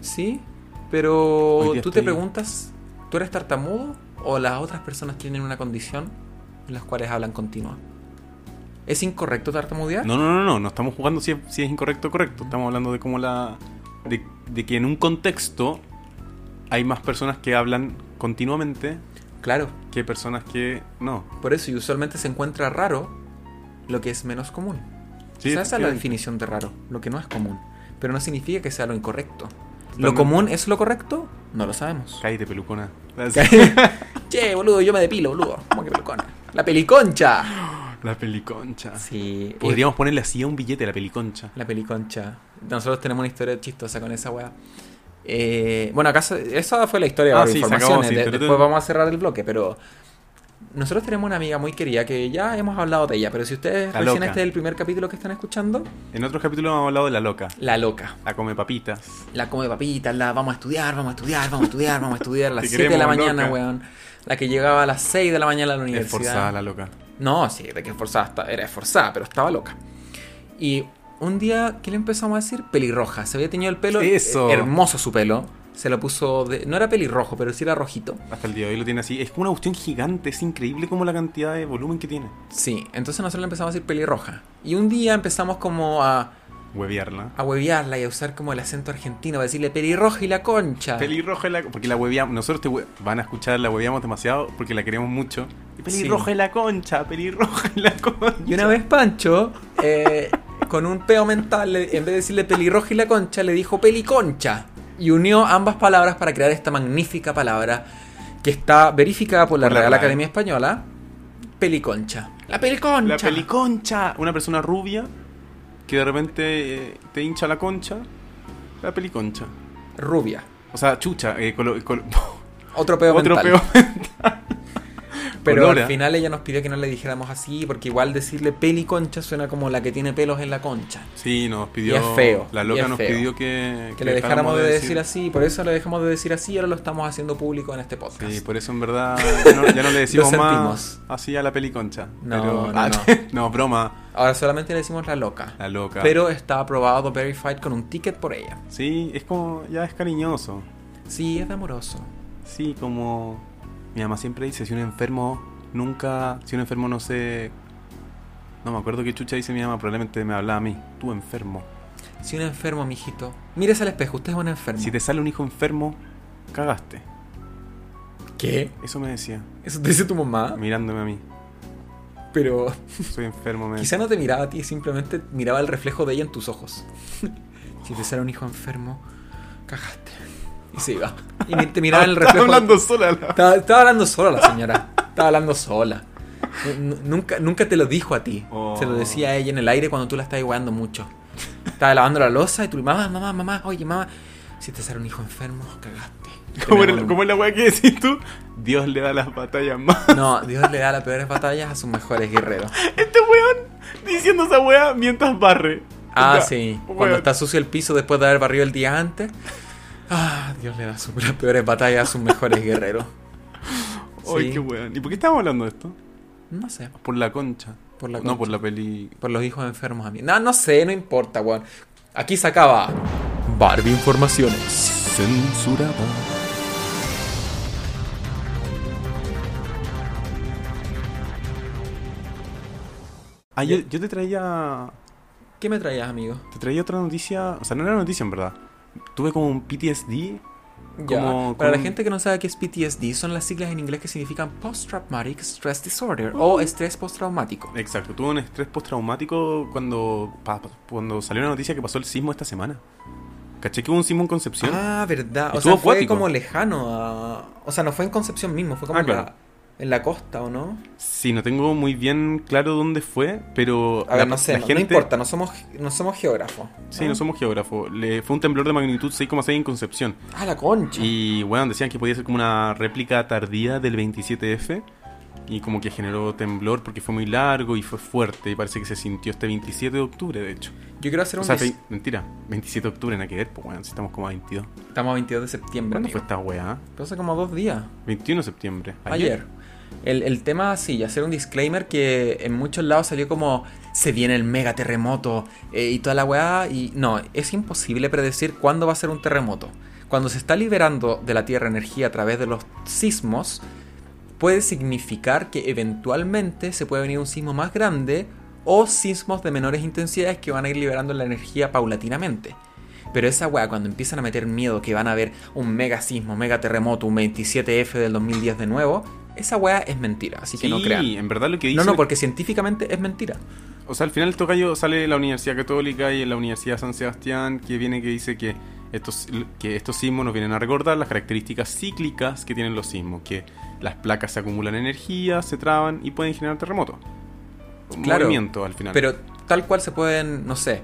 Speaker 1: Sí,
Speaker 2: Hoy
Speaker 1: pero
Speaker 2: día
Speaker 1: tú
Speaker 2: estoy-
Speaker 1: te preguntas, ¿tú eres tartamudo o las otras personas tienen una condición en las cuales hablan continua? ¿Es incorrecto tartamudear?
Speaker 2: No, no, no, no, no estamos jugando si es, si es incorrecto o correcto. Estamos hablando de cómo la. De, de que en un contexto hay más personas que hablan continuamente
Speaker 1: Claro.
Speaker 2: que personas que no.
Speaker 1: Por eso, y usualmente se encuentra raro lo que es menos común. Quizás esa
Speaker 2: Sí,
Speaker 1: es la
Speaker 2: efectivamente.
Speaker 1: definición de raro, lo que no es común. Pero no significa que sea lo incorrecto. ¿Lo
Speaker 2: Totalmente.
Speaker 1: común es lo correcto? No lo sabemos.
Speaker 2: Cállate, pelucona.
Speaker 1: che, boludo, yo me depilo, boludo. ¿Cómo que pelicona? ¡La peliconcha!
Speaker 2: La peliconcha.
Speaker 1: Sí.
Speaker 2: Podríamos ponerle así a un billete, la peliconcha.
Speaker 1: La peliconcha. Nosotros tenemos una historia chistosa con esa weá. Eh, bueno, acá se- esa fue la historia de
Speaker 2: Ah,
Speaker 1: las
Speaker 2: sí, se acabó,
Speaker 1: informaciones.
Speaker 2: sí,
Speaker 1: De-
Speaker 2: pero te-
Speaker 1: después vamos a cerrar el bloque, pero nosotros tenemos una amiga muy querida que ya hemos hablado de ella, pero si ustedes
Speaker 2: La
Speaker 1: recién
Speaker 2: loca.
Speaker 1: este es el primer capítulo que están escuchando,
Speaker 2: En otros capítulos hemos hablado de la loca.
Speaker 1: la loca.
Speaker 2: La come papitas.
Speaker 1: La come papitas, la vamos a estudiar, vamos a estudiar, vamos a estudiar, vamos a estudiar a las
Speaker 2: Te
Speaker 1: 7 de la
Speaker 2: queremos,
Speaker 1: mañana,
Speaker 2: loca.
Speaker 1: weón. La que llegaba a las 6 de la mañana a la universidad.
Speaker 2: Esforzada la loca.
Speaker 1: No, sí, de que esforzada esta- era esforzada, pero estaba loca. Y un día, ¿qué le empezamos a decir? Pelirroja. Se había teñido el pelo.
Speaker 2: Eso.
Speaker 1: eh, Hermoso su pelo. Se lo puso de. No era pelirrojo, pero sí era rojito.
Speaker 2: Hasta el día de hoy lo tiene así. Es como una cuestión gigante. Es increíble como la cantidad de volumen que tiene.
Speaker 1: Sí, entonces nosotros le empezamos a decir pelirroja. Y un día empezamos como a,
Speaker 2: Huevearla.
Speaker 1: a huevearla y a usar como el acento argentino para decirle pelirroja y la concha.
Speaker 2: Pelirroja y la... Porque la hueveamos... Nosotros te hue- van a escuchar, la hueveamos demasiado porque la queremos mucho. Y Pelirroja
Speaker 1: Sí.
Speaker 2: y la concha, pelirroja y la concha.
Speaker 1: y una vez Pancho, eh, con un peo mental, le- en vez de decirle pelirroja y la concha, le dijo peliconcha. Y unió ambas palabras para crear esta magnífica palabra que está verificada por la
Speaker 2: Por la
Speaker 1: Real
Speaker 2: RAE.
Speaker 1: Academia Española. Peliconcha. La peliconcha.
Speaker 2: La peliconcha. Una persona rubia que de repente eh, te hincha la concha. La peliconcha.
Speaker 1: Rubia.
Speaker 2: O sea, chucha. eh, colo- colo-
Speaker 1: Otro peo
Speaker 2: otro
Speaker 1: mental.
Speaker 2: peo.
Speaker 1: Pero
Speaker 2: Olora.
Speaker 1: al final ella nos pidió que no le dijéramos así, porque igual decirle peliconcha suena como la que tiene pelos en la concha.
Speaker 2: Sí, nos pidió.
Speaker 1: Y es feo,
Speaker 2: La
Speaker 1: y
Speaker 2: loca
Speaker 1: es
Speaker 2: nos
Speaker 1: feo.
Speaker 2: pidió que.
Speaker 1: Que le dejáramos de decir, así, por eso le dejamos de decir así y ahora lo estamos haciendo público en este podcast.
Speaker 2: Sí, pues. por eso en verdad ya no, ya no le decimos
Speaker 1: Lo
Speaker 2: más
Speaker 1: sentimos.
Speaker 2: así a la peliconcha.
Speaker 1: No, no,
Speaker 2: Pero- ah,
Speaker 1: no.
Speaker 2: no, broma.
Speaker 1: Ahora solamente le decimos la loca.
Speaker 2: La loca.
Speaker 1: Pero está aprobado Verified con un ticket por ella.
Speaker 2: Sí, es como. Ya es cariñoso.
Speaker 1: Sí, es de amoroso.
Speaker 2: Sí, como. Mi mamá siempre dice: si un enfermo nunca. Si un enfermo no se. No me acuerdo qué chucha dice mi mamá, probablemente me hablaba a mí. Tú enfermo.
Speaker 1: Si un enfermo, mijito. Mírese al espejo, usted es un enfermo.
Speaker 2: Si te sale un hijo enfermo, cagaste.
Speaker 1: ¿Qué?
Speaker 2: Eso me decía,
Speaker 1: Eso te dice tu mamá,
Speaker 2: mirándome a mí.
Speaker 1: pero
Speaker 2: Soy enfermo, me
Speaker 1: quizá no te miraba a ti, simplemente miraba el reflejo de ella en tus ojos. si te sale un hijo enfermo, cagaste. Y se iba. Y mi- te miraba en el
Speaker 2: Está
Speaker 1: reflejo.
Speaker 2: hablando sola la-
Speaker 1: Estaba, estaba hablando sola la señora. Estaba hablando sola. N- n- Nunca, nunca te lo dijo a ti.
Speaker 2: Oh.
Speaker 1: Se lo decía a ella en el aire cuando tú la estabas guardando mucho. Estaba lavando la losa y tú, mamá, mamá, mamá, oye, mamá, si te sale un hijo enfermo, cagaste.
Speaker 2: ¿Cómo, era-
Speaker 1: Tenemos un-
Speaker 2: cómo es la weá que decís tú? Dios le da las batallas más.
Speaker 1: No, Dios le da las peores batallas a sus mejores guerreros.
Speaker 2: Este weón diciendo esa weá mientras barre.
Speaker 1: Ah,
Speaker 2: Onda,
Speaker 1: sí.
Speaker 2: weón,
Speaker 1: Cuando está sucio el piso después de haber barrido el día antes. Ah, Dios le da sus- las peores batallas a sus mejores guerreros.
Speaker 2: Ay,
Speaker 1: Sí.
Speaker 2: qué weón. ¿Y por qué estamos hablando de esto?
Speaker 1: No sé,
Speaker 2: Por la concha.
Speaker 1: por la
Speaker 2: No, por la peli.
Speaker 1: Por los hijos enfermos a mí. No, no sé, no importa, weón. Aquí se acaba. Barbie Informaciones.
Speaker 2: Censurada. Ah, yo, yo te traía.
Speaker 1: ¿Qué me traías, amigo?
Speaker 2: Te traía otra noticia. O sea, no era noticia en verdad. Tuve como un PTSD.
Speaker 1: Ya,
Speaker 2: Como-
Speaker 1: Para la
Speaker 2: como-
Speaker 1: gente que no sabe qué es PTSD, son las siglas en inglés que significan Post Traumatic Stress Disorder
Speaker 2: Oh.
Speaker 1: o estrés postraumático.
Speaker 2: Exacto, tuve un estrés postraumático cuando, pa- cuando salió la noticia que pasó el sismo esta semana. ¿Caché que hubo un sismo en Concepción?
Speaker 1: Ah, verdad. O sea,
Speaker 2: Estuvo
Speaker 1: fue
Speaker 2: acuático.
Speaker 1: como lejano a... O sea, no fue en Concepción mismo, fue como
Speaker 2: Ah,
Speaker 1: en, la-
Speaker 2: claro.
Speaker 1: en la costa, ¿o no?
Speaker 2: Sí, no tengo muy bien claro dónde fue, pero...
Speaker 1: A ver, no sé,
Speaker 2: la
Speaker 1: no, no
Speaker 2: gente-
Speaker 1: importa, no somos, no somos geógrafos.
Speaker 2: Sí, no somos geógrafos. Le, fue un temblor de magnitud 6,6 en Concepción.
Speaker 1: Ah, la concha.
Speaker 2: Y bueno, decían que podía ser como una réplica tardía del 27F. Y como que generó temblor porque fue muy largo y fue fuerte. Y parece que se sintió este 27 de octubre, de hecho.
Speaker 1: Yo quiero hacer
Speaker 2: O
Speaker 1: un...
Speaker 2: sea,
Speaker 1: dis-
Speaker 2: fe- mentira, 27 de octubre en Aquedep, pues bueno, si estamos como a 22.
Speaker 1: Estamos a 22 de septiembre,
Speaker 2: ¿Cuándo
Speaker 1: amigo.
Speaker 2: fue esta weá?
Speaker 1: Pero hace como dos días.
Speaker 2: 21 de septiembre.
Speaker 1: ayer. El, el tema, sí, hacer un disclaimer que en muchos lados salió como se viene el mega terremoto eh, y toda la weá. Y no, es imposible predecir cuándo va a ser un terremoto. Cuando se está liberando de la Tierra energía a través de los sismos, puede significar que eventualmente se puede venir un sismo más grande o sismos de menores intensidades que van a ir liberando la energía paulatinamente. Pero esa weá, cuando empiezan a meter miedo que van a haber un mega sismo, mega terremoto, un 27F del 2010 de nuevo, esa weá es mentira, así que no crean.
Speaker 2: en verdad lo que dice.
Speaker 1: No, no, porque científicamente es mentira.
Speaker 2: O sea, al final estos gallos sale de la Universidad Católica y en la Universidad San Sebastián que viene que dice que estos, que estos sismos nos vienen a recordar las características cíclicas que tienen los sismos, que las placas se acumulan energía, se traban y pueden generar terremotos. Un
Speaker 1: Claro,
Speaker 2: movimiento al final.
Speaker 1: Pero tal cual se pueden, no sé,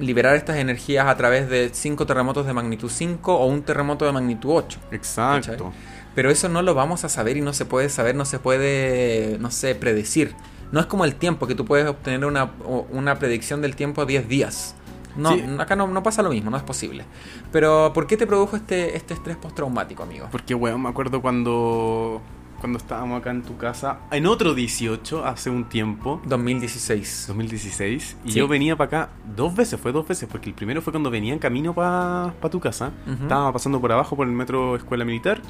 Speaker 1: liberar estas energías a través de 5 terremotos de magnitud 5 o un terremoto de magnitud 8.
Speaker 2: Exacto.
Speaker 1: Pero eso no lo vamos a saber y no se puede saber, no se puede, no sé, predecir. No es como el tiempo, que tú puedes obtener una, o- una predicción del tiempo a 10 días. No,
Speaker 2: Sí.
Speaker 1: acá no, no pasa lo mismo, no es posible. Pero, ¿por qué te produjo este, este estrés postraumático, amigo?
Speaker 2: Porque, weón, me acuerdo cuando, cuando estábamos acá en tu casa, en otro 18, hace un tiempo,
Speaker 1: 2016.
Speaker 2: 2016, y
Speaker 1: Sí.
Speaker 2: yo venía para acá dos veces, fue dos veces, porque el primero fue cuando venía en camino para tu casa,
Speaker 1: Ujú.
Speaker 2: estaba pasando por abajo por el metro Escuela Militar,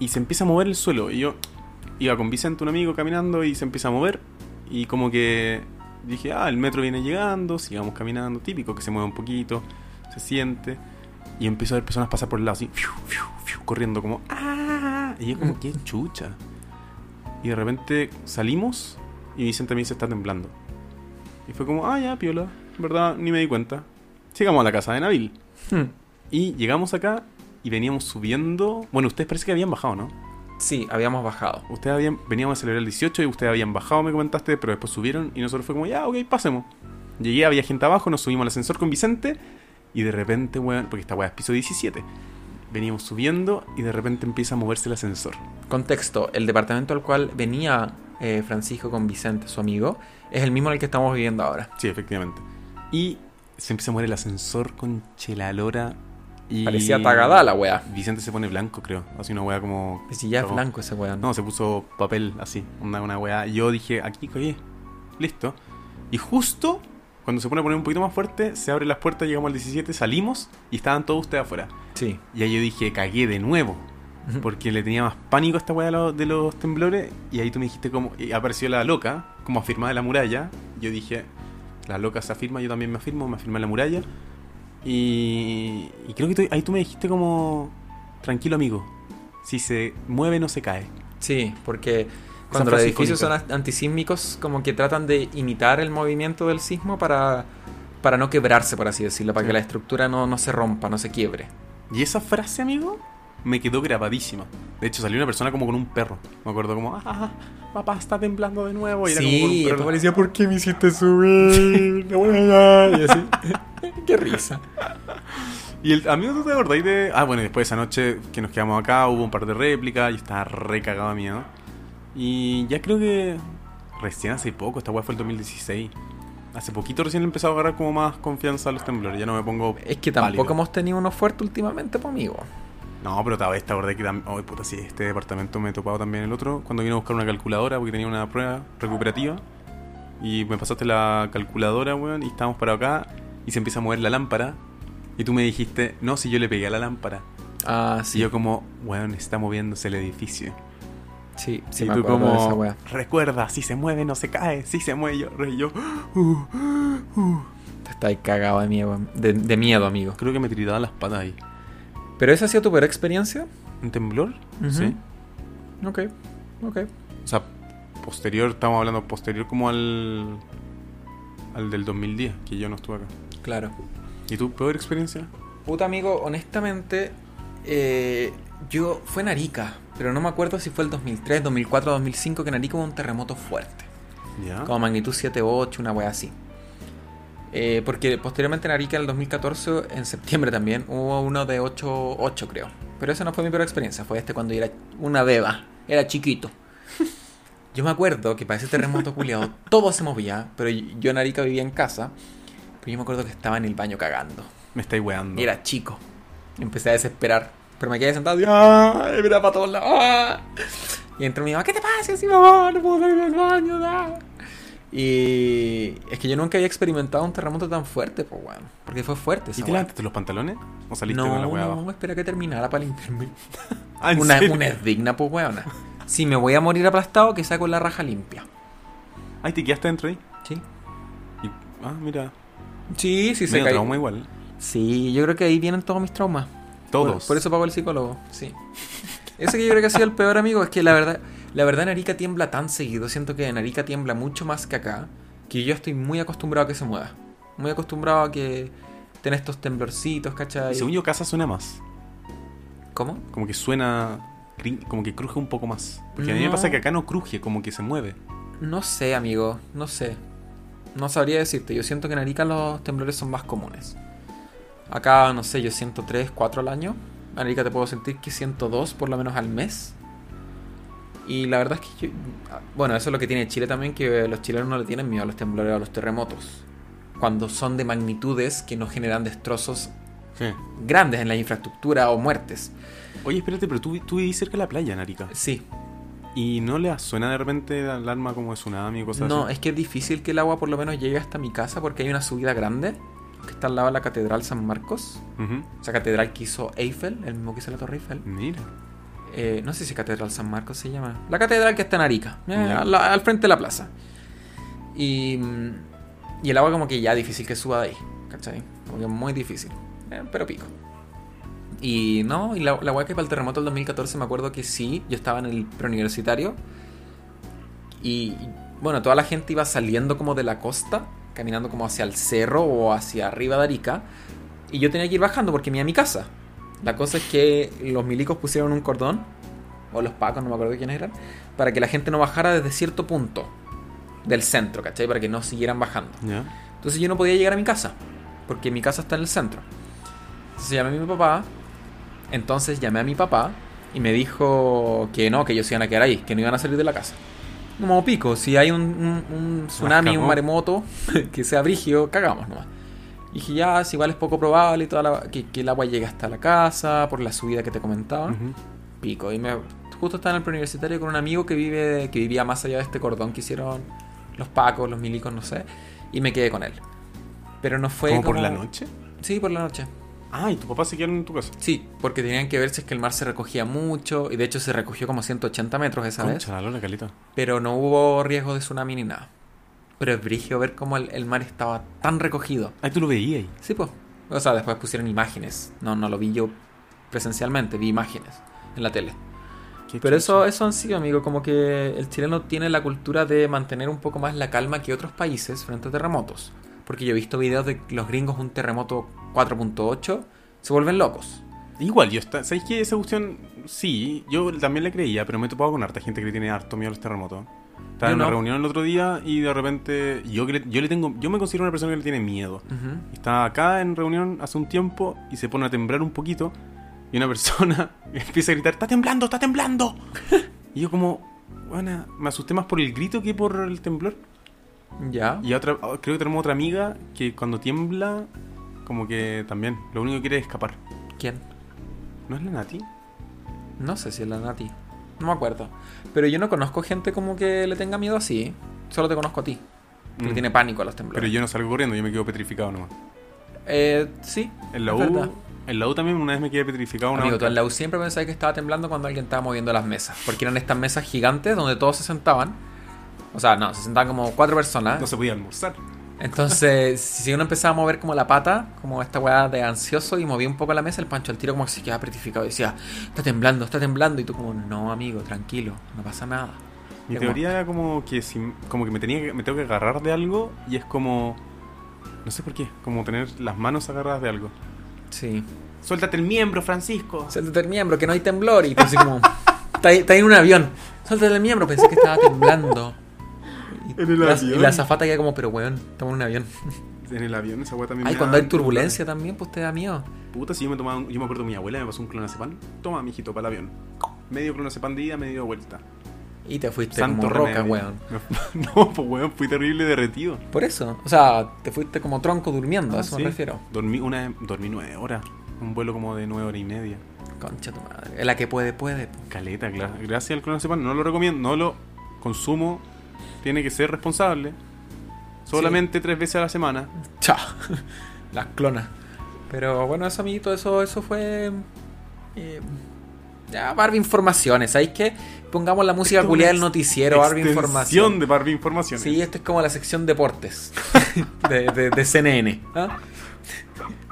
Speaker 2: y se empieza a mover el suelo, y yo iba con Vicente, un amigo, caminando, y se empieza a mover, y como que dije, ah, el metro viene llegando, sigamos caminando, típico, que se mueve un poquito, se siente, y empiezo a ver personas pasar por el lado, así, fiu, fiu, fiu, corriendo como, ah, y yo como, qué chucha. Y de repente salimos y Vicente me dice, está temblando. Y fue como, ah, ya, piola, en verdad, ni me di cuenta. Llegamos a la casa de Nabil.
Speaker 1: Hmm.
Speaker 2: Y llegamos acá y veníamos subiendo. Bueno, ustedes parece que habían bajado, ¿no?
Speaker 1: Sí, habíamos bajado.
Speaker 2: Ustedes habían, veníamos a celebrar el 18 y ustedes habían bajado, me comentaste, pero después subieron y nosotros fue como, ya, ok, pasemos. Llegué, había gente abajo, nos subimos al ascensor con Vicente y de repente, weón, porque esta weá es piso 17. Veníamos subiendo y de repente empieza a moverse el ascensor.
Speaker 1: Contexto, el departamento al cual venía eh, Francisco con Vicente, su amigo, es el mismo en el que estamos viviendo ahora.
Speaker 2: Sí, efectivamente. Y se empieza a mover el ascensor con chelalora y...
Speaker 1: Parecía tagada la wea.
Speaker 2: Vicente se pone blanco, creo. Hace una weá como...
Speaker 1: Si ya es
Speaker 2: Cagó.
Speaker 1: blanco ese weón.
Speaker 2: No, se puso papel así, una, una weá. Y Yo dije, aquí oye, listo. Y justo cuando se pone a poner un poquito más fuerte, se abren las puertas, llegamos al 17, salimos y estaban todos ustedes afuera.
Speaker 1: Sí.
Speaker 2: Y ahí yo dije, cagué de nuevo.
Speaker 1: Ujú.
Speaker 2: Porque le tenía más pánico a esta weá de los- de los temblores. Y ahí tú me dijiste como. y apareció la loca, como afirmada de la muralla. Yo dije, la loca se afirma, yo también me afirmo, me afirma la muralla. Y, y creo que tú- ahí tú me dijiste como. Tranquilo, amigo. Si se mueve, no se cae.
Speaker 1: Sí, porque cuando los
Speaker 2: frase
Speaker 1: edificios son
Speaker 2: icónica.
Speaker 1: a- antisísmicos, como que tratan de imitar el movimiento del sismo para, para no quebrarse, por así decirlo, para
Speaker 2: Sí.
Speaker 1: que la estructura no, no se rompa, no se quiebre.
Speaker 2: Y esa frase, amigo, me quedó grabadísima. De hecho, salió una persona como con un perro. Me acuerdo como, ah, papá está temblando de nuevo. Y Oh, era como con un
Speaker 1: Sí,
Speaker 2: perro.
Speaker 1: después le decía, ¿por qué me hiciste subir? No voy allá", Y así, qué risa.
Speaker 2: Y el amigo, ¿tú te acordáis de.? Ah, bueno, y después de esa noche que nos quedamos acá, hubo un par de réplicas y estaba re cagado de miedo. Y ya creo que. Recién hace poco, esta weá fue el 2016. Hace poquito recién he empezado a agarrar como más confianza a los temblores. Ya no me pongo.
Speaker 1: Es que tampoco
Speaker 2: Pálido.
Speaker 1: hemos tenido uno fuerte últimamente, pues, amigo.
Speaker 2: No, pero tal vez te acordé que también. Oh, puta, sí, este departamento me he topado también el otro. Cuando vine a buscar una calculadora porque tenía una prueba recuperativa. Y me pasaste la calculadora, weón, y estábamos para acá. Y se empieza a mover la lámpara. Y tú me dijiste, no, si yo le pegué a la lámpara.
Speaker 1: Ah, sí.
Speaker 2: Y yo como, weón, está moviéndose el edificio.
Speaker 1: sí, sí,
Speaker 2: y
Speaker 1: me
Speaker 2: tú
Speaker 1: acuerdo de esa
Speaker 2: como,
Speaker 1: wea.
Speaker 2: recuerda, si se mueve no se cae, si se mueve yo, re- yo, "Uh, uh".
Speaker 1: Te estás cagado de miedo, de, de miedo, amigo.
Speaker 2: Creo que me tiraban las patas ahí.
Speaker 1: ¿Pero esa ha sido tu peor experiencia?
Speaker 2: ¿Un temblor?
Speaker 1: Ujú.
Speaker 2: Sí.
Speaker 1: Ok, ok.
Speaker 2: O sea, posterior, estamos hablando posterior como al, al del 2010, que yo no estuve acá.
Speaker 1: Claro.
Speaker 2: ¿Y tu peor experiencia?
Speaker 1: Puta amigo, honestamente, eh, yo fue en Arica, pero no me acuerdo si fue el 2003, 2004, 2005, que en Arica hubo un terremoto fuerte,
Speaker 2: ¿Ya?
Speaker 1: como magnitud 7-8, una wea así. Eh, porque posteriormente en Arica en el 2014, en septiembre también, hubo uno de 8-8 creo. Pero esa no fue mi peor experiencia, fue este cuando yo era una beba, era chiquito. Yo me acuerdo que para ese terremoto culiado todo se movía, pero yo en Arica vivía en casa, pero yo me acuerdo que estaba en el baño cagando.
Speaker 2: Me estáis weando.
Speaker 1: Y era chico. Y Empecé a desesperar. Pero me quedé sentado y ¡ah! Y miraba para todos lados. ¡ah! Y entró mi mamá, ¿qué te pasa? Y así, mamá, no puedo salir del baño. da". Y es que yo nunca había experimentado un terremoto tan fuerte, pues, weón. Porque fue fuerte.
Speaker 2: ¿Y
Speaker 1: Esa
Speaker 2: te
Speaker 1: weá.
Speaker 2: levantaste los pantalones? ¿O saliste
Speaker 1: no,
Speaker 2: con la
Speaker 1: no,
Speaker 2: weá abajo?
Speaker 1: espera que terminara para limpiarme.
Speaker 2: Ah, ¿en
Speaker 1: Una,
Speaker 2: serio?
Speaker 1: una es digna, pues, weona. Si me voy a morir aplastado, que sea con la raja limpia.
Speaker 2: Ay, ¿te quedaste dentro ahí?
Speaker 1: Sí.
Speaker 2: Y- ah, mira.
Speaker 1: Sí, sí, se
Speaker 2: medio
Speaker 1: cae.
Speaker 2: trauma igual.
Speaker 1: Sí, yo creo que ahí vienen todos mis traumas.
Speaker 2: Todos.
Speaker 1: Por, por eso pago el psicólogo, sí. Ese que yo creo que ha sido el peor amigo es que la verdad, la verdad en Arica tiembla tan seguido, siento que en Arica tiembla mucho más que acá, que yo estoy muy acostumbrado a que se mueva. Muy acostumbrado a que tenés estos temblorcitos,
Speaker 2: Y
Speaker 1: ¿cachai?
Speaker 2: según yo, casa suena más.
Speaker 1: ¿Cómo?
Speaker 2: Como que suena. crin- Como que cruje un poco más. Porque a mí me
Speaker 1: No.
Speaker 2: pasa que acá no cruje, como que se mueve.
Speaker 1: No sé, amigo, no sé. No sabría decirte, yo siento que en Arica los temblores son más comunes. Acá, no sé, yo siento 3, 4 al año. En Arica te puedo sentir que siento 2 por lo menos al mes. Y la verdad es que yo- Bueno, eso es lo que tiene Chile también, que los chilenos no le tienen miedo a los temblores o a los terremotos. Cuando son de magnitudes que no generan destrozos grandes en la infraestructura o muertes.
Speaker 2: Oye, espérate, pero tú, tú vivís cerca de la playa, Narica.
Speaker 1: Sí,
Speaker 2: ¿Y no le suena de repente la alarma como de tsunami o cosas
Speaker 1: No,
Speaker 2: así?
Speaker 1: es que es difícil que el agua por lo menos llegue hasta mi casa porque hay una subida grande que está al lado de la Catedral San Marcos.
Speaker 2: Ujú.
Speaker 1: Esa catedral que hizo Eiffel, el mismo que hizo la Torre Eiffel.
Speaker 2: Mira.
Speaker 1: Eh, no sé si Catedral San Marcos se llama. La catedral que está en Arica, eh,
Speaker 2: Ya.
Speaker 1: al, al frente de la plaza. Y, mm, y el agua como que ya difícil que suba de ahí, ¿cachai? Como que muy difícil, eh, pero pico. Y no, y la, la weá que para el terremoto del 2014 me acuerdo que sí, yo estaba en el preuniversitario. Y bueno, toda la gente iba saliendo como de la costa, caminando como hacia el cerro o hacia arriba de Arica. Y yo tenía que ir bajando porque me iba a mi casa. La cosa es que los milicos pusieron un cordón, o los pacos, no me acuerdo quiénes eran, para que la gente no bajara desde cierto punto del centro, ¿cachai? Para que no siguieran bajando.
Speaker 2: Ya.
Speaker 1: Entonces yo no podía llegar a mi casa, porque mi casa está en el centro. Entonces llamé a mi papá, entonces llamé a mi papá y me dijo que no, que ellos se iban a quedar ahí, que no iban a salir de la casa. No, pico, si hay un, un- un tsunami,
Speaker 2: cagó.
Speaker 1: un maremoto, que sea brigio, cagamos nomás. Y dije, ya, si igual es poco probable y toda la- que, que el agua llegue hasta la casa, por la subida que te comentaba
Speaker 2: Ujú.
Speaker 1: pico. Y me, justo estaba en el preuniversitario con un amigo que vive que vivía más allá de este cordón que hicieron los pacos, los milicos, no sé. Y me quedé con él. Pero no fue
Speaker 2: ¿Como por
Speaker 1: como-
Speaker 2: la noche?
Speaker 1: Sí, por la noche.
Speaker 2: Ah, ¿y tu papá se quedaron en tu casa?
Speaker 1: Sí, porque tenían que ver si es que el mar se recogía mucho. Y de hecho se recogió como 180 metros esa vez.
Speaker 2: Concha, la lora, caleta.
Speaker 1: Pero no hubo riesgo de tsunami ni nada. Pero es brigio ver cómo el, el mar estaba tan recogido.
Speaker 2: Ah, tú lo veías ahí.
Speaker 1: Sí, pues. O sea, después pusieron imágenes. No, no lo vi yo presencialmente, vi imágenes en la tele.
Speaker 2: Qué
Speaker 1: Pero eso,
Speaker 2: chucha.
Speaker 1: eso han sido, amigo, como que el chileno tiene la cultura de mantener un poco más la calma que otros países frente a terremotos. Porque yo he visto videos de los gringos un terremoto 4.8, se vuelven locos.
Speaker 2: Igual, yo está... ¿Sabes qué? Esa cuestión, sí, yo también la creía, pero me he topado con harta gente que le tiene harto miedo a los terremotos. Estaba
Speaker 1: Yo
Speaker 2: en una
Speaker 1: no.
Speaker 2: reunión el otro día y de repente yo, que le- yo le tengo, yo me considero una persona que le tiene miedo.
Speaker 1: Ujú.
Speaker 2: Estaba acá en reunión hace un tiempo y se pone a temblar un poquito y una persona empieza a gritar, está temblando, está temblando. y yo como, bueno, me asusté más por el grito que por el temblor.
Speaker 1: Ya.
Speaker 2: Y a otra, creo que tenemos otra amiga que cuando tiembla, como que también, lo único que quiere es escapar.
Speaker 1: ¿Quién?
Speaker 2: ¿No es la Nati?
Speaker 1: No sé si es la Nati. No me acuerdo. Pero yo no conozco gente como que le tenga miedo así. ¿eh? Solo te conozco a ti. Que le
Speaker 2: Mm.
Speaker 1: tiene pánico a los temblores.
Speaker 2: Pero yo no salgo corriendo, yo me quedo petrificado nomás.
Speaker 1: Eh, sí.
Speaker 2: En la
Speaker 1: es verdad.
Speaker 2: U, en la U también una vez me quedé petrificado. Una
Speaker 1: Amigo, tú
Speaker 2: banca.
Speaker 1: en la U siempre pensabas que estaba temblando cuando alguien estaba moviendo las mesas. Porque eran estas mesas gigantes donde todos se sentaban. O sea, no, se sentaban como cuatro personas.
Speaker 2: No se podía almorzar.
Speaker 1: Entonces, si uno empezaba a mover como la pata, como esta weá de ansioso y movía un poco la mesa, el pancho al tiro como que se quedaba petrificado y decía, está temblando, está temblando. Y tú como, no, amigo, tranquilo, no pasa nada.
Speaker 2: Mi
Speaker 1: Qué
Speaker 2: teoría era como que si- como que me tenía que- me tengo que agarrar de algo y es como no sé por qué, como tener las manos agarradas de algo.
Speaker 1: Sí.
Speaker 2: Suéltate el miembro, Francisco.
Speaker 1: Suéltate el miembro, que no hay temblor. Y tú así como, está, ahí- está ahí en un avión. Suéltate el miembro, pensé que estaba temblando. Y,
Speaker 2: En el
Speaker 1: la,
Speaker 2: avión.
Speaker 1: y la azafata queda como, pero weón, estamos en un avión.
Speaker 2: En el avión esa weá también.
Speaker 1: Ay,
Speaker 2: me
Speaker 1: cuando
Speaker 2: da-
Speaker 1: hay turbulencia también, pues te da miedo.
Speaker 2: Puta, si yo me tomaba un- yo me acuerdo mi abuela me pasó un clonazepam. Toma, mijito, para el avión. Medio clonazepam de ida, medio de vuelta.
Speaker 1: Y te fuiste
Speaker 2: Santo
Speaker 1: como roca,
Speaker 2: remedio.
Speaker 1: weón.
Speaker 2: No, pues weón, fui terrible derretido.
Speaker 1: Por eso, o sea, te fuiste como tronco durmiendo, a eso
Speaker 2: Ah, Sí.
Speaker 1: me refiero.
Speaker 2: Dormí una dormí nueve horas. Un vuelo como de nueve horas y media.
Speaker 1: Concha tu madre. La que puede, puede. po.
Speaker 2: Caleta, gra- gracias al clonazepam. No lo recomiendo, no lo consumo. Tiene que ser responsable. Solamente tres veces a la semana.
Speaker 1: Chao. Las clonas. Pero bueno, eso, amiguito, eso, eso fue. eh, Ya, Barbie Informaciones. ¿Sabéis qué? Pongamos la música
Speaker 2: Esto es
Speaker 1: culiada del
Speaker 2: una
Speaker 1: noticiero, Barbie
Speaker 2: Extensión
Speaker 1: Información.
Speaker 2: de Barbie Informaciones.
Speaker 1: Sí, esto es como la sección deportes de, de- de CNN. ¿ah?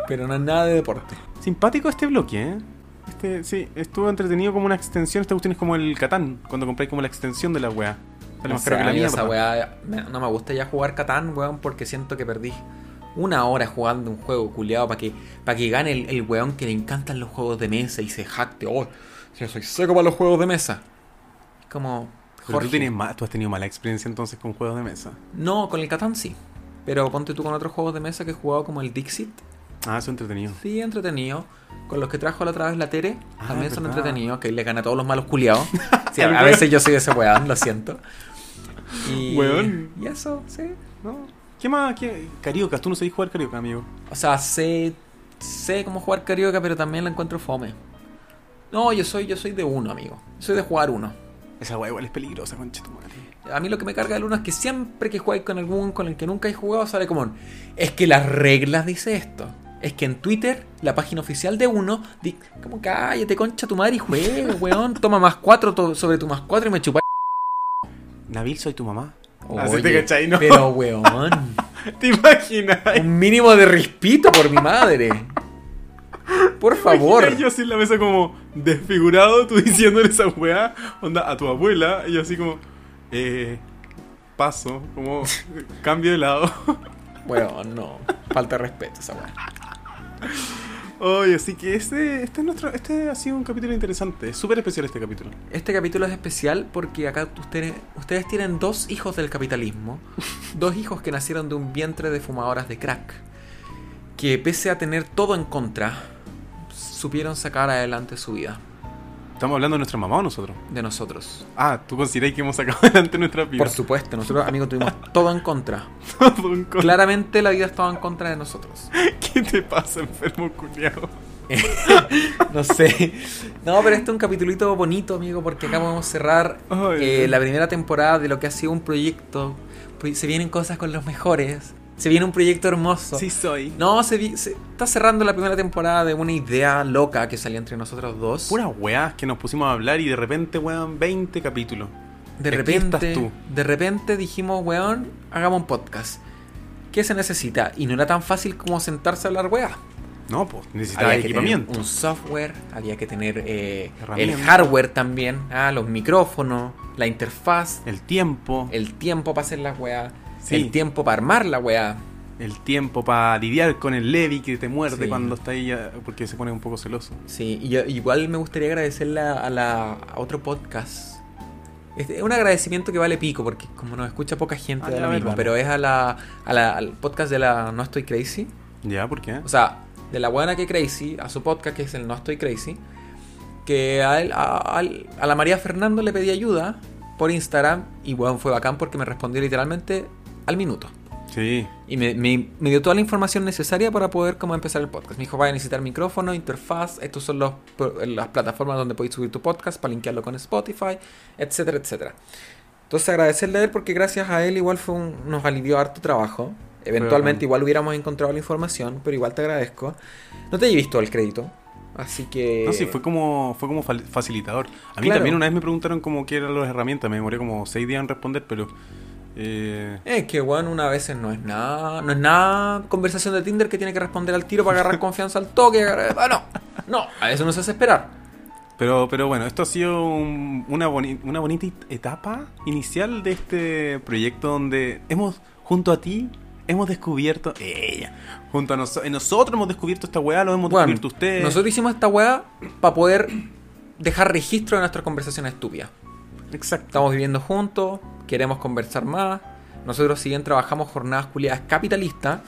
Speaker 1: Pero no es nada de deporte.
Speaker 2: Simpático este bloque, ¿eh? Este, sí, estuvo entretenido como una extensión. Esta cuestión es como el Catán, cuando compráis como la extensión de la weá. Sale
Speaker 1: No
Speaker 2: más
Speaker 1: sé,
Speaker 2: caro que
Speaker 1: a
Speaker 2: la
Speaker 1: mí
Speaker 2: mía. pues.
Speaker 1: esa weá, me- no me gusta ya jugar Catán, weón, porque siento que perdí una hora jugando un juego culiado para que, para que gane el, el weón que le encantan los juegos de mesa y se jacte. Oh, yo soy seco para los juegos de mesa. Es como.
Speaker 2: Pero tú,
Speaker 1: Jorge.
Speaker 2: tienes ma- tú has tenido mala experiencia entonces con juegos de mesa.
Speaker 1: No, con el Catán sí. Pero ponte tú con otros juegos de mesa que he jugado como el Dixit.
Speaker 2: Ah, eso es entretenido.
Speaker 1: Sí, entretenido. Con los que trajo la otra vez la Tere,
Speaker 2: Ah,
Speaker 1: también son
Speaker 2: verdad.
Speaker 1: entretenidos, que le gana a todos los malos culiados. Sí,
Speaker 2: El
Speaker 1: a
Speaker 2: weón.
Speaker 1: veces yo soy ese weón, lo siento. Y,
Speaker 2: Weón.
Speaker 1: y eso, sí.
Speaker 2: ¿No? ¿Qué más? ¿Qué? Cariocas, tú no sabes jugar carioca, amigo.
Speaker 1: O sea, sé, sé cómo jugar carioca, pero también la encuentro fome. No, yo soy, yo soy de uno, amigo. Soy de jugar uno.
Speaker 2: Esa weá igual es peligrosa, concha tu madre.
Speaker 1: A mí lo que me carga del uno es que siempre que juegas con algún con el que nunca he jugado sale como un, es que las reglas dice esto. Es que en Twitter, la página oficial de uno, di, como cállate, concha tu madre y juega, weón. Toma más cuatro to- sobre tu más cuatro y me chupa.
Speaker 2: Nabil, soy tu mamá.
Speaker 1: Oye,
Speaker 2: Así Ah, te cachai, ¿no?
Speaker 1: Pero weón,
Speaker 2: ¿Te imaginas?
Speaker 1: un mínimo de respito por mi madre. Por favor.
Speaker 2: Yo así en la mesa como desfigurado, tú diciéndole esa weá, onda, a tu abuela, y yo así como, eh, paso, como, cambio de lado.
Speaker 1: Weón, no. Falta de respeto esa weón.
Speaker 2: Oye, así que este, este es nuestro, este ha sido un capítulo interesante, es súper especial este capítulo.
Speaker 1: Este capítulo es especial porque acá ustedes, ustedes tienen dos hijos del capitalismo, dos hijos que nacieron de un vientre de fumadoras de crack, que pese a tener todo en contra, supieron sacar adelante su vida
Speaker 2: Estamos hablando de nuestra mamá o nosotros.
Speaker 1: de nosotros.
Speaker 2: Ah, tú consideráis que hemos sacado adelante nuestra vida.
Speaker 1: Por supuesto, nosotros amigos tuvimos todo en contra.
Speaker 2: Todo un co-
Speaker 1: Claramente la vida estaba en contra de nosotros.
Speaker 2: ¿Qué te pasa, enfermo culiao?
Speaker 1: No sé. No, pero este es un capitulito bonito, amigo, porque acá podemos cerrar
Speaker 2: Ay.
Speaker 1: eh, la primera temporada de lo que ha sido un proyecto. Pro- Se vienen cosas con los mejores. Se viene un proyecto hermoso.
Speaker 2: Sí soy.
Speaker 1: No, se, vi- se- está cerrando la primera temporada de una idea loca que salió entre nosotros dos.
Speaker 2: Puras weás que nos pusimos a hablar y de repente, weón, 20 capítulos.
Speaker 1: de
Speaker 2: aquí
Speaker 1: repente,
Speaker 2: estás tú.
Speaker 1: de repente dijimos, weón, hagamos un podcast. ¿Qué se necesita? Y no era tan fácil como sentarse a hablar weá.
Speaker 2: No, pues, necesitaba
Speaker 1: Había que tener
Speaker 2: equipamiento.
Speaker 1: un software, había que tener eh, el
Speaker 2: Herramientas.
Speaker 1: hardware también, ah, los micrófonos, la interfaz,
Speaker 2: El tiempo, el,
Speaker 1: el tiempo para hacer la weá,
Speaker 2: Sí.
Speaker 1: el tiempo para armar la weá.
Speaker 2: tiempo para lidiar con el Levi que te muerde
Speaker 1: Sí.
Speaker 2: cuando está ahí ya- porque se pone un poco celoso.
Speaker 1: Sí, y yo- igual me gustaría agradecerle a, a la, a otro podcast. Este, Es un agradecimiento que vale pico, porque como nos escucha poca gente
Speaker 2: Ah,
Speaker 1: de
Speaker 2: ya,
Speaker 1: lo mismo,
Speaker 2: verdad.
Speaker 1: pero es a la, a la- al podcast de la No Estoy Crazy.
Speaker 2: ¿Ya? ¿Por qué?
Speaker 1: O sea, de la buena que Crazy, a su podcast que es el No Estoy Crazy, que a, él- a- al- a la María Fernando le pedí ayuda por Instagram y bueno, fue bacán porque me respondió literalmente al minuto.
Speaker 2: Sí.
Speaker 1: Y me, me- me dio toda la información necesaria para poder como empezar el podcast. Me dijo, vaya a necesitar micrófono, interfaz, estos son los, pro- las plataformas donde podéis subir tu podcast para linkearlo con Spotify, etcétera, etcétera. Entonces agradecerle a él porque gracias a él igual fue un- nos alivió harto trabajo. Eventualmente
Speaker 2: bacán.
Speaker 1: igual hubiéramos encontrado la información, pero igual te agradezco. No te he visto el crédito, así que...
Speaker 2: No, sí, fue como, fue como fal- facilitador. A mí
Speaker 1: Claro.
Speaker 2: también una vez me preguntaron cómo qué eran las herramientas. Me demoré como seis días en responder, pero... eh,
Speaker 1: Es que, bueno, una vez no es nada, no es nada conversación de Tinder que tiene que responder al tiro para agarrar confianza al toque. agarrar- Ah, no, no, a eso no se hace esperar.
Speaker 2: pero, pero bueno, esto ha sido un- una, boni- una bonita it- etapa inicial de este proyecto donde hemos, junto a ti, hemos descubierto... Ella. Junto a noso- nosotros hemos descubierto esta weá, lo hemos
Speaker 1: Bueno,
Speaker 2: descubierto ustedes.
Speaker 1: nosotros hicimos esta weá para poder dejar registro de nuestras conversaciones estúpidas.
Speaker 2: Exacto.
Speaker 1: Estamos viviendo juntos, queremos conversar más. Nosotros, si bien trabajamos jornadas culiadas capitalistas,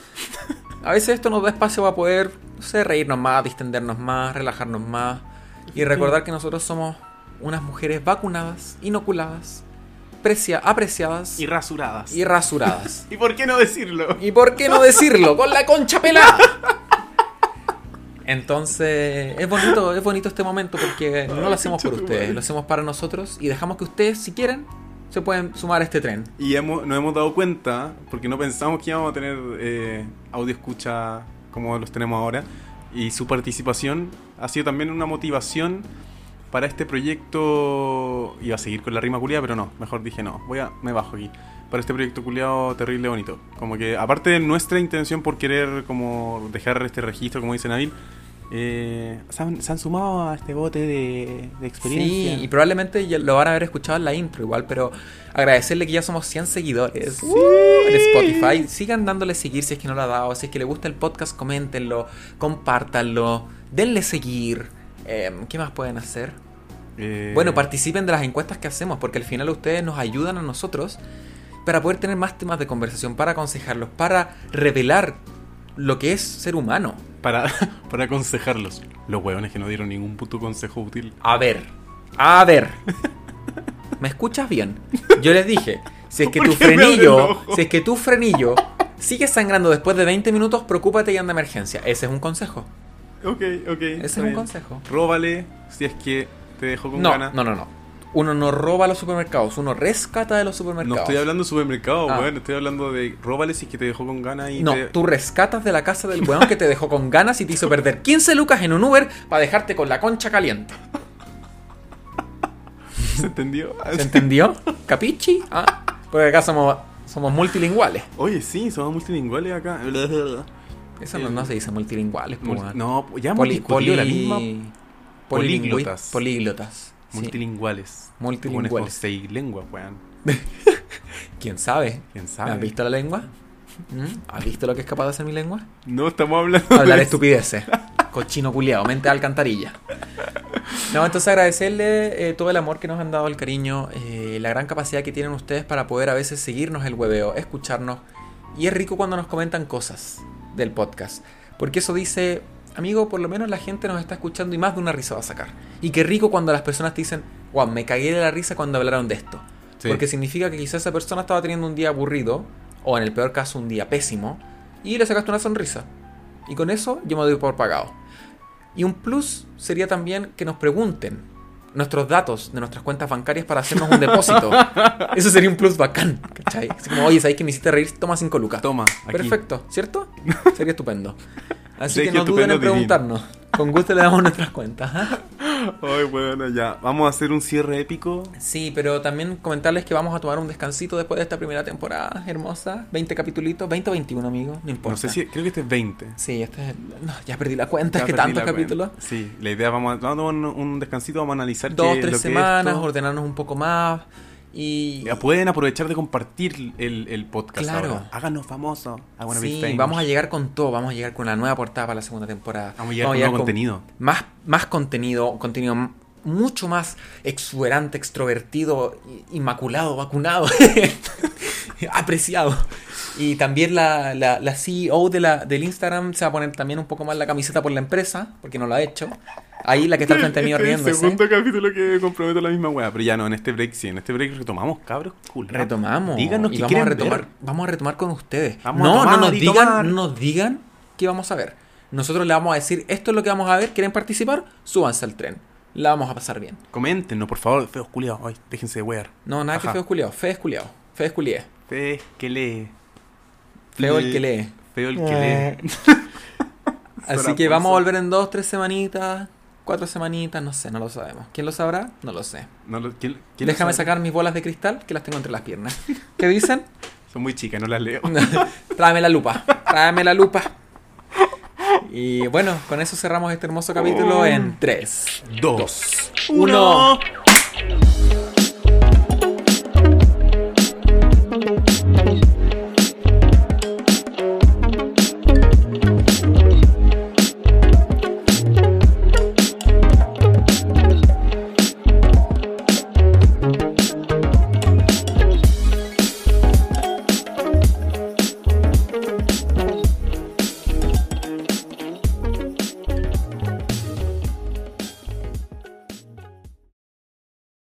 Speaker 1: a veces esto nos da espacio para poder, no sé, reírnos más, distendernos más, relajarnos más. Y recordar que nosotros somos unas mujeres vacunadas, inoculadas, precia- apreciadas
Speaker 2: Y rasuradas.
Speaker 1: y rasuradas.
Speaker 2: ¿Y por qué no decirlo?
Speaker 1: ¿Y por qué no decirlo? Con la concha pelada. Entonces, es bonito, es bonito este momento porque no lo hacemos por
Speaker 2: concha tu
Speaker 1: ustedes,
Speaker 2: madre.
Speaker 1: lo hacemos para nosotros y dejamos que ustedes, si quieren, se pueden sumar a este tren.
Speaker 2: Y hemos, nos hemos dado cuenta, porque no pensamos que íbamos a tener eh, audio escucha como los tenemos ahora, y su participación ha sido también una motivación para este proyecto. Iba a seguir con la rima culiada, pero no, mejor dije no. Voy a. me bajo aquí. Para este proyecto culiado terrible bonito. Como que, aparte de nuestra intención por querer como dejar este registro, como dice Nabil, eh, se, han, se han sumado a este bote de, de experiencia.
Speaker 1: Sí, y probablemente ya lo van a haber escuchado en la intro igual, pero agradecerle que ya somos 100 seguidores
Speaker 2: Sí.
Speaker 1: ¡Uh! en Spotify. Sigan dándole seguir si es que no lo ha dado, si es que le gusta el podcast, coméntenlo, compártanlo, denle seguir. Em, ¿Qué más pueden hacer?
Speaker 2: Eh,
Speaker 1: Bueno, participen de las encuestas que hacemos, porque al final ustedes nos ayudan a nosotros para poder tener más temas de conversación, para aconsejarlos, para revelar lo que es ser humano.
Speaker 2: para, para aconsejarlos. Los huevones que no dieron ningún puto consejo útil.
Speaker 1: A ver, a ver. ¿Me escuchas bien? Yo les dije, si es que tu
Speaker 2: ¿Por qué me abre el
Speaker 1: frenillo,
Speaker 2: ojo?
Speaker 1: si es que tu frenillo sigue sangrando después de 20 minutos, preocúpate y anda a emergencia. Ese es un consejo.
Speaker 2: Ok, ok.
Speaker 1: Ese es un consejo.
Speaker 2: Róbale si es que te dejó con
Speaker 1: No,
Speaker 2: ganas.
Speaker 1: no, no, no. Uno no roba a los supermercados, uno rescata de los
Speaker 2: No
Speaker 1: supermercados.
Speaker 2: estoy hablando de supermercado,
Speaker 1: Ah.
Speaker 2: weón. Estoy hablando de róbale si es que te dejó con ganas y
Speaker 1: No,
Speaker 2: te-
Speaker 1: tú rescatas de la casa del weón que te dejó con ganas y te hizo perder 15 lucas en un Uber para dejarte con la concha caliente.
Speaker 2: ¿Se entendió?
Speaker 1: ¿Se entendió? ¿Capichi? Ah, porque acá somos, somos multilinguales.
Speaker 2: Oye, sí, somos multilingüales acá.
Speaker 1: Eso no, no se dice multilinguales, po,
Speaker 2: Mul-
Speaker 1: weón.
Speaker 2: No, ya hemos
Speaker 1: Poli-
Speaker 2: discutido la
Speaker 1: poli-
Speaker 2: misma.
Speaker 1: polilingüi-
Speaker 2: políglotas.
Speaker 1: Políglotas. sí.
Speaker 2: Multilingüales.
Speaker 1: Multilingüales.
Speaker 2: Pones con seis lenguas, weón.
Speaker 1: ¿Quién sabe?
Speaker 2: ¿Quién sabe?
Speaker 1: ¿Has visto la lengua? ¿Mm? ¿Has visto lo que es capaz de hacer mi lengua?
Speaker 2: No estamos hablando.
Speaker 1: Hablar
Speaker 2: de-
Speaker 1: estupideces. Pues, Cochino culiado, mente de alcantarilla. No, entonces agradecerle eh, todo el amor que nos han dado, el cariño, eh, la gran capacidad que tienen ustedes para poder a veces seguirnos el hueveo, escucharnos. Y es rico cuando nos comentan cosas del podcast. Porque eso dice, amigo, por lo menos la gente nos está escuchando y más de una risa va a sacar. Y qué rico cuando las personas te dicen, wow, me cagué de la risa cuando hablaron de esto.
Speaker 2: Sí.
Speaker 1: Porque significa que quizás esa persona estaba teniendo un día aburrido, o en el peor caso un día pésimo, y le sacaste una sonrisa. Y con eso yo me doy por pagado. Y un plus sería también que nos pregunten nuestros datos de nuestras cuentas bancarias para hacernos un depósito. Eso sería un plus bacán, ¿cachai? Así como, oye, ¿sabéis que me hiciste reír? Toma 5 lucas.
Speaker 2: Toma, aquí.
Speaker 1: Perfecto, ¿cierto? Sería estupendo. Así
Speaker 2: Sería
Speaker 1: que no duden en
Speaker 2: estupendo divino.
Speaker 1: preguntarnos. Con gusto le damos nuestras cuentas. ¿ah?
Speaker 2: Ay, weón, ya. Vamos a hacer un cierre épico.
Speaker 1: Sí, pero también comentarles que vamos a tomar un descansito después de esta primera temporada hermosa. 20 capitulitos, 20 o 21, amigo. No importa.
Speaker 2: No sé si. Creo que este es 20.
Speaker 1: Sí, este es... no, ya perdí la cuenta, es
Speaker 2: Ya
Speaker 1: que
Speaker 2: perdí
Speaker 1: tantos
Speaker 2: la
Speaker 1: capítulos.
Speaker 2: cuenta. Sí, la idea vamos a, vamos a tomar un- un descansito, vamos a analizar
Speaker 1: Dos,
Speaker 2: qué- lo que
Speaker 1: tres
Speaker 2: es
Speaker 1: semanas,
Speaker 2: esto.
Speaker 1: ordenarnos un poco más. Y...
Speaker 2: Ya pueden aprovechar de compartir el, el podcast.
Speaker 1: Claro.
Speaker 2: ahora. Háganos famosos. I wanna be
Speaker 1: Sí,
Speaker 2: famous.
Speaker 1: vamos a llegar con todo, vamos a llegar con una nueva portada para la segunda temporada.
Speaker 2: Vamos a llegar con nuevo contenido.
Speaker 1: Más, más contenido, contenido m- mucho más exuberante, extrovertido, i- inmaculado, vacunado, apreciado. Y también la, la- la CEO de la, del Instagram se va a poner también un poco más la camiseta por la empresa, porque no lo ha hecho. Ahí la que está al frente mío
Speaker 2: Este es
Speaker 1: riéndose.
Speaker 2: El segundo capítulo que comprometo la misma weá. Pero ya no, en este break sí, en este break retomamos, cabros. cool.
Speaker 1: Retomamos.
Speaker 2: Ah, Díganos
Speaker 1: y
Speaker 2: que
Speaker 1: vamos a
Speaker 2: quieren
Speaker 1: retomar,
Speaker 2: ver.
Speaker 1: vamos a retomar con ustedes.
Speaker 2: Vamos a
Speaker 1: no,
Speaker 2: tomar
Speaker 1: no nos
Speaker 2: y
Speaker 1: digan,
Speaker 2: tomar.
Speaker 1: no nos digan qué vamos a ver. Nosotros le vamos a decir, esto es lo que vamos a ver, ¿quieren participar? Súbanse al tren. La vamos a pasar bien.
Speaker 2: Coméntenos, por favor, feos culiados. Ay, déjense de wear.
Speaker 1: No, nada que
Speaker 2: Ajá.
Speaker 1: feo culiao, fe es culiao, fe es culié.
Speaker 2: Fees que lee.
Speaker 1: Feo el
Speaker 2: Lee.
Speaker 1: que lee.
Speaker 2: Feo el que lee.
Speaker 1: Así
Speaker 2: Suena
Speaker 1: que vamos a
Speaker 2: falso.
Speaker 1: volver en dos, tres semanitas, cuatro semanitas, no sé, no lo sabemos. ¿Quién lo sabrá? No lo sé.
Speaker 2: No lo- ¿quién- quién lo
Speaker 1: Déjame
Speaker 2: sabe?
Speaker 1: sacar mis bolas de cristal que las tengo entre las piernas. ¿Qué dicen?
Speaker 2: Son muy chicas, no las leo.
Speaker 1: tráeme la lupa, tráeme la lupa. Y bueno, con eso cerramos este hermoso capítulo en 3,
Speaker 2: Dos.
Speaker 1: 1.